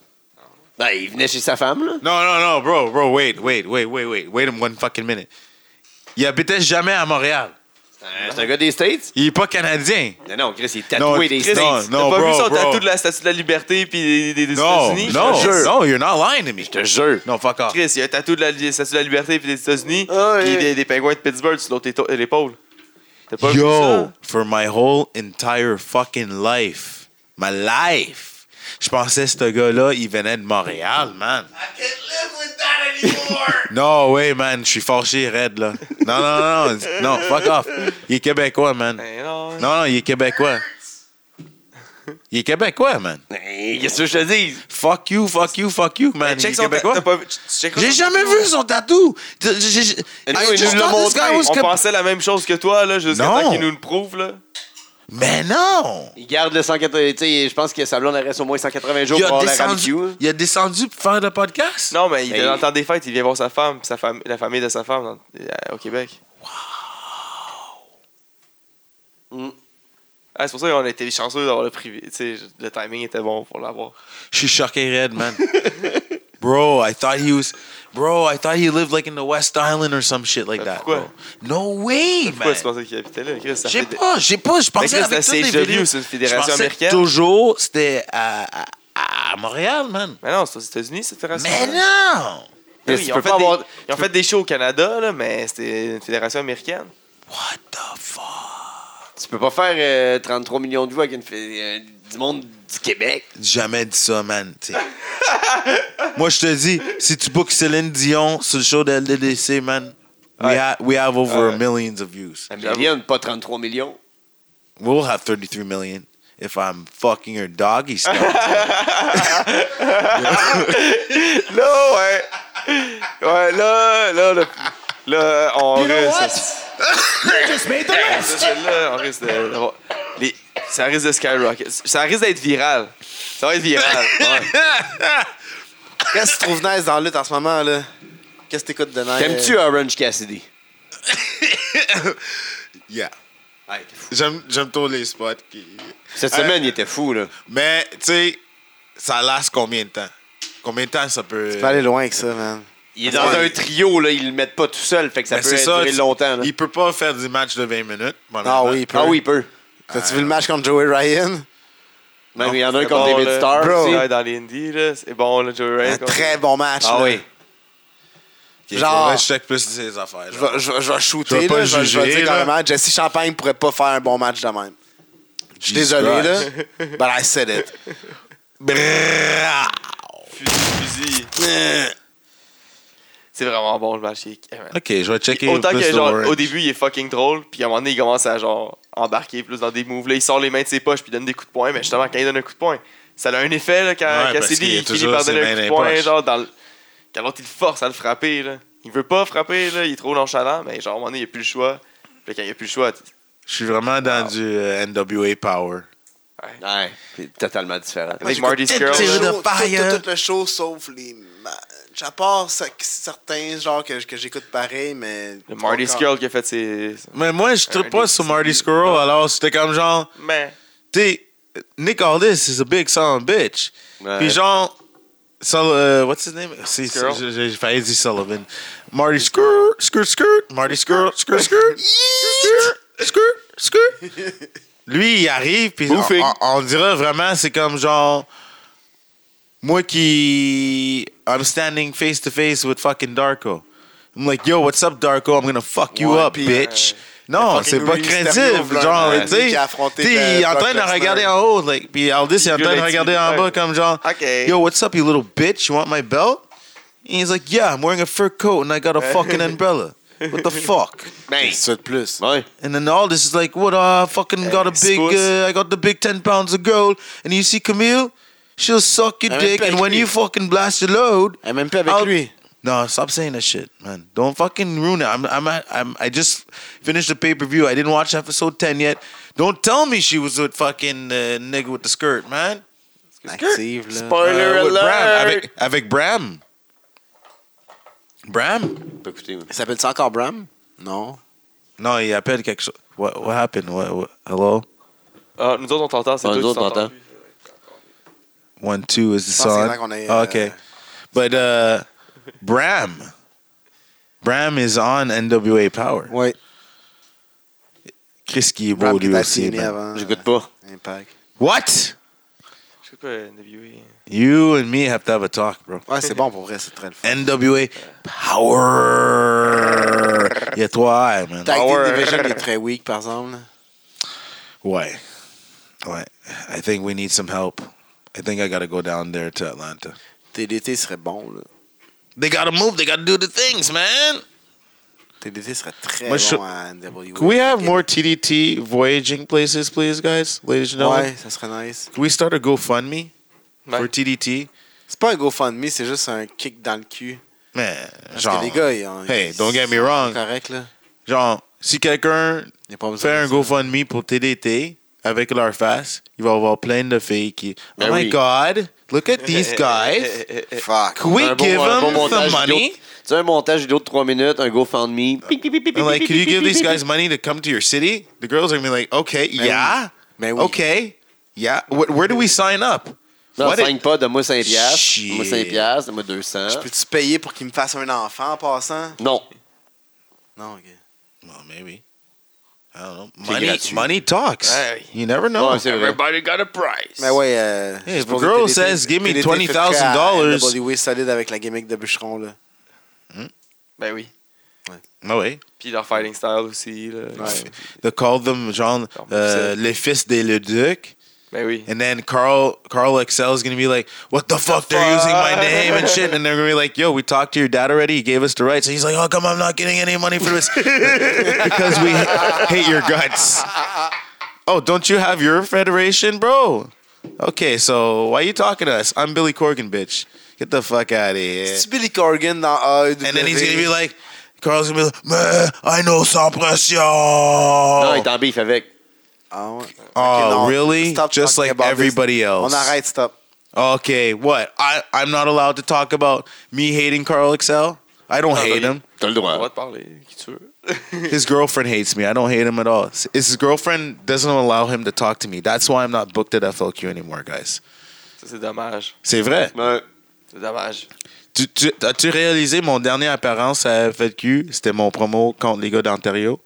[SPEAKER 5] Ben, il venait chez sa femme, là.
[SPEAKER 2] Non, non, non, bro, bro, wait, wait, wait, wait, wait, wait a one fucking minute. Il habitait jamais à Montréal.
[SPEAKER 5] C'est un gars des States?
[SPEAKER 2] Il est pas canadien.
[SPEAKER 5] Non, non, Chris, il est tatoué
[SPEAKER 2] Euh, Non,
[SPEAKER 5] des
[SPEAKER 2] Chris,
[SPEAKER 5] States.
[SPEAKER 2] non, non,
[SPEAKER 4] T'as pas
[SPEAKER 2] bro,
[SPEAKER 4] vu son
[SPEAKER 2] bro.
[SPEAKER 4] tatou de la Statue de la Liberté puis des, des, des
[SPEAKER 2] Non,
[SPEAKER 4] États-Unis?
[SPEAKER 2] non,
[SPEAKER 4] Je te jure.
[SPEAKER 2] non, you're not lying to me.
[SPEAKER 5] Je te jure.
[SPEAKER 2] Non, fuck off.
[SPEAKER 4] Chris, il y a un tatou de la li- Statue de la Liberté puis des États-Unis
[SPEAKER 5] Ah,
[SPEAKER 4] puis
[SPEAKER 5] ouais.
[SPEAKER 4] des, des pingouins de Pittsburgh sur l'autre éto- épaule. T'as pas vu
[SPEAKER 2] Yo,
[SPEAKER 4] ça?
[SPEAKER 2] for my whole entire fucking life, my life, je pensais que ce gars-là, il venait de Montréal, man. No way, man, je suis fâché, raide, là. Non, non, non, non, fuck off. Il est québécois, man.
[SPEAKER 4] Ben non.
[SPEAKER 2] Non, non, il est québécois. Il est québécois, man.
[SPEAKER 5] Hey, Qu'est-ce que je te dis?
[SPEAKER 2] Fuck you, fuck you, fuck you, man.
[SPEAKER 4] Ben,
[SPEAKER 2] Il est
[SPEAKER 4] check son
[SPEAKER 2] québécois.
[SPEAKER 4] tatou. T'as pas vu? tu- tu checkeras
[SPEAKER 2] J'ai
[SPEAKER 4] son-
[SPEAKER 2] jamais vu son tatou. J'ai- j'ai- j'ai-
[SPEAKER 5] Anyway,
[SPEAKER 2] I just
[SPEAKER 5] il nous l'a
[SPEAKER 2] thought this guy
[SPEAKER 5] montré.
[SPEAKER 2] was
[SPEAKER 4] On
[SPEAKER 2] Québé-
[SPEAKER 4] pensait la même chose que toi, là, jusqu'à
[SPEAKER 2] Non.
[SPEAKER 4] temps qu'il nous le prouve, là.
[SPEAKER 2] Mais non!
[SPEAKER 5] Il garde le 180... Tu sais, je pense que sa blonde elle reste au moins 180 jours
[SPEAKER 2] Il
[SPEAKER 5] pour
[SPEAKER 2] a,
[SPEAKER 5] avoir la
[SPEAKER 2] descendu,
[SPEAKER 5] barbecue.
[SPEAKER 2] il a descendu pour faire le podcast?
[SPEAKER 4] Non, mais il
[SPEAKER 5] Ben,
[SPEAKER 4] était dans
[SPEAKER 5] il-
[SPEAKER 4] le temps des fêtes, il vient voir sa femme, puis sa fam- la famille de sa femme dans- euh, au Québec.
[SPEAKER 5] Mm.
[SPEAKER 4] Ah, c'est pour ça qu'on a été
[SPEAKER 2] Ben.
[SPEAKER 4] chanceux d'avoir le privé. tu sais, le timing était bon pour l'avoir.
[SPEAKER 2] Je suis choqué, Red, man. bro, I thought he was, bro, I thought he lived like in the West Island or some shit like
[SPEAKER 4] Mais
[SPEAKER 2] that.
[SPEAKER 4] pourquoi?
[SPEAKER 2] bro. No way,
[SPEAKER 4] Pourquoi
[SPEAKER 2] man.
[SPEAKER 4] tu pensais qu'il habitait là? Chris, ça
[SPEAKER 2] J'ai
[SPEAKER 4] fait des-
[SPEAKER 2] pas, j'ai pas, je pensais
[SPEAKER 4] là,
[SPEAKER 2] avec
[SPEAKER 4] c'est
[SPEAKER 2] toutes les
[SPEAKER 4] la CHW,
[SPEAKER 2] vidéos-
[SPEAKER 4] c'est une fédération
[SPEAKER 2] je pensais
[SPEAKER 4] américaine.
[SPEAKER 2] Toujours, c'était à, à, à Montréal, man.
[SPEAKER 4] Mais non, c'est aux États-Unis, cette fédération.
[SPEAKER 2] Mais non!
[SPEAKER 5] Mais
[SPEAKER 4] Oui,
[SPEAKER 5] tu
[SPEAKER 4] ils,
[SPEAKER 5] peux
[SPEAKER 4] ont fait
[SPEAKER 5] pas
[SPEAKER 4] des,
[SPEAKER 5] avoir-
[SPEAKER 4] ils ont fait des shows au Canada, là, mais c'était une fédération américaine.
[SPEAKER 2] What the fuck?
[SPEAKER 5] Tu peux pas faire euh, 33 millions de vues avec une fi- euh, du monde du Québec.
[SPEAKER 2] Jamais dit ça, man. t'sais. Moi, je te dis, si tu bookes Céline Dion sur le show de LDDC, man, we,
[SPEAKER 4] Ouais.
[SPEAKER 2] ha- we have over
[SPEAKER 4] Ouais.
[SPEAKER 2] millions of views.
[SPEAKER 5] Un million, pas 33 millions.
[SPEAKER 2] We'll have 33 million if I'm fucking your doggy style.
[SPEAKER 4] Là, ouais. Ouais, là, là, là, là, on risque. Ça, celle-là, on risque de- d'avoir- les- Ça risque de skyrocket. Ça risque d'être viral. Ça va être viral. ouais.
[SPEAKER 3] Qu'est-ce que tu trouves nice dans la lutte en ce moment, là? Qu'est-ce que t'écoutes de nice?
[SPEAKER 5] T'aimes-tu euh, Orange Cassidy?
[SPEAKER 2] yeah.
[SPEAKER 5] Ouais, t'es fou.
[SPEAKER 2] J'aime j'aime tous les spots. Qui...
[SPEAKER 5] Cette
[SPEAKER 2] Euh,
[SPEAKER 5] semaine, il était fou, là.
[SPEAKER 2] Mais, tu sais, ça lasse combien de temps? Combien de temps ça peut.
[SPEAKER 3] Tu peux aller loin avec ça, man.
[SPEAKER 5] Il est dans
[SPEAKER 2] ouais.
[SPEAKER 5] un trio, là. Ils le mettent pas tout seul, fait que ça
[SPEAKER 2] Mais
[SPEAKER 5] peut
[SPEAKER 2] Ben, c'est
[SPEAKER 5] être
[SPEAKER 2] ça,
[SPEAKER 5] durer
[SPEAKER 2] tu-
[SPEAKER 5] longtemps, là.
[SPEAKER 2] Il peut pas faire des matchs de 20 minutes.
[SPEAKER 3] Ah
[SPEAKER 2] premièrement.
[SPEAKER 3] oui, il peut.
[SPEAKER 5] Ah oui, il peut.
[SPEAKER 3] T'as-tu vu le match contre Joey Ryan?
[SPEAKER 5] Même il y en a un
[SPEAKER 4] C'est
[SPEAKER 5] contre
[SPEAKER 4] bon,
[SPEAKER 5] David
[SPEAKER 4] là.
[SPEAKER 5] Starr.
[SPEAKER 3] Bro.
[SPEAKER 5] aussi.
[SPEAKER 4] Ouais, dans les indies, là, c'est bon, là, Joey Ray.
[SPEAKER 3] Un très bon match.
[SPEAKER 5] Ah
[SPEAKER 3] là.
[SPEAKER 5] oui.
[SPEAKER 2] Ok,
[SPEAKER 3] Genre-
[SPEAKER 2] faudrait que Je check plus ses affaires.
[SPEAKER 3] Je
[SPEAKER 2] genre.
[SPEAKER 3] vais, je vais- je vais shooter,
[SPEAKER 2] Je vais pas
[SPEAKER 3] là, je vais- je vais
[SPEAKER 2] juger,
[SPEAKER 3] dire
[SPEAKER 2] là.
[SPEAKER 3] carrément, Jesse Champagne pourrait pas faire un bon match de même. Je suis
[SPEAKER 2] Jesus
[SPEAKER 3] désolé, là,
[SPEAKER 2] Christ.
[SPEAKER 3] but I said it.
[SPEAKER 2] Brrrr.
[SPEAKER 4] fusil, fusil. C'est vraiment bon, le match. il est- eh,
[SPEAKER 2] Ok, je vais checker.
[SPEAKER 4] Autant
[SPEAKER 2] plus
[SPEAKER 4] que
[SPEAKER 2] le
[SPEAKER 4] genre
[SPEAKER 2] Orange.
[SPEAKER 4] au début il est fucking drôle, puis à un moment donné il commence à genre embarquer plus dans des moves là, il sort les mains de ses poches puis il donne des coups de poing, mais justement quand il donne un coup de poing, ça a un effet là, quand
[SPEAKER 2] Ouais, parce
[SPEAKER 4] Cassidy
[SPEAKER 2] qu'il est
[SPEAKER 4] il finit
[SPEAKER 2] toujours
[SPEAKER 4] par
[SPEAKER 2] ses
[SPEAKER 4] donner
[SPEAKER 2] mains
[SPEAKER 4] un coup
[SPEAKER 2] dans
[SPEAKER 4] de
[SPEAKER 2] les
[SPEAKER 4] poing
[SPEAKER 2] poches.
[SPEAKER 4] genre dans le... quand l'autre il le force à le frapper là. Il veut pas frapper là, il est trop nonchalant, mais genre à un moment donné il a plus le choix. Puis quand il a plus le choix, t-
[SPEAKER 2] Je suis vraiment dans
[SPEAKER 4] Wow.
[SPEAKER 2] du euh, NWA Power.
[SPEAKER 5] Ouais, c'est totalement différent.
[SPEAKER 4] avec Marty Skrull.
[SPEAKER 2] Through
[SPEAKER 4] là,
[SPEAKER 2] the
[SPEAKER 3] Show- tout,
[SPEAKER 2] fire.
[SPEAKER 3] tout- tout le show sauf les matchs. À part ce- certains genres que, que j'écoute pareil, mais.
[SPEAKER 4] Le Marty Skrull qui a fait ses
[SPEAKER 2] Mais moi, je
[SPEAKER 4] Un
[SPEAKER 2] trippe pas
[SPEAKER 4] des
[SPEAKER 2] sur
[SPEAKER 4] petits-
[SPEAKER 2] Marty Scurll, alors c'était comme genre,
[SPEAKER 4] mais
[SPEAKER 2] tu sais, Nick Aldis is a big son of a bitch.
[SPEAKER 5] Ouais.
[SPEAKER 2] Puis genre, Sul- euh, what's his name? C'est-
[SPEAKER 4] Skrull.
[SPEAKER 2] c'est- J'ai j'ai failli dire Sullivan. Marty Scurll, skirt, skirt, Marty Scurll, skirt, skirt, skirt, skirt, skirt. Lui, il arrive, puis on,
[SPEAKER 5] Boofing.
[SPEAKER 2] on- on dirait vraiment, c'est comme genre, moi qui, I'm standing face to face with fucking Darko. I'm like, yo, what's up, Darko? I'm gonna fuck you
[SPEAKER 3] Ouais,
[SPEAKER 2] up,
[SPEAKER 3] puis,
[SPEAKER 2] bitch.
[SPEAKER 4] euh,
[SPEAKER 2] non,
[SPEAKER 3] fucking
[SPEAKER 2] c'est pas
[SPEAKER 3] Rey
[SPEAKER 2] crédible. Genre,
[SPEAKER 3] Mysterio, là, euh,
[SPEAKER 2] tu sais,
[SPEAKER 3] qui a affronté
[SPEAKER 2] tu sais, il est en
[SPEAKER 3] Brock
[SPEAKER 2] train de
[SPEAKER 3] Lesnar.
[SPEAKER 2] regarder en haut. Like, puis Aldis, il est en train de
[SPEAKER 4] Violate
[SPEAKER 2] regarder en
[SPEAKER 4] him.
[SPEAKER 2] bas comme genre,
[SPEAKER 4] OK.
[SPEAKER 2] yo, what's up, you little bitch? You want my belt? And he's like, yeah, I'm wearing a fur coat and I got a fucking umbrella. What the fuck?
[SPEAKER 5] Ben,
[SPEAKER 3] Qu'est-ce que tu veux de plus?
[SPEAKER 5] ouais.
[SPEAKER 2] And then all this is like, what? I fucking got a
[SPEAKER 3] Eh,
[SPEAKER 2] big,
[SPEAKER 4] Expose.
[SPEAKER 2] uh, I got the big 10 pounds of gold. And you see Camille, she'll suck your
[SPEAKER 3] I mean,
[SPEAKER 2] dick. And
[SPEAKER 3] like
[SPEAKER 2] when
[SPEAKER 3] me.
[SPEAKER 2] you fucking blast your load,
[SPEAKER 3] Et même pas avec
[SPEAKER 2] I'll-
[SPEAKER 3] lui.
[SPEAKER 2] No, stop saying that shit, man. Don't fucking ruin it. I'm, I'm, at, I'm I just finished the pay per view. I didn't watch episode ten yet. Don't tell me she was with fucking uh, nigga with the skirt, man.
[SPEAKER 3] Active, là.
[SPEAKER 4] Spoiler
[SPEAKER 2] Uh, with Bram,
[SPEAKER 4] alert.
[SPEAKER 2] avec, avec Bram. Bram?
[SPEAKER 5] Pas écouté, moi.
[SPEAKER 3] Il s'appelle-tu encore Bram? Non.
[SPEAKER 2] Non, il appelle quelque chose. What, what happened? What, what- hello.
[SPEAKER 4] Ah, nous autres on t'entend, c'est
[SPEAKER 5] Ah,
[SPEAKER 4] toi
[SPEAKER 5] nous
[SPEAKER 4] qui
[SPEAKER 5] autres, on
[SPEAKER 4] t'entends.
[SPEAKER 5] t'entend.
[SPEAKER 2] One two is the
[SPEAKER 3] pense que c'est
[SPEAKER 2] song.
[SPEAKER 3] là qu'on est,
[SPEAKER 2] Oh,
[SPEAKER 3] euh,
[SPEAKER 2] okay, but uh, Bram. Bram is on NWA Power.
[SPEAKER 3] Oui.
[SPEAKER 2] Chris qui est beau
[SPEAKER 3] Bram qui
[SPEAKER 2] Oh, lui
[SPEAKER 3] t'a
[SPEAKER 2] aussi, ben,
[SPEAKER 3] signé
[SPEAKER 2] man.
[SPEAKER 3] avant.
[SPEAKER 5] J'écoute pas.
[SPEAKER 3] euh, Impact.
[SPEAKER 2] What?
[SPEAKER 4] Je sais pas NWA.
[SPEAKER 2] You and me have to have a talk, bro.
[SPEAKER 3] Ouais, c'est bon pour vrai, c'est très le fun.
[SPEAKER 2] NWA Power. Il y a toi, hein, man.
[SPEAKER 3] Tag Team
[SPEAKER 4] Power.
[SPEAKER 3] Division est très weak, par exemple. là.
[SPEAKER 2] Why? Why? I think we need some help. I think I gotta go down there to Atlanta.
[SPEAKER 3] TDT serait bon, là.
[SPEAKER 2] They gotta move. They gotta do the things, man.
[SPEAKER 3] TDT serait très
[SPEAKER 2] Moi,
[SPEAKER 3] bon
[SPEAKER 2] je-
[SPEAKER 3] à NWA.
[SPEAKER 2] Can we have more TDT voyaging places, please, guys, ladies and gentlemen?
[SPEAKER 3] Ouais, ça serait nice.
[SPEAKER 2] Can we start a GoFundMe for
[SPEAKER 4] Ouais.
[SPEAKER 2] TDT?
[SPEAKER 3] C'est pas un GoFundMe, c'est juste un kick dans le cul.
[SPEAKER 2] Man,
[SPEAKER 3] Parce
[SPEAKER 2] genre,
[SPEAKER 3] que les gars, ils ont.
[SPEAKER 2] hey,
[SPEAKER 3] ils-
[SPEAKER 2] don't get me
[SPEAKER 3] ils sont
[SPEAKER 2] wrong.
[SPEAKER 3] correct, là.
[SPEAKER 2] genre, si quelqu'un
[SPEAKER 3] Il y a pas besoin
[SPEAKER 2] fait
[SPEAKER 3] de
[SPEAKER 2] un
[SPEAKER 3] ça.
[SPEAKER 2] GoFundMe pour TDT avec leur face, il va avoir plein de filles qui.
[SPEAKER 5] Ben
[SPEAKER 2] oh my
[SPEAKER 5] oui.
[SPEAKER 2] God, look at these
[SPEAKER 4] Eh,
[SPEAKER 2] guys.
[SPEAKER 3] Eh, Fuck.
[SPEAKER 2] Can we
[SPEAKER 5] Un bon-
[SPEAKER 2] give
[SPEAKER 5] un bon
[SPEAKER 2] them some
[SPEAKER 5] montage vidéo.
[SPEAKER 2] money?
[SPEAKER 5] Tu sais, un montage vidéo de 3 minutes, un GoFundMe. Pic, pic, pic, pic,
[SPEAKER 2] And like,
[SPEAKER 5] pic,
[SPEAKER 2] can you
[SPEAKER 5] pic,
[SPEAKER 2] give
[SPEAKER 5] pic,
[SPEAKER 2] these
[SPEAKER 5] pic,
[SPEAKER 2] guys money to come to your city? The girls are gonna be like, okay,
[SPEAKER 3] Ben
[SPEAKER 2] yeah,
[SPEAKER 3] Mais oui.
[SPEAKER 2] okay, yeah. Wh- where do we sign up?
[SPEAKER 5] Non,
[SPEAKER 2] What
[SPEAKER 5] 5 pas, donne-moi 5 piastres.
[SPEAKER 2] Shit.
[SPEAKER 5] Donne-moi 5 piastres, donne-moi 200.
[SPEAKER 3] Je peux-tu payer pour qu'il me fasse un enfant en passant?
[SPEAKER 5] Non.
[SPEAKER 3] Non, OK.
[SPEAKER 2] Well, maybe. I don't know.
[SPEAKER 5] C'est
[SPEAKER 2] Money,
[SPEAKER 5] gratuit.
[SPEAKER 2] money talks.
[SPEAKER 4] Hey.
[SPEAKER 2] You never know.
[SPEAKER 5] Ouais, c'est vrai.
[SPEAKER 4] Everybody got a prize.
[SPEAKER 3] Mais ouais. Euh,
[SPEAKER 2] Hey,
[SPEAKER 3] je
[SPEAKER 2] if a
[SPEAKER 3] suppose que
[SPEAKER 2] girl
[SPEAKER 3] TDT
[SPEAKER 2] says, give me
[SPEAKER 3] TDT fait
[SPEAKER 2] $20,000
[SPEAKER 3] très à NWA solide avec la gimmick de bûcheron, là.
[SPEAKER 4] Ben oui.
[SPEAKER 2] Ah oui.
[SPEAKER 4] Puis leur fighting style aussi. Là.
[SPEAKER 3] Ouais.
[SPEAKER 2] They call them, genre,
[SPEAKER 4] Non, mais
[SPEAKER 2] euh,
[SPEAKER 4] c'est-
[SPEAKER 2] les fils des le duc.
[SPEAKER 4] Ben oui.
[SPEAKER 2] And then Carl Carl Excel is gonna be like, "What the fuck? They're using my name and shit." And they're gonna be like, "Yo, we talked to your dad already. He gave us the rights." And he's like, "How come I'm not getting any money for this?" because we hate your guts. Oh, don't you have your federation, bro? Okay, so why you talking to us? I'm Billy Corgan, bitch. Get the fuck out of here.
[SPEAKER 3] C'est Billy Corgan dans E AEW.
[SPEAKER 2] And then he's gonna be like, Carl's gonna be like, "Man, I know sans pression."
[SPEAKER 5] Non, il est en beef avec.
[SPEAKER 3] Ah, ouais.
[SPEAKER 2] Oh,
[SPEAKER 3] Ok, non,
[SPEAKER 2] really?
[SPEAKER 3] stop
[SPEAKER 2] Just
[SPEAKER 3] talking
[SPEAKER 2] like
[SPEAKER 3] about this.
[SPEAKER 2] everybody else.
[SPEAKER 3] On arrête, stop.
[SPEAKER 2] Okay, what? I, I'm not allowed to talk about me hating Carl Excel. I don't hate him.
[SPEAKER 5] T'as le
[SPEAKER 4] On va
[SPEAKER 5] droit.
[SPEAKER 4] te parler, qui tu veux.
[SPEAKER 2] His girlfriend hates me. I don't hate him at all. It's his girlfriend doesn't allow him to talk to me. That's why I'm not booked at FLQ anymore, guys.
[SPEAKER 4] Ça, c'est dommage.
[SPEAKER 2] C'est vrai.
[SPEAKER 5] Ouais.
[SPEAKER 4] C'est dommage.
[SPEAKER 2] Tu, tu- As-tu réalisé mon dernier apparence à FLQ? C'était mon promo contre les gars d'Ontario.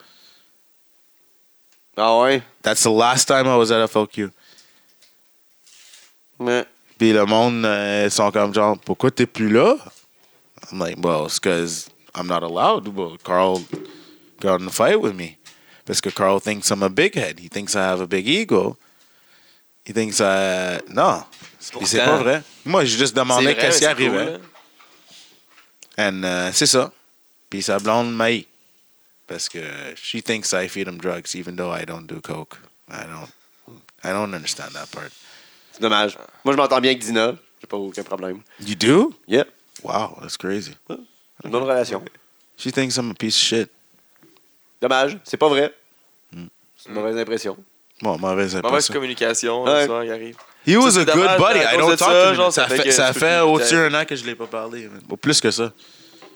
[SPEAKER 5] Ah ouais?
[SPEAKER 2] That's the last time I was at FLQ.
[SPEAKER 5] Ouais.
[SPEAKER 2] Puis le monde, euh, ils sont comme genre, pourquoi t'es plus là? I'm like, well, it's because I'm not allowed. Well, Carl got in a fight with me. Parce que Carl thinks I'm a big head. He thinks I have a big ego. He thinks I... Non. Puis c'est
[SPEAKER 4] Pourtant.
[SPEAKER 2] pas vrai. Moi, j'ai juste
[SPEAKER 4] C'est
[SPEAKER 2] demandé
[SPEAKER 4] vrai, mais
[SPEAKER 2] qu'est-ce qui
[SPEAKER 4] c'est
[SPEAKER 2] arrivait.
[SPEAKER 4] cool, hein. là.
[SPEAKER 2] And euh, c'est ça. Puis sa blonde m'aïe. Parce que she thinks I feed him drugs even though I don't do coke. I don't... I don't understand that part.
[SPEAKER 5] C'est dommage. Moi, je m'entends bien avec Dina. J'ai pas aucun problème.
[SPEAKER 2] You do?
[SPEAKER 5] Yep.
[SPEAKER 2] Wow, that's crazy.
[SPEAKER 5] Une bonne relation.
[SPEAKER 2] She thinks I'm a piece of shit.
[SPEAKER 5] Dommage. C'est pas vrai. C'est une mauvaise impression.
[SPEAKER 2] Bon, mauvaise
[SPEAKER 4] Mauvaise
[SPEAKER 2] impression.
[SPEAKER 4] communication,
[SPEAKER 5] Ouais.
[SPEAKER 4] souvent, il arrive.
[SPEAKER 2] He was
[SPEAKER 4] Ça,
[SPEAKER 2] a
[SPEAKER 4] c'est
[SPEAKER 2] good
[SPEAKER 4] dommage,
[SPEAKER 2] buddy.
[SPEAKER 4] mais à
[SPEAKER 2] I
[SPEAKER 4] cause
[SPEAKER 2] don't
[SPEAKER 4] de
[SPEAKER 2] talk
[SPEAKER 4] ça,
[SPEAKER 2] to him.
[SPEAKER 4] genre,
[SPEAKER 2] ça
[SPEAKER 4] ça fait
[SPEAKER 2] fait,
[SPEAKER 4] que
[SPEAKER 2] ça
[SPEAKER 4] tu
[SPEAKER 2] fait
[SPEAKER 4] peux plus
[SPEAKER 2] au-dessus
[SPEAKER 4] t'aider.
[SPEAKER 2] d'un an que je l'ai pas parlé. man. Ou plus que ça.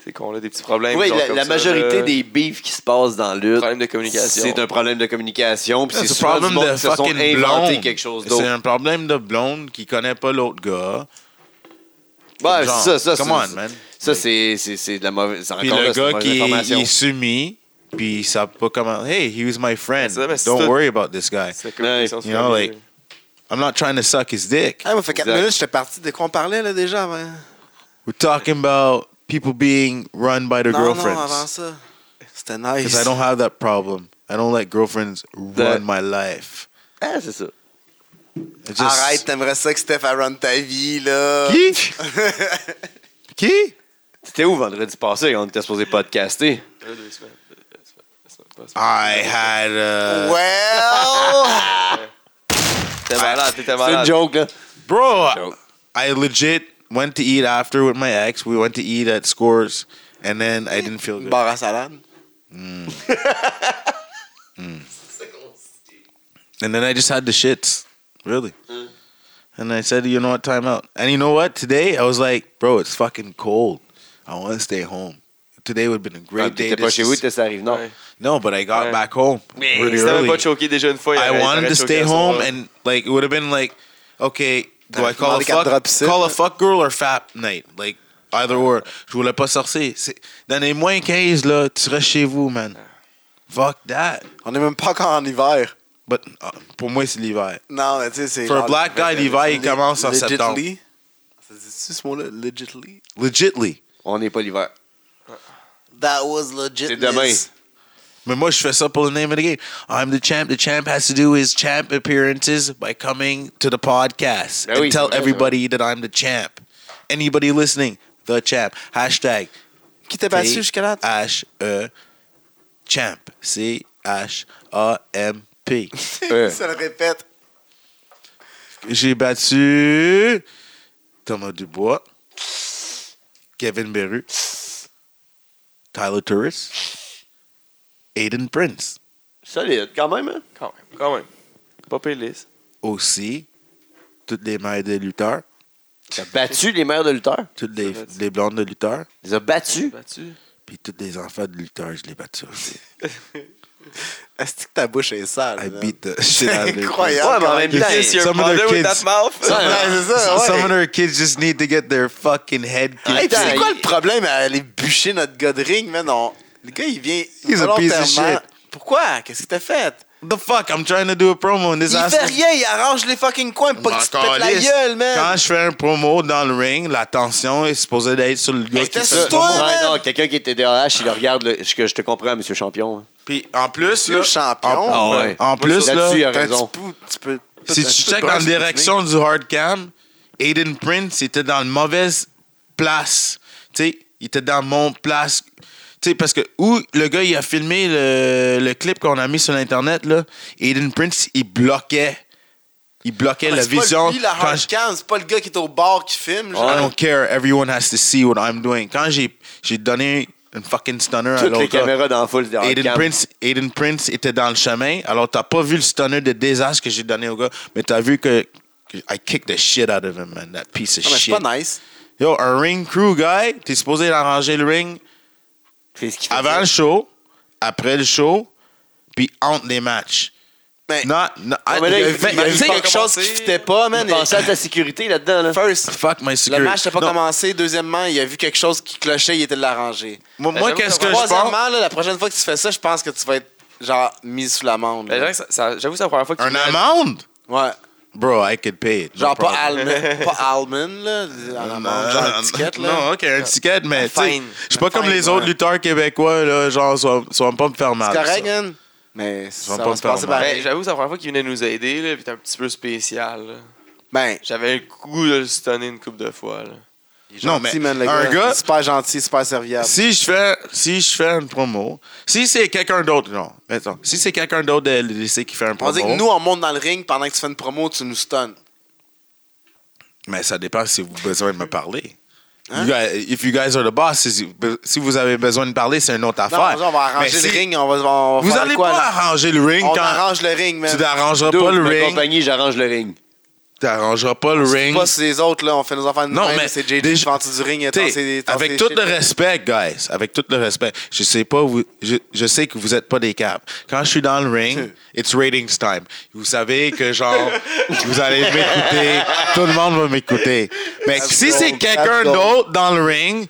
[SPEAKER 4] C'est qu'on a des petits problèmes.
[SPEAKER 5] Oui,
[SPEAKER 4] genre
[SPEAKER 5] la,
[SPEAKER 4] comme
[SPEAKER 5] la
[SPEAKER 4] ça,
[SPEAKER 5] majorité
[SPEAKER 4] là.
[SPEAKER 5] des beefs qui se passent dans le
[SPEAKER 4] Problème de communication.
[SPEAKER 5] c'est un problème de communication. Puis
[SPEAKER 2] C'est
[SPEAKER 5] c'est
[SPEAKER 2] un
[SPEAKER 5] souvent du
[SPEAKER 2] problème
[SPEAKER 5] monde
[SPEAKER 2] de
[SPEAKER 5] qui se sont
[SPEAKER 2] fucking
[SPEAKER 5] inventé
[SPEAKER 2] blonde.
[SPEAKER 5] quelque chose
[SPEAKER 2] C'est
[SPEAKER 5] d'autre.
[SPEAKER 2] un problème de blonde qui connaît pas l'autre gars.
[SPEAKER 5] Ouais,
[SPEAKER 2] genre,
[SPEAKER 5] c'est ça, ça,
[SPEAKER 2] come
[SPEAKER 5] c'est-
[SPEAKER 2] on, man.
[SPEAKER 5] Ça, c'est c'est- c'est de la mauvaise. c'est
[SPEAKER 2] Puis
[SPEAKER 5] encore
[SPEAKER 2] le
[SPEAKER 5] là, c'est de la
[SPEAKER 2] gars qui est,
[SPEAKER 5] mauvaise
[SPEAKER 2] il est
[SPEAKER 5] information.
[SPEAKER 2] soumis, puis il savent pas comment. Hey, he was my friend.
[SPEAKER 4] C'est ça, mais c'est
[SPEAKER 2] Don't
[SPEAKER 4] tout.
[SPEAKER 2] worry about this guy.
[SPEAKER 4] C'est la communication
[SPEAKER 5] Ouais,
[SPEAKER 2] you know,
[SPEAKER 4] supervisée.
[SPEAKER 2] like- I'm not trying to suck his dick.
[SPEAKER 3] Ah, moi, fait 4
[SPEAKER 5] Exact.
[SPEAKER 3] minutes, j'étais parti. De quoi on parlait, là, déjà? avant?
[SPEAKER 2] We're talking about people being run by their
[SPEAKER 3] Non, non, avant
[SPEAKER 2] girlfriends.
[SPEAKER 3] ça. C'était nice.
[SPEAKER 2] Because I don't have that problem. I don't let girlfriends
[SPEAKER 5] That-
[SPEAKER 2] run my life.
[SPEAKER 5] Ah, c'est ça.
[SPEAKER 2] It just-
[SPEAKER 3] Arrête, t'aimerais ça que Steph run ta vie, là.
[SPEAKER 2] Qui? Qui?
[SPEAKER 5] C'était où vendredi passé quand on était supposé podcaster?
[SPEAKER 4] Deux, deux semaines. deux semaines, deux semaines, deux semaines.
[SPEAKER 2] I had uh,
[SPEAKER 3] Well!
[SPEAKER 4] T'es malade, t'étais
[SPEAKER 5] C'est une
[SPEAKER 4] malade.
[SPEAKER 5] joke, là.
[SPEAKER 2] bro. I legit went to eat after with my ex. We went to eat at Scores, and then I didn't feel good.
[SPEAKER 3] Bar à salade.
[SPEAKER 2] And then I just had the shits, really. And I said, you know what, time out. And you know what? Today I was like, bro, it's fucking cold. I want to stay home. Today would have been a
[SPEAKER 5] Quand
[SPEAKER 2] great day.
[SPEAKER 5] T'étais pas
[SPEAKER 2] This
[SPEAKER 5] chez vous,
[SPEAKER 2] is-
[SPEAKER 5] t'étais ça arrive. Non.
[SPEAKER 4] Ouais.
[SPEAKER 2] no, but I got
[SPEAKER 4] Ouais.
[SPEAKER 2] back home really
[SPEAKER 4] Si t'avais
[SPEAKER 2] early.
[SPEAKER 4] pas choqué déjà une fois, il
[SPEAKER 2] I
[SPEAKER 4] aurait-
[SPEAKER 2] wanted
[SPEAKER 4] t'aurais
[SPEAKER 2] to
[SPEAKER 4] choqué
[SPEAKER 2] stay
[SPEAKER 4] à ce
[SPEAKER 2] home
[SPEAKER 4] moment-là.
[SPEAKER 2] and like it would have been like, okay, do I call a
[SPEAKER 3] demandé qu'elle
[SPEAKER 2] fuck
[SPEAKER 3] te drop ici.
[SPEAKER 2] call a fuck girl or fat night? Like either or. Je voulais pas sortir. C'est- Dans les moins 15 là, tu restes chez vous, man. Fuck that.
[SPEAKER 3] On est même pas encore en hiver.
[SPEAKER 2] But uh, pour moi c'est l'hiver.
[SPEAKER 3] Non, mais tu sais, c'est.
[SPEAKER 2] For a
[SPEAKER 3] genre-
[SPEAKER 2] black guy, l'hiver il
[SPEAKER 3] Le-
[SPEAKER 2] commence en septembre.
[SPEAKER 3] Legitly. Ça se dit-tu ce mot-là? Legitly?
[SPEAKER 2] Legitly.
[SPEAKER 5] On n'est pas l'hiver.
[SPEAKER 3] That was legit.
[SPEAKER 5] C'est demain.
[SPEAKER 2] Mais moi je fais ça pour le name of the game. I'm the champ. The champ has to do his champ appearances by coming to the podcast
[SPEAKER 5] Ben
[SPEAKER 2] and
[SPEAKER 5] oui, c'est
[SPEAKER 2] tell
[SPEAKER 5] vrai,
[SPEAKER 2] everybody that I'm the champ. Anybody listening, the champ. Hashtag
[SPEAKER 3] Qui t'a battu jusqu'à là?
[SPEAKER 2] H-E Champ. C-H-A-M-P.
[SPEAKER 5] Euh.
[SPEAKER 3] Ça le répète.
[SPEAKER 2] J'ai battu Thomas Dubois, Kevin Beru, Tyler Turris, Aiden Prince.
[SPEAKER 5] Solide, quand même, hein?
[SPEAKER 4] Quand même, quand même. Pas pire liste.
[SPEAKER 2] Aussi, toutes les mères de lutteurs,
[SPEAKER 5] T'as battu les mères de lutteurs?
[SPEAKER 2] toutes les, les blondes de lutteurs,
[SPEAKER 5] Les as battus?
[SPEAKER 4] Battu.
[SPEAKER 2] puis tous les enfants de lutteurs, je les ai battus aussi.
[SPEAKER 3] Est-ce que ta bouche est sale?
[SPEAKER 1] I
[SPEAKER 3] man?
[SPEAKER 1] beat
[SPEAKER 2] euh,
[SPEAKER 1] the shit out of
[SPEAKER 3] C'est
[SPEAKER 1] it.
[SPEAKER 3] incroyable.
[SPEAKER 5] Ouais, mais en même
[SPEAKER 4] You
[SPEAKER 5] temps,
[SPEAKER 4] kiss your
[SPEAKER 1] Some of their
[SPEAKER 4] mother with
[SPEAKER 1] kids.
[SPEAKER 4] that mouth.
[SPEAKER 3] Ouais, c'est ça, ouais.
[SPEAKER 1] Some of their kids just need to get their fucking head
[SPEAKER 3] Hey,
[SPEAKER 1] kicked.
[SPEAKER 3] puis c'est
[SPEAKER 5] Attends,
[SPEAKER 3] quoi
[SPEAKER 5] il-
[SPEAKER 3] le problème à aller bûcher notre god ring, man? On- Le gars, il vient
[SPEAKER 1] He's a piece of
[SPEAKER 3] volontairement-
[SPEAKER 1] shit.
[SPEAKER 3] Pourquoi? Qu'est-ce que t'as fait?
[SPEAKER 2] The fuck, I'm trying to do a promo and this
[SPEAKER 3] Il
[SPEAKER 2] asshole-
[SPEAKER 3] fait rien, il arrange les fucking coins pour pas que tu te
[SPEAKER 2] M'en
[SPEAKER 3] pètes la
[SPEAKER 2] calisse.
[SPEAKER 3] gueule, man!
[SPEAKER 2] Quand je fais un promo dans le ring, la tension est supposée d'être sur le gars
[SPEAKER 3] Mais
[SPEAKER 2] qui
[SPEAKER 3] t'es
[SPEAKER 2] fait
[SPEAKER 3] sûr?
[SPEAKER 2] le promo.
[SPEAKER 3] Toi,
[SPEAKER 5] euh, Ouais,
[SPEAKER 3] man.
[SPEAKER 5] non, quelqu'un qui est TDAH, il regarde le- ce que je te comprends, monsieur champion.
[SPEAKER 2] Puis en plus,
[SPEAKER 3] Monsieur
[SPEAKER 2] là,
[SPEAKER 3] champion.
[SPEAKER 2] en,
[SPEAKER 5] Ah ouais.
[SPEAKER 2] Oh, en plus,
[SPEAKER 5] Là-dessus,
[SPEAKER 2] là,
[SPEAKER 5] il y a
[SPEAKER 3] T'as un
[SPEAKER 5] raison.
[SPEAKER 3] petit peu- tu peux-
[SPEAKER 2] si tu
[SPEAKER 3] t'as un petit peu
[SPEAKER 2] checkes
[SPEAKER 3] de
[SPEAKER 2] dans la
[SPEAKER 3] brosse,
[SPEAKER 2] direction du hard cam, Aiden Prince était dans la mauvaise place. Tu sais, il était dans mon place. Tu sais, parce que où le gars, il a filmé le, le clip qu'on a mis sur l'Internet, là, Aiden Prince, il bloquait. Il bloquait
[SPEAKER 3] Ah, Mais
[SPEAKER 2] la
[SPEAKER 3] c'est pas
[SPEAKER 2] vision.
[SPEAKER 3] lui, la
[SPEAKER 2] quand je- Ah,
[SPEAKER 3] hardcam, c'est pas le gars qui est au bar qui filme. genre. Ah,
[SPEAKER 2] I don't care. Everyone has to see what I'm doing. Quand j'ai j'ai donné une fucking stunner à
[SPEAKER 5] Toutes les
[SPEAKER 2] l'autre gars,
[SPEAKER 5] caméras dans la foule. derrière le
[SPEAKER 2] Aiden
[SPEAKER 5] camp.
[SPEAKER 2] Prince, Aiden Prince était dans le chemin. Alors, t'as pas vu le stunner de désastre que j'ai donné au gars, mais t'as vu que, que I kicked the shit out of him, man. That piece of
[SPEAKER 3] Non, mais c'est
[SPEAKER 2] shit.
[SPEAKER 3] pas nice.
[SPEAKER 2] Yo, un ring crew guy, t'es supposé arranger le ring
[SPEAKER 5] C'est ce qu'il fait.
[SPEAKER 2] avant le show, après le show, puis entre les matchs.
[SPEAKER 3] Mais-
[SPEAKER 2] Non, non, I-
[SPEAKER 5] mais là, il-
[SPEAKER 2] fait-
[SPEAKER 5] il-
[SPEAKER 2] Ah, a
[SPEAKER 5] il-
[SPEAKER 3] Mais tu
[SPEAKER 2] vu
[SPEAKER 3] sais,
[SPEAKER 5] pas
[SPEAKER 3] quelque chose qui
[SPEAKER 4] commencé.
[SPEAKER 3] fitait pas, man. et-
[SPEAKER 5] Pensez à ta sécurité là-dedans. Là.
[SPEAKER 3] First,
[SPEAKER 2] Fuck my
[SPEAKER 3] le
[SPEAKER 2] security.
[SPEAKER 3] match n'a pas
[SPEAKER 2] Non,
[SPEAKER 3] commencé. Deuxièmement, il a vu quelque chose qui clochait, il était de l'arranger.
[SPEAKER 2] Moi, moi,
[SPEAKER 4] Ben,
[SPEAKER 2] qu'est-ce que je pense?
[SPEAKER 3] Troisièmement, là, la prochaine fois que tu fais ça, je pense que tu vas être genre mis sous l'amende.
[SPEAKER 4] Ben,
[SPEAKER 3] là.
[SPEAKER 4] j'avoue que ça- ça- J'avoue, c'est la première fois que tu
[SPEAKER 2] Un
[SPEAKER 4] me-
[SPEAKER 2] amende?
[SPEAKER 3] Ouais.
[SPEAKER 2] Bro, I could pay it. No
[SPEAKER 3] Genre pas
[SPEAKER 2] problem.
[SPEAKER 3] Alman, pas Alman, là, en amende, genre une ticket, là.
[SPEAKER 2] Non, ok, un ticket, mais tu sais,
[SPEAKER 4] fine.
[SPEAKER 2] je suis pas
[SPEAKER 3] Une
[SPEAKER 2] comme
[SPEAKER 3] fine,
[SPEAKER 2] les autres
[SPEAKER 3] ouais.
[SPEAKER 2] lutteurs québécois, là, genre, sois, sois pas me faire mal.
[SPEAKER 3] C'est correct,
[SPEAKER 2] Ah,
[SPEAKER 3] hein?
[SPEAKER 2] ça.
[SPEAKER 3] man. Mais ça
[SPEAKER 2] pas me
[SPEAKER 3] va se
[SPEAKER 2] faire
[SPEAKER 3] passer
[SPEAKER 2] mal.
[SPEAKER 4] Ben,
[SPEAKER 3] pareil.
[SPEAKER 4] j'avoue, c'est la première fois qu'il venait nous aider, là, pis t'es un petit peu spécial, là.
[SPEAKER 3] Ben,
[SPEAKER 4] J'avais le coup de le stunner une couple de fois, là.
[SPEAKER 2] Non, mais
[SPEAKER 3] gentil, man, le
[SPEAKER 2] un gars,
[SPEAKER 3] Super gentil, super serviable.
[SPEAKER 2] si je fais, si je fais une promo, si c'est quelqu'un d'autre, non, attends, si c'est quelqu'un d'autre de LDC qui fait un
[SPEAKER 3] On
[SPEAKER 2] promo,
[SPEAKER 3] dit que nous, on monte dans le ring pendant que tu fais une promo, tu nous stunnes.
[SPEAKER 2] mais ça dépend si vous avez besoin de me parler.
[SPEAKER 3] Hein?
[SPEAKER 2] You guys- if you guys are the boss, si, si vous avez besoin de parler, c'est une autre
[SPEAKER 3] Non,
[SPEAKER 2] affaire.
[SPEAKER 3] on va
[SPEAKER 2] Mais
[SPEAKER 3] arranger
[SPEAKER 2] si-
[SPEAKER 3] le ring, on va, on va
[SPEAKER 2] Vous
[SPEAKER 3] faire
[SPEAKER 2] allez
[SPEAKER 3] quoi,
[SPEAKER 2] pas
[SPEAKER 3] là?
[SPEAKER 2] arranger le ring
[SPEAKER 3] On
[SPEAKER 2] quand
[SPEAKER 3] arrangeras le ring, man.
[SPEAKER 2] tu n'arrangeras
[SPEAKER 5] Dude,
[SPEAKER 2] pas le
[SPEAKER 5] ma
[SPEAKER 2] ring.
[SPEAKER 5] compagnie, j'arrange le ring.
[SPEAKER 2] Tu n'arrangeras pas le
[SPEAKER 3] C'est
[SPEAKER 2] ring.
[SPEAKER 3] pas sur les autres, là, on fait nos enfants de
[SPEAKER 2] Non,
[SPEAKER 3] même,
[SPEAKER 2] mais
[SPEAKER 3] c'est JJ
[SPEAKER 2] déjà-
[SPEAKER 3] qui vend du ring, et
[SPEAKER 2] T'sais,
[SPEAKER 3] t'en sais- t'en sais
[SPEAKER 2] avec tout
[SPEAKER 3] shit.
[SPEAKER 2] le respect, guys, avec tout le respect, je sais pas, vous, je, je sais que vous êtes pas des caps. Quand je suis dans le ring, it's ratings time. Vous savez que genre, vous allez m'écouter, tout le monde va m'écouter. Mais si
[SPEAKER 3] drôle,
[SPEAKER 2] c'est quelqu'un
[SPEAKER 3] that's drôle.
[SPEAKER 2] d'autre dans le ring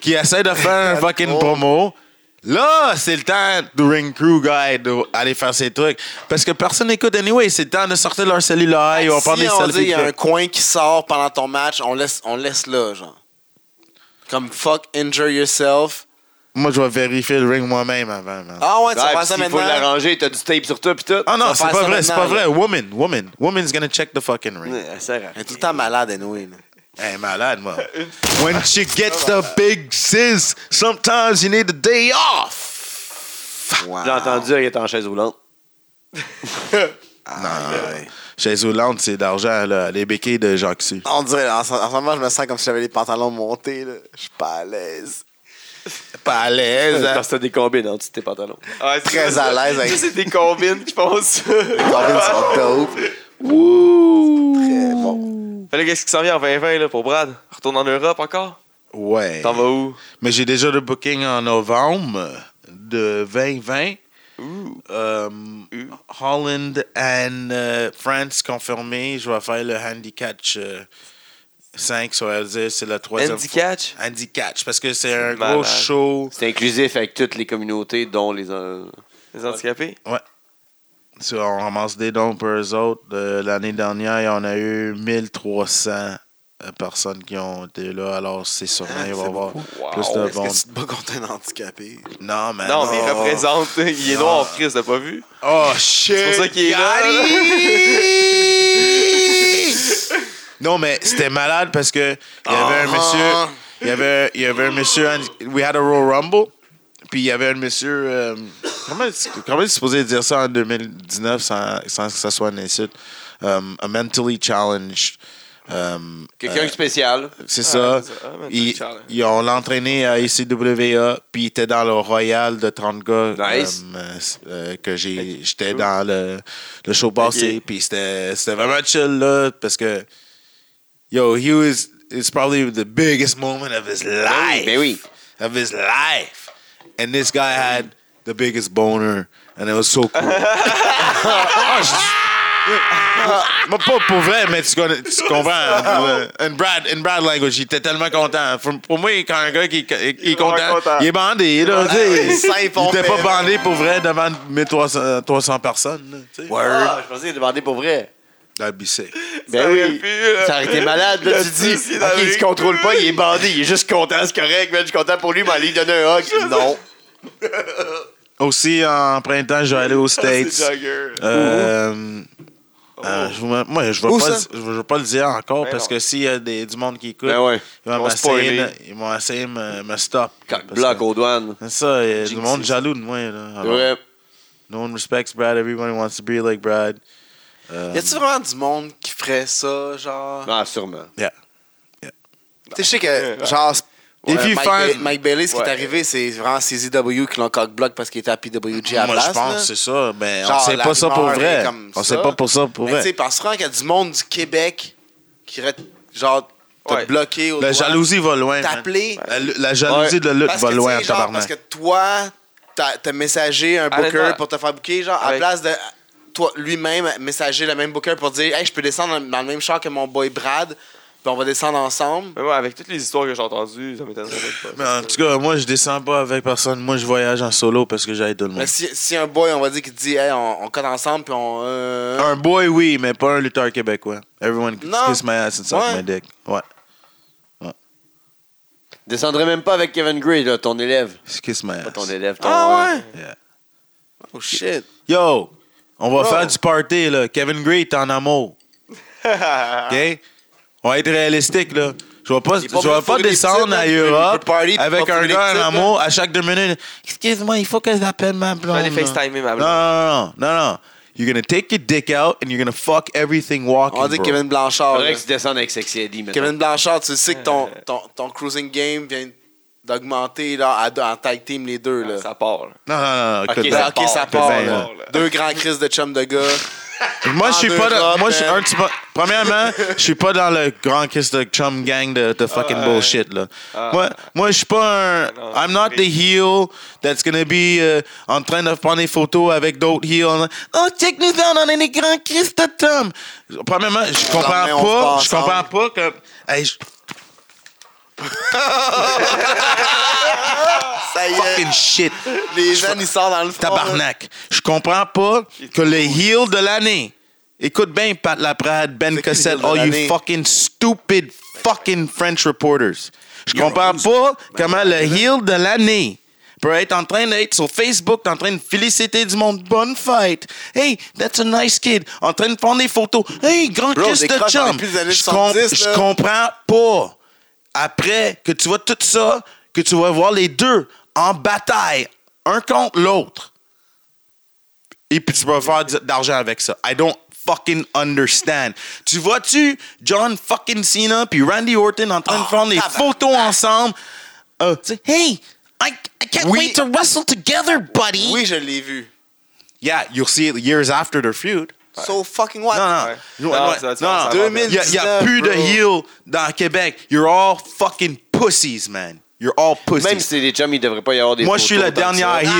[SPEAKER 2] qui essaie de faire un fucking promo, là, c'est le temps du ring crew guy d'aller faire ses trucs. Parce que personne n'écoute anyway, c'est le temps de sortir leur cellulaire, ils vont
[SPEAKER 3] si
[SPEAKER 2] prendre des
[SPEAKER 3] on dit
[SPEAKER 2] selfies.
[SPEAKER 3] il y a un coin qui sort pendant ton match, on laisse, on laisse là, genre. Comme fuck, injure yourself.
[SPEAKER 2] Moi, je vais vérifier le ring moi-même avant, man.
[SPEAKER 3] Ah ouais, tu vas
[SPEAKER 5] Ouais,
[SPEAKER 3] faire
[SPEAKER 5] puis
[SPEAKER 3] ça
[SPEAKER 5] s'il faut
[SPEAKER 3] maintenant.
[SPEAKER 5] l'arranger, t'as du tape sur toi pis tout.
[SPEAKER 2] Ah non,
[SPEAKER 3] Ça
[SPEAKER 2] c'est
[SPEAKER 3] va
[SPEAKER 2] pas
[SPEAKER 3] faire
[SPEAKER 2] vrai,
[SPEAKER 3] ça
[SPEAKER 2] c'est pas
[SPEAKER 3] maintenant,
[SPEAKER 2] vrai.
[SPEAKER 3] là.
[SPEAKER 2] Woman, woman, woman's gonna check the fucking ring.
[SPEAKER 5] Ouais, ça sert à-
[SPEAKER 3] Elle est tout le temps malade, anyway. Là.
[SPEAKER 2] Hey, malade, moi. When she gets the big sis, sometimes you need a day off.
[SPEAKER 3] Wow.
[SPEAKER 5] J'ai entendu, il est en chaise roulante.
[SPEAKER 3] Ah,
[SPEAKER 2] Chez Hollande, c'est d'argent, là. Les béquilles de Jacques Su.
[SPEAKER 3] On dirait, en, ce en ce moment, je me sens comme si j'avais les pantalons montés. Là. Je suis pas à l'aise.
[SPEAKER 2] Pas à l'aise, hein.
[SPEAKER 5] Parce que t'as des combines en dessous de tes pantalons.
[SPEAKER 4] Ah, c'est
[SPEAKER 3] Très
[SPEAKER 4] ça,
[SPEAKER 3] à
[SPEAKER 4] ça.
[SPEAKER 3] l'aise avec-
[SPEAKER 4] Tu sais, c'est des combines qui font ça.
[SPEAKER 3] Les combines sont dope. Très bon.
[SPEAKER 4] Fait là, qu'est-ce qui s'en vient en 2020, là, pour Brad? Retourne en Europe encore?
[SPEAKER 2] Ouais.
[SPEAKER 4] T'en vas où?
[SPEAKER 2] Mais j'ai déjà le booking en novembre de 2020.
[SPEAKER 4] Ouh.
[SPEAKER 2] Euh, Holland and euh, France confirmé. Je vais faire le euh, handicap 5, ça veut dire c'est la troisième
[SPEAKER 4] Andy Catch?
[SPEAKER 2] Andy Catch, parce que c'est un
[SPEAKER 4] malade.
[SPEAKER 2] gros show
[SPEAKER 5] C'est inclusif avec toutes les communautés, dont les. euh,
[SPEAKER 4] Les handicapés?
[SPEAKER 2] Ça, on ramasse des dons pour eux autres. Euh, L'année dernière, on a eu 1300 euh, personnes qui ont été là. Alors, c'est sûr,
[SPEAKER 3] Ah,
[SPEAKER 2] il
[SPEAKER 3] c'est
[SPEAKER 2] va y avoir
[SPEAKER 4] Wow.
[SPEAKER 2] plus de
[SPEAKER 3] Est-ce
[SPEAKER 2] monde.
[SPEAKER 3] que tu te bats contre un handicapé?
[SPEAKER 2] Non, man.
[SPEAKER 4] Non, mais il
[SPEAKER 3] non.
[SPEAKER 4] représente. Il est noir, Chris, t'as pas vu?
[SPEAKER 2] Oh, shit!
[SPEAKER 4] C'est pour ça qu'il est là,
[SPEAKER 2] got
[SPEAKER 4] là.
[SPEAKER 2] it! non, mais c'était malade parce que il y avait un
[SPEAKER 3] Ah.
[SPEAKER 2] monsieur... Il y avait, il y avait un monsieur... We had a Royal Rumble. Puis il y avait un monsieur... euh, comment comment est supposé dire ça en 2019 sans, sans que ça soit un insulte? Um, a mentally challenged... um,
[SPEAKER 5] Quelqu'un de spécial.
[SPEAKER 2] c'est
[SPEAKER 4] Ah,
[SPEAKER 2] ça.
[SPEAKER 4] c'est ça. Ah, mais
[SPEAKER 2] Ils,
[SPEAKER 4] t'as Charles.
[SPEAKER 2] ils ont l'entraîné à ICWA, puis il était dans le Royal de 30 gars.
[SPEAKER 5] Nice.
[SPEAKER 2] euh, euh, euh, que j'ai, j'étais dans le, le show passé,
[SPEAKER 4] Ok.
[SPEAKER 2] puis c'était, c'était vraiment chill, là, parce que, yo, he was, it's probably the
[SPEAKER 4] Ben
[SPEAKER 2] biggest moment of his life.
[SPEAKER 5] Ben oui.
[SPEAKER 2] Of his life. And this guy had the the biggest boner. And it was so cool. Ah, je- Ah, Mais pas pour vrai, mais tu, connais- tu comprends. Euh, In Brad, in Brad language, il était tellement content. Pour, pour moi, quand un gars qui, qui est content,
[SPEAKER 4] content.
[SPEAKER 2] il est bandé. Là, tu sais.
[SPEAKER 3] Les seins
[SPEAKER 2] il
[SPEAKER 3] font
[SPEAKER 2] était
[SPEAKER 3] peur.
[SPEAKER 2] pas bandé pour vrai devant 1300, 300 personnes. là, tu sais.
[SPEAKER 5] Ah, je pensais qu'il demandait pour vrai.
[SPEAKER 2] That'd be sick.
[SPEAKER 5] Ben
[SPEAKER 4] aurait
[SPEAKER 5] oui.
[SPEAKER 4] pu, là.
[SPEAKER 5] ça aurait été malade. Là,
[SPEAKER 4] Le
[SPEAKER 5] tu dis,
[SPEAKER 4] souci
[SPEAKER 5] OK, il
[SPEAKER 4] d'Amérique.
[SPEAKER 5] se contrôle pas, il est bandé. Il est juste content, c'est correct. man, je suis content pour lui, mais aller lui donner un hug. Non.
[SPEAKER 2] Aussi, en printemps, je vais aller aux States.
[SPEAKER 4] Jagger.
[SPEAKER 2] Euh, euh, je vous- moi, je ne
[SPEAKER 3] Où
[SPEAKER 2] vais pas,
[SPEAKER 3] ça?
[SPEAKER 2] le- je vais pas le dire encore
[SPEAKER 4] Ben
[SPEAKER 2] parce
[SPEAKER 4] non.
[SPEAKER 2] que s'il y a des- du monde qui écoute,
[SPEAKER 5] Ben ouais,
[SPEAKER 2] ils vont
[SPEAKER 4] vont spoiler.
[SPEAKER 2] essayer, de- ils vont essayer de me, me stop.
[SPEAKER 5] Coq
[SPEAKER 2] Parce
[SPEAKER 5] bloc
[SPEAKER 2] que-
[SPEAKER 5] aux douanes.
[SPEAKER 2] C'est ça, il y a du
[SPEAKER 5] Jinxes.
[SPEAKER 2] monde jaloux de moi. Là. Alors,
[SPEAKER 5] Ouais.
[SPEAKER 2] No one respects Brad, everyone wants to be like Brad. Euh,
[SPEAKER 3] Y a-tu vraiment du monde qui ferait ça, genre?
[SPEAKER 5] Ah, sûrement.
[SPEAKER 2] yeah.
[SPEAKER 3] Tu sais, je sais que, genre,
[SPEAKER 2] If
[SPEAKER 3] euh,
[SPEAKER 2] you
[SPEAKER 3] Mike,
[SPEAKER 2] find-
[SPEAKER 3] Ba- Mike Bailey, ce qui
[SPEAKER 4] Ouais.
[SPEAKER 3] est arrivé, c'est vraiment CZW qui l'ont cock-block parce qu'il était à PWG à la
[SPEAKER 2] Moi, je
[SPEAKER 3] place.
[SPEAKER 2] pense
[SPEAKER 3] là.
[SPEAKER 2] que c'est ça, mais on
[SPEAKER 3] Genre,
[SPEAKER 2] sait
[SPEAKER 3] la
[SPEAKER 2] pas ça pour
[SPEAKER 3] rumeur est
[SPEAKER 2] vrai.
[SPEAKER 3] comme
[SPEAKER 2] On
[SPEAKER 3] ça.
[SPEAKER 2] sait pas pour ça pour
[SPEAKER 3] Mais tu sais,
[SPEAKER 2] vrai.
[SPEAKER 3] parce que souvent, qu'il y a du monde du Québec qui aurait, genre, te
[SPEAKER 4] Ouais.
[SPEAKER 3] bloqué au
[SPEAKER 2] La
[SPEAKER 3] doigt,
[SPEAKER 2] jalousie va loin. man.
[SPEAKER 3] t'appeler.
[SPEAKER 2] La, la jalousie
[SPEAKER 4] Ouais.
[SPEAKER 2] de lutte
[SPEAKER 3] Parce que,
[SPEAKER 2] va
[SPEAKER 3] tu
[SPEAKER 2] loin en
[SPEAKER 3] sais, genre, parce
[SPEAKER 2] tabarnak.
[SPEAKER 3] que toi, t'as t'as messagé un booker
[SPEAKER 4] Arrête-moi.
[SPEAKER 3] pour te faire booker, genre, à
[SPEAKER 4] Ouais.
[SPEAKER 3] place de toi lui-même messager le même booker pour dire « Hey, je peux descendre dans- dans le même char que mon boy Brad, puis on va descendre ensemble.
[SPEAKER 4] Mais moi, avec toutes les histoires que j'ai entendues, ça m'étonnerait même
[SPEAKER 2] Mais
[SPEAKER 4] pas.
[SPEAKER 2] en tout cas, moi, je descends pas avec personne. Moi, je voyage en solo parce que j'aide tout le » monde.
[SPEAKER 3] Mais si, si un boy, on va dire, qui te dit « Hey, on, on code ensemble, puis on... euh,
[SPEAKER 2] Un boy, oui, mais pas un lutteur québécois. Everyone can
[SPEAKER 3] Non.
[SPEAKER 2] kiss my ass and suck
[SPEAKER 3] Ouais.
[SPEAKER 2] my dick. Ouais.
[SPEAKER 5] Descendrais même pas avec Kevin Gray, là, ton élève.
[SPEAKER 2] Kiss my
[SPEAKER 5] Pas
[SPEAKER 2] ass.
[SPEAKER 5] ton élève, ton. euh,
[SPEAKER 3] Ah ouais?
[SPEAKER 2] Yeah.
[SPEAKER 3] Oh shit.
[SPEAKER 2] Yo, on va
[SPEAKER 3] Wow.
[SPEAKER 2] faire du party, là. Kevin Gray est en amour. OK? On va être réalistique, là. Je vais pas, je
[SPEAKER 3] est pas
[SPEAKER 2] vais
[SPEAKER 3] venu
[SPEAKER 2] pas
[SPEAKER 3] fourrer des
[SPEAKER 2] descendre
[SPEAKER 3] petites,
[SPEAKER 2] à
[SPEAKER 3] là. Il veut- il veut
[SPEAKER 2] Europe
[SPEAKER 3] party, puis
[SPEAKER 2] avec
[SPEAKER 3] pas
[SPEAKER 2] un
[SPEAKER 3] fourrer
[SPEAKER 2] gars
[SPEAKER 3] des
[SPEAKER 2] en
[SPEAKER 3] petites,
[SPEAKER 2] amour à chaque deux minutes. Excuse-moi, il faut que j'appelle ma blonde.
[SPEAKER 4] aller
[SPEAKER 2] là.
[SPEAKER 4] FaceTimer ma
[SPEAKER 2] Non,
[SPEAKER 4] blonde.
[SPEAKER 2] non, non, non, non. You're gonna take your dick out and you're gonna fuck everything walking.
[SPEAKER 3] On va dire
[SPEAKER 2] bro.
[SPEAKER 3] Kevin Blanchard.
[SPEAKER 5] Faudrait
[SPEAKER 3] là.
[SPEAKER 5] que tu descendes avec Sexy Eddie, maintenant.
[SPEAKER 3] Kevin Blanchard, tu sais que ton, ton, ton cruising game vient d'augmenter là, à deux- en tag team les deux. Là.
[SPEAKER 4] Ça part. là.
[SPEAKER 2] Non, non, non. écoute,
[SPEAKER 4] Ok,
[SPEAKER 2] ben,
[SPEAKER 3] Là, ok, ça
[SPEAKER 2] écoute,
[SPEAKER 3] part.
[SPEAKER 2] ben,
[SPEAKER 3] là.
[SPEAKER 2] là.
[SPEAKER 4] là.
[SPEAKER 3] Deux grands crises de chum de gars.
[SPEAKER 2] Moi, je suis
[SPEAKER 3] En
[SPEAKER 2] pas
[SPEAKER 3] Europe,
[SPEAKER 2] dans, moi, je suis
[SPEAKER 3] man.
[SPEAKER 2] un petit peu- Premièrement, je suis pas dans le grand kiss de chum gang de, de fucking bullshit, là.
[SPEAKER 3] Ah.
[SPEAKER 2] moi, moi je suis pas un.
[SPEAKER 4] non,
[SPEAKER 2] I'm not the heel that's gonna be euh, en train de prendre des photos avec d'autres heels. Oh, check nous out, on est des grands kiss de chum. Premièrement, je comprends
[SPEAKER 3] lendemain, on se
[SPEAKER 2] pas.
[SPEAKER 3] bat
[SPEAKER 2] Je comprends
[SPEAKER 3] ensemble.
[SPEAKER 2] pas que. Hey, je-
[SPEAKER 3] Ça y est,
[SPEAKER 2] fucking shit.
[SPEAKER 3] les jeunes, ils sortent dans le front.
[SPEAKER 2] Tabarnak. Je comprends pas que le heel de l'année. Écoute bien, Pat Laprade, Ben
[SPEAKER 3] C'est qui le
[SPEAKER 2] Cossette,
[SPEAKER 3] heel de
[SPEAKER 2] all you
[SPEAKER 3] l'année?
[SPEAKER 2] fucking stupid fucking French reporters. Je comprends pas comment le heel de l'année peut être en train d'être sur Facebook, en train de féliciter du monde. Bonne fête. Hey, that's a nice kid. En train de prendre des photos. Hey, grand
[SPEAKER 3] Bro,
[SPEAKER 2] kiss de
[SPEAKER 3] décroche, on est
[SPEAKER 2] chum.
[SPEAKER 3] plus des années
[SPEAKER 2] Je com-
[SPEAKER 3] 70,
[SPEAKER 2] je
[SPEAKER 3] là.
[SPEAKER 2] comprends pas après que tu vois tout ça, que tu vas voir les deux en bataille, un contre l'autre. Et puis tu vas faire d- d'argent avec ça. I don't fucking understand. Tu vois-tu John fucking Cena puis Randy Orton en train de prendre des photos ensemble? Euh, Oh, tu sais, hey, I, I can't
[SPEAKER 3] Oui.
[SPEAKER 2] wait to wrestle together, buddy.
[SPEAKER 3] Oui, je l'ai vu.
[SPEAKER 2] Yeah, you'll see it years after their feud.
[SPEAKER 3] So fucking what?
[SPEAKER 2] Non, non.
[SPEAKER 4] Ouais.
[SPEAKER 2] Non,
[SPEAKER 4] Non,
[SPEAKER 2] ouais.
[SPEAKER 4] ça va te
[SPEAKER 2] Non,
[SPEAKER 4] faire
[SPEAKER 2] non.
[SPEAKER 4] savoir,
[SPEAKER 2] Il y a, il y a
[SPEAKER 3] 2019,
[SPEAKER 2] plus de
[SPEAKER 3] bro.
[SPEAKER 2] heel dans Québec. You're all fucking pussies, man. You're all pussies.
[SPEAKER 5] Même si c'est des chums, il devrait pas y avoir des.
[SPEAKER 2] Moi, je suis le
[SPEAKER 5] photos tant que
[SPEAKER 2] dernier
[SPEAKER 5] ça.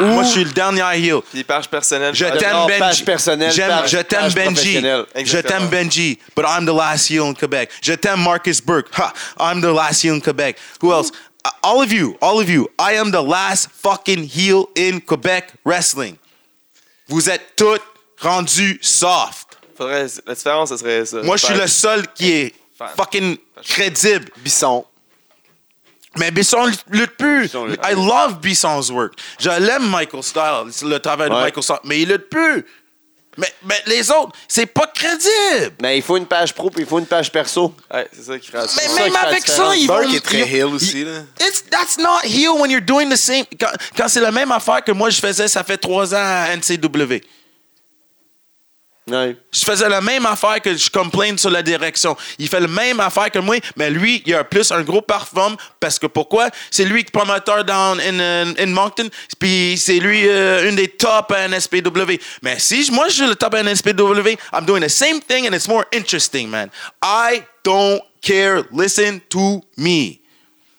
[SPEAKER 2] heel. Moi, je suis le dernier heel.
[SPEAKER 4] Puis page personnelle.
[SPEAKER 2] Je
[SPEAKER 4] page-
[SPEAKER 2] t'aime
[SPEAKER 5] non,
[SPEAKER 2] Benji.
[SPEAKER 5] page personnelle,
[SPEAKER 2] J'aime-
[SPEAKER 5] page-
[SPEAKER 2] je t'aime
[SPEAKER 5] page
[SPEAKER 2] Benji.
[SPEAKER 5] professionnelle.
[SPEAKER 2] Je
[SPEAKER 4] Exactement.
[SPEAKER 2] t'aime Benji, but I'm the last heel in Quebec. Je t'aime Marcus Burke. Ha, I'm the last heel in Quebec. Who else? Uh, all of you, all of you. I am the last fucking heel in Quebec wrestling. Vous êtes toutes rendus soft.
[SPEAKER 4] Faudrait, la différence, ça serait ça.
[SPEAKER 2] Moi, je suis le seul qui est
[SPEAKER 4] Fan.
[SPEAKER 2] fucking crédible.
[SPEAKER 3] Bisson.
[SPEAKER 2] Mais Bisson lutte plus.
[SPEAKER 5] Bisson lutte
[SPEAKER 2] I love Bisson's work. Je l'aime, Michael Styles, c'est le travail de
[SPEAKER 5] Ouais.
[SPEAKER 2] Michael Styles, mais il lutte plus. Mais, mais les autres, c'est pas crédible.
[SPEAKER 5] Mais Ben, il faut une page pro puis il faut une page perso.
[SPEAKER 4] Ouais, c'est ça qui crée la
[SPEAKER 2] Mais
[SPEAKER 5] ça
[SPEAKER 4] différence.
[SPEAKER 2] même
[SPEAKER 5] qui fait la
[SPEAKER 2] avec ça,
[SPEAKER 5] différence.
[SPEAKER 2] ils vont...
[SPEAKER 3] Burke est très heel aussi, là.
[SPEAKER 2] It's, that's not heel when you're doing the same... Quand, quand c'est la même affaire que moi, je faisais, ça fait trois ans à NCW.
[SPEAKER 5] Ouais.
[SPEAKER 2] Je faisais la même affaire que je complain sur la direction. Il fait la même affaire que moi, mais lui, il a plus un gros parfum parce que pourquoi? C'est lui qui est promoteur down in, euh, in Moncton, puis c'est lui euh, une des top à NSPW. Mais si je- moi je suis le top à NSPW, I'm doing the same thing and it's more interesting, man. I don't care. Listen to me.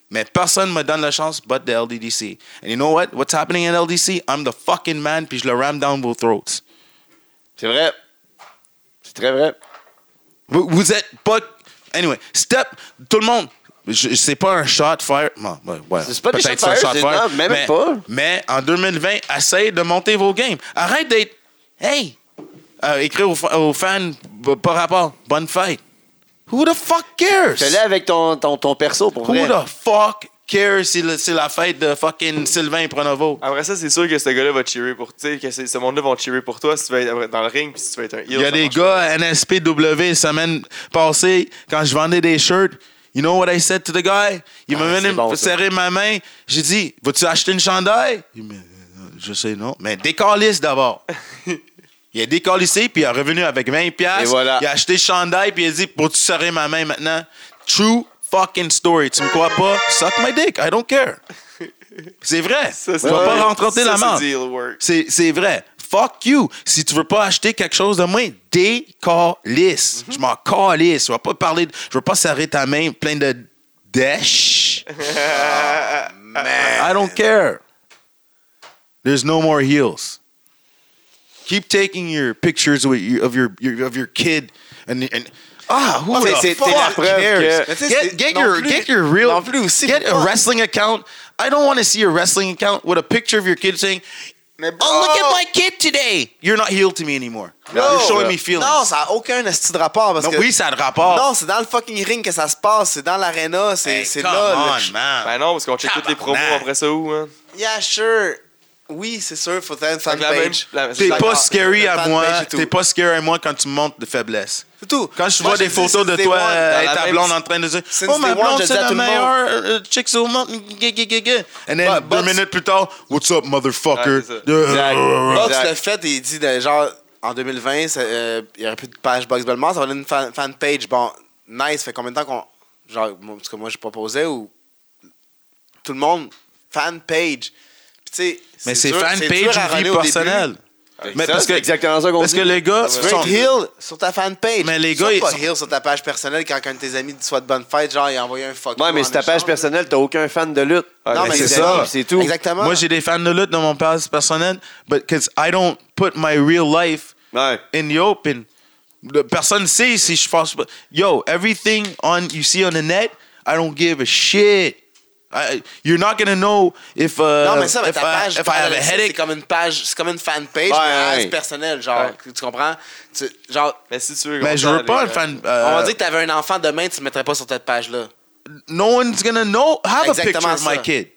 [SPEAKER 2] Mais personne me donne la chance but the LDDC. And you know what? What's happening in LDC? I'm the fucking man, puis je le ram down vos throats.
[SPEAKER 5] C'est vrai. C'est très vrai.
[SPEAKER 2] Vous, vous êtes pas... Anyway, step, tout le monde... Je- C'est pas un shot fire. Bon, ouais, ouais,
[SPEAKER 5] C'est pas des
[SPEAKER 2] peut-être
[SPEAKER 5] shot
[SPEAKER 2] c'est
[SPEAKER 5] fire, c'est- non, même
[SPEAKER 2] mais,
[SPEAKER 5] pas.
[SPEAKER 2] Mais en 2020, essayez de monter vos games. Arrête d'être... Hey! Euh, écrire aux, fa- aux fans, b- pas rapport, bonne fête. Who the fuck cares?
[SPEAKER 5] Fais-le avec ton, ton, ton perso pour
[SPEAKER 2] Who
[SPEAKER 5] vrai.
[SPEAKER 2] the fuck cares si le- c'est la fête de fucking Sylvain Pronovo?
[SPEAKER 4] Après ça, c'est sûr que ce gars-là va te cheerer pour. Tu sais, que c'est- ce monde-là va te cheerer pour toi si tu veux être dans le ring puis si tu veux être un heel.
[SPEAKER 2] Il y a
[SPEAKER 4] ça
[SPEAKER 2] des
[SPEAKER 4] marche
[SPEAKER 2] gars à NSPW semaine passée, quand je vendais des shirts, you know what I said to the guy? Il
[SPEAKER 5] Ah,
[SPEAKER 2] m'a
[SPEAKER 5] c'est
[SPEAKER 2] venu
[SPEAKER 5] bon,
[SPEAKER 2] me
[SPEAKER 5] ça.
[SPEAKER 2] serrer ma main. J'ai dit, vas-tu acheter une chandail? Il m'a- je sais non. Mais décalisse d'abord. il a décalissé, puis il est revenu avec 20 piastres.
[SPEAKER 5] Et voilà.
[SPEAKER 2] Il a acheté le chandail, puis il a dit, vas-tu serrer ma main maintenant? True fucking story. Tu me crois pas? Suck my dick. I don't care. C'est vrai.
[SPEAKER 4] Ça,
[SPEAKER 2] tu
[SPEAKER 4] c'est-
[SPEAKER 2] vas
[SPEAKER 4] ouais.
[SPEAKER 2] pas rencontrer
[SPEAKER 4] Ça,
[SPEAKER 2] la
[SPEAKER 4] c'est
[SPEAKER 2] mort.
[SPEAKER 4] du heel work.
[SPEAKER 2] C'est c'est vrai. Fuck you. Si tu veux pas acheter quelque chose de moins, décalisse.
[SPEAKER 3] Mhm.
[SPEAKER 2] Je m'en calisse. Je vais pas parler. de- Je veux pas serrer ta main pleine de dèche.
[SPEAKER 3] Ah,
[SPEAKER 2] I don't care. There's no more heels. Keep taking your pictures with you, of your, your of your kid and and ah who
[SPEAKER 3] mais
[SPEAKER 2] the
[SPEAKER 3] c'est-
[SPEAKER 2] fuck
[SPEAKER 3] c'est la preuve
[SPEAKER 2] cares?
[SPEAKER 3] que- Mais tu sais,
[SPEAKER 2] Get,
[SPEAKER 3] c'est-
[SPEAKER 2] get
[SPEAKER 3] non
[SPEAKER 2] your
[SPEAKER 3] plus-
[SPEAKER 2] get your real
[SPEAKER 3] non plus aussi,
[SPEAKER 2] get a
[SPEAKER 3] pourquoi?
[SPEAKER 2] wrestling account. I don't want to see a wrestling account with a picture of your kid saying,
[SPEAKER 3] Mais
[SPEAKER 2] "Oh, look at my kid today." You're not healed to me anymore. You're showing me feelings.
[SPEAKER 3] oh. Non, ça n'a aucun esti de rapport parce
[SPEAKER 2] Non,
[SPEAKER 3] que.
[SPEAKER 2] oui, ça a le rapport.
[SPEAKER 3] Non, c'est dans le fucking ring que ça se passe, c'est dans l'arena, c'est
[SPEAKER 2] Hey,
[SPEAKER 3] c'est
[SPEAKER 2] come
[SPEAKER 3] là.
[SPEAKER 2] on, man.
[SPEAKER 4] Ben non, parce qu'on check toutes les promos
[SPEAKER 2] Tabarnak.
[SPEAKER 4] après ça où, hein.
[SPEAKER 3] le- Yeah, sure. Oui, c'est sûr, faut faire une
[SPEAKER 4] Fait que la même-
[SPEAKER 3] fanpage.
[SPEAKER 4] la-
[SPEAKER 2] T'es pas
[SPEAKER 3] D'accord.
[SPEAKER 2] scary
[SPEAKER 3] Le
[SPEAKER 2] à
[SPEAKER 3] fan
[SPEAKER 2] moi.
[SPEAKER 3] page et tout.
[SPEAKER 2] T'es pas scary à moi quand tu me montres de faiblesse.
[SPEAKER 3] C'est tout.
[SPEAKER 2] Quand je
[SPEAKER 3] Moi,
[SPEAKER 2] vois des
[SPEAKER 3] dis,
[SPEAKER 2] photos de
[SPEAKER 3] c'est
[SPEAKER 2] toi
[SPEAKER 3] des ones.
[SPEAKER 2] euh,
[SPEAKER 4] la
[SPEAKER 2] et ta
[SPEAKER 4] même-
[SPEAKER 2] blonde en train de dire
[SPEAKER 3] Since
[SPEAKER 2] Oh, ma
[SPEAKER 3] day one,
[SPEAKER 2] blonde,
[SPEAKER 3] je
[SPEAKER 2] c'est
[SPEAKER 3] dis à
[SPEAKER 2] la
[SPEAKER 3] tout le monde. Bah,
[SPEAKER 2] meilleure euh, chick au monde. Gah, gah, gah, gah. And then,
[SPEAKER 3] But-
[SPEAKER 2] deux
[SPEAKER 3] but-
[SPEAKER 2] minutes plus tard, What's up, motherfucker?
[SPEAKER 4] Ouais, c'est ça.
[SPEAKER 2] Euh,
[SPEAKER 3] Box
[SPEAKER 5] Exact.
[SPEAKER 3] le fait et il dit de, genre en 2020, ça, euh, il n'y aurait plus de page Box Belmont, ça va donner une fan, fan page. Bon, nice, fait combien de temps qu'on. Genre, moi, en tout cas, moi je proposais ou. Tout le monde, fan page. Puis tu sais.
[SPEAKER 2] Mais c'est
[SPEAKER 3] dur-
[SPEAKER 2] fan
[SPEAKER 3] c'est
[SPEAKER 2] page
[SPEAKER 3] dur à
[SPEAKER 2] ou
[SPEAKER 3] runner
[SPEAKER 2] vie
[SPEAKER 3] au début.
[SPEAKER 2] personnelle. Mais
[SPEAKER 5] Ça,
[SPEAKER 2] parce que,
[SPEAKER 5] c'est exactement ça qu'on
[SPEAKER 2] parce
[SPEAKER 5] dit.
[SPEAKER 2] que les gars, sont-
[SPEAKER 3] Straight Hill sur ta fan page.
[SPEAKER 2] Mais les
[SPEAKER 3] Sois
[SPEAKER 2] gars, ils
[SPEAKER 3] pas
[SPEAKER 2] sont-
[SPEAKER 3] Hill sur ta page personnelle quand un de tes amis te soit de bonne fête, genre, il a envoyé un fuck.
[SPEAKER 5] Ouais,
[SPEAKER 3] you
[SPEAKER 5] mais
[SPEAKER 3] en
[SPEAKER 5] c'est ta page
[SPEAKER 3] échange.
[SPEAKER 5] personnelle, t'as aucun fan de lutte.
[SPEAKER 3] Non,
[SPEAKER 5] Ouais,
[SPEAKER 3] mais
[SPEAKER 2] c'est
[SPEAKER 3] c'est
[SPEAKER 2] ça.
[SPEAKER 3] ça.
[SPEAKER 5] C'est tout.
[SPEAKER 3] Exactement.
[SPEAKER 2] moi j'ai des fans de lutte dans mon passe personnel, but because I don't put my real life
[SPEAKER 5] Ouais.
[SPEAKER 2] in the open. Le- Personne sait si je pense pas. Yo, everything on you see on the net, I don't give a shit. I- you're not gonna know if uh,
[SPEAKER 3] Non, mais ça, mais
[SPEAKER 2] if,
[SPEAKER 3] ta
[SPEAKER 2] I,
[SPEAKER 3] page,
[SPEAKER 2] if I have a
[SPEAKER 3] personnelle,
[SPEAKER 2] headache.
[SPEAKER 3] c'est comme une page, c'est comme une fan page,
[SPEAKER 5] Ouais,
[SPEAKER 3] mais
[SPEAKER 5] ouais.
[SPEAKER 3] c'est personnel, genre, tu comprends? Tu- genre,
[SPEAKER 4] Mais Ben, si tu veux.
[SPEAKER 2] Mais Ben, je
[SPEAKER 4] qu'on
[SPEAKER 2] veux pas un
[SPEAKER 4] parle,
[SPEAKER 2] fan.
[SPEAKER 3] on va
[SPEAKER 2] euh,
[SPEAKER 3] dire que t'avais un enfant demain, tu le mettrais pas sur cette page-là.
[SPEAKER 2] no one's gonna know. Have a picture
[SPEAKER 3] Exactement
[SPEAKER 2] of my
[SPEAKER 3] ça.
[SPEAKER 2] kid.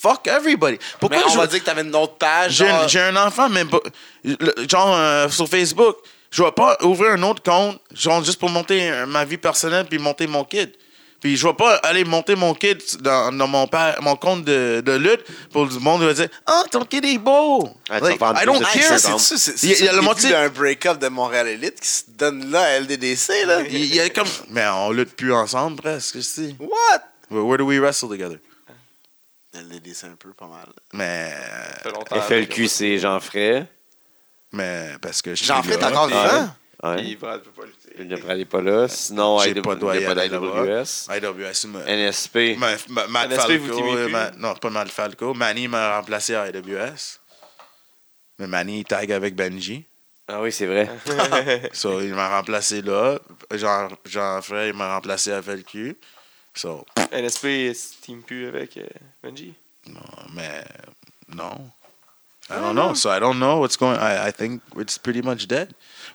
[SPEAKER 2] Fuck everybody.
[SPEAKER 3] Mais
[SPEAKER 2] Pourquoi
[SPEAKER 3] on
[SPEAKER 2] je
[SPEAKER 3] va
[SPEAKER 2] veux-
[SPEAKER 3] dire que t'avais une autre page,
[SPEAKER 2] J'ai un,
[SPEAKER 3] genre,
[SPEAKER 2] j'ai un enfant, mais pas- le- genre euh, sur Facebook, je vais pas ouvrir un autre compte, genre juste pour monter euh, ma vie personnelle puis monter mon kid. Puis je vais pas aller monter mon kid dans, dans mon, pa- mon compte de, de lutte pour le monde va dire Ah, ton kid est beau!
[SPEAKER 5] Ah, tu
[SPEAKER 2] Like,
[SPEAKER 5] vas vendre
[SPEAKER 2] I don't
[SPEAKER 5] plus de
[SPEAKER 3] Hey,
[SPEAKER 2] care!
[SPEAKER 3] ça,
[SPEAKER 5] temps.
[SPEAKER 3] c'est-tu- c'est- c'est-
[SPEAKER 2] Il y a- il y a
[SPEAKER 3] c'est
[SPEAKER 2] le
[SPEAKER 3] début
[SPEAKER 2] motif-
[SPEAKER 3] d'un break-up de Montréal Elite qui se donne là à LDDC, là.
[SPEAKER 2] Il il y a comme. Mais on lutte plus ensemble presque, si.
[SPEAKER 3] What?
[SPEAKER 2] Where where do we wrestle together?
[SPEAKER 3] LDDC un peu, pas mal.
[SPEAKER 2] Mais.
[SPEAKER 4] ça fait longtemps,
[SPEAKER 5] FLQ, c'est Jean-Fray.
[SPEAKER 2] Mais parce que je suis
[SPEAKER 3] Jean-Philippe est
[SPEAKER 2] là,
[SPEAKER 3] encore
[SPEAKER 2] puis-
[SPEAKER 3] vivant?
[SPEAKER 5] Ouais.
[SPEAKER 4] Puis Brad peut pas lutter.
[SPEAKER 5] Il ne prend pas là. Sinon,
[SPEAKER 2] J'ai
[SPEAKER 5] IW-
[SPEAKER 2] pas de doigt
[SPEAKER 5] il y a pas d'IWS.
[SPEAKER 2] IWS. IWS, me-
[SPEAKER 5] NSP.
[SPEAKER 2] Ma- ma- Matt
[SPEAKER 4] NSP, vous
[SPEAKER 2] Falco.
[SPEAKER 4] t'aimez
[SPEAKER 2] euh,
[SPEAKER 4] plus?
[SPEAKER 2] Ma- non, pas Matt Falco. Manny m'a remplacé à AWS. Mais Manny il tag avec Benji.
[SPEAKER 5] Ah oui, c'est vrai.
[SPEAKER 4] hein.
[SPEAKER 2] So, il m'a remplacé là. Jean- Jean-Frère, il m'a remplacé à FLQ. So,
[SPEAKER 4] NSP il se team plus avec euh, Benji.
[SPEAKER 2] non, mais non. I don't know. So, I don't know what's going I, I think it's pretty much dead.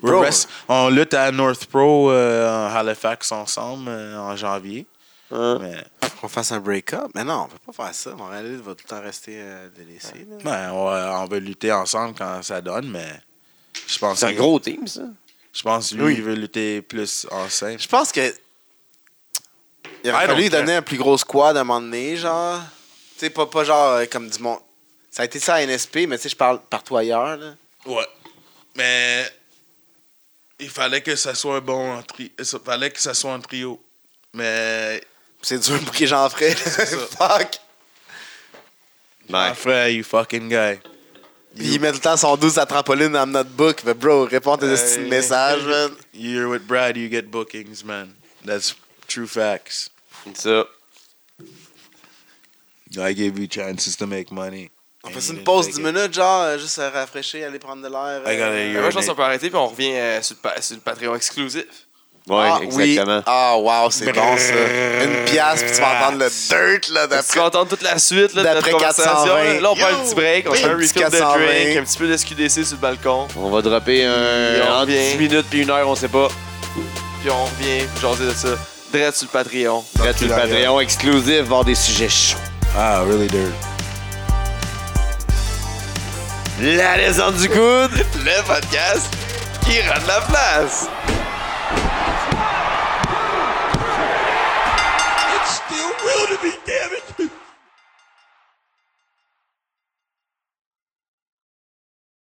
[SPEAKER 2] We're
[SPEAKER 3] Bro.
[SPEAKER 2] rest- on lutte à North Pro euh, en Halifax ensemble euh, en janvier.
[SPEAKER 5] Hein?
[SPEAKER 2] Mais
[SPEAKER 3] Qu'on fasse un break-up? Mais non, on peut pas faire ça. Montréal Elite va tout le temps rester euh, LDDC, là.
[SPEAKER 2] ben, on, va- on va lutter ensemble quand ça donne, mais je pense
[SPEAKER 5] C'est un
[SPEAKER 2] que-
[SPEAKER 5] gros team, ça.
[SPEAKER 2] Je pense que lui,
[SPEAKER 3] Oui.
[SPEAKER 2] il veut lutter plus en simple.
[SPEAKER 3] Je pense que.
[SPEAKER 2] I
[SPEAKER 3] Il aurait fallu
[SPEAKER 2] don't
[SPEAKER 3] lui
[SPEAKER 2] care.
[SPEAKER 3] donner un plus gros squad à un moment donné, genre. Tu sais, pas, pas genre euh, comme du monde. Ça a été ça à NSP, mais tu sais, je parle partout ailleurs, là.
[SPEAKER 2] Ouais. Mais il fallait que ça soit un bon en tri- ça- fallait que ça soit un trio. Mais
[SPEAKER 3] C'est dur pour que j'en ferais. Fuck!
[SPEAKER 5] Ouais.
[SPEAKER 2] my frère, you fucking guy.
[SPEAKER 3] Il met tout le temps son 12 à trampoline dans notre book. Mais bro, réponds à tes
[SPEAKER 4] Euh,
[SPEAKER 3] petits messages, man.
[SPEAKER 2] You're with Brad, you get bookings, man. That's true facts.
[SPEAKER 5] C'est ça.
[SPEAKER 2] I gave you chances to make money.
[SPEAKER 3] On
[SPEAKER 2] And
[SPEAKER 3] fait
[SPEAKER 2] you
[SPEAKER 3] une
[SPEAKER 2] didn't
[SPEAKER 3] pause
[SPEAKER 2] take
[SPEAKER 3] 10
[SPEAKER 2] it.
[SPEAKER 3] minutes, genre, euh, juste à rafraîchir, aller prendre de l'air.
[SPEAKER 2] I gotta
[SPEAKER 3] euh,
[SPEAKER 2] hear
[SPEAKER 4] Moi, je pense
[SPEAKER 2] Nick.
[SPEAKER 4] qu'on peut arrêter puis on revient euh, sur, le pa- sur le Patreon exclusif.
[SPEAKER 5] Ouais,
[SPEAKER 3] ah,
[SPEAKER 5] exactement.
[SPEAKER 3] Oui. Ah, wow, c'est bon ça. Une pièce, puis tu vas entendre le dirt, là,
[SPEAKER 4] Tu
[SPEAKER 3] d'après.
[SPEAKER 4] vas entendre toute la suite là, de notre
[SPEAKER 3] D'après
[SPEAKER 4] conversation.
[SPEAKER 3] 420.
[SPEAKER 4] Là, on prend un petit break, on fait un
[SPEAKER 3] Petit
[SPEAKER 4] refill de
[SPEAKER 3] 420.
[SPEAKER 4] drink, un petit peu de SQDC sur le balcon,
[SPEAKER 5] On va dropper
[SPEAKER 4] Et on
[SPEAKER 5] un. En
[SPEAKER 4] revient.
[SPEAKER 5] 10 minutes puis une heure, on sait pas.
[SPEAKER 4] puis on revient jaser de ça. Direct sur le Patreon.
[SPEAKER 5] Prêt sur le Patreon exclusif, voir des sujets chauds.
[SPEAKER 2] Ah, really dirt.
[SPEAKER 5] La descente du coude!
[SPEAKER 4] Le podcast qui rend la place.
[SPEAKER 6] It's still real to be dead.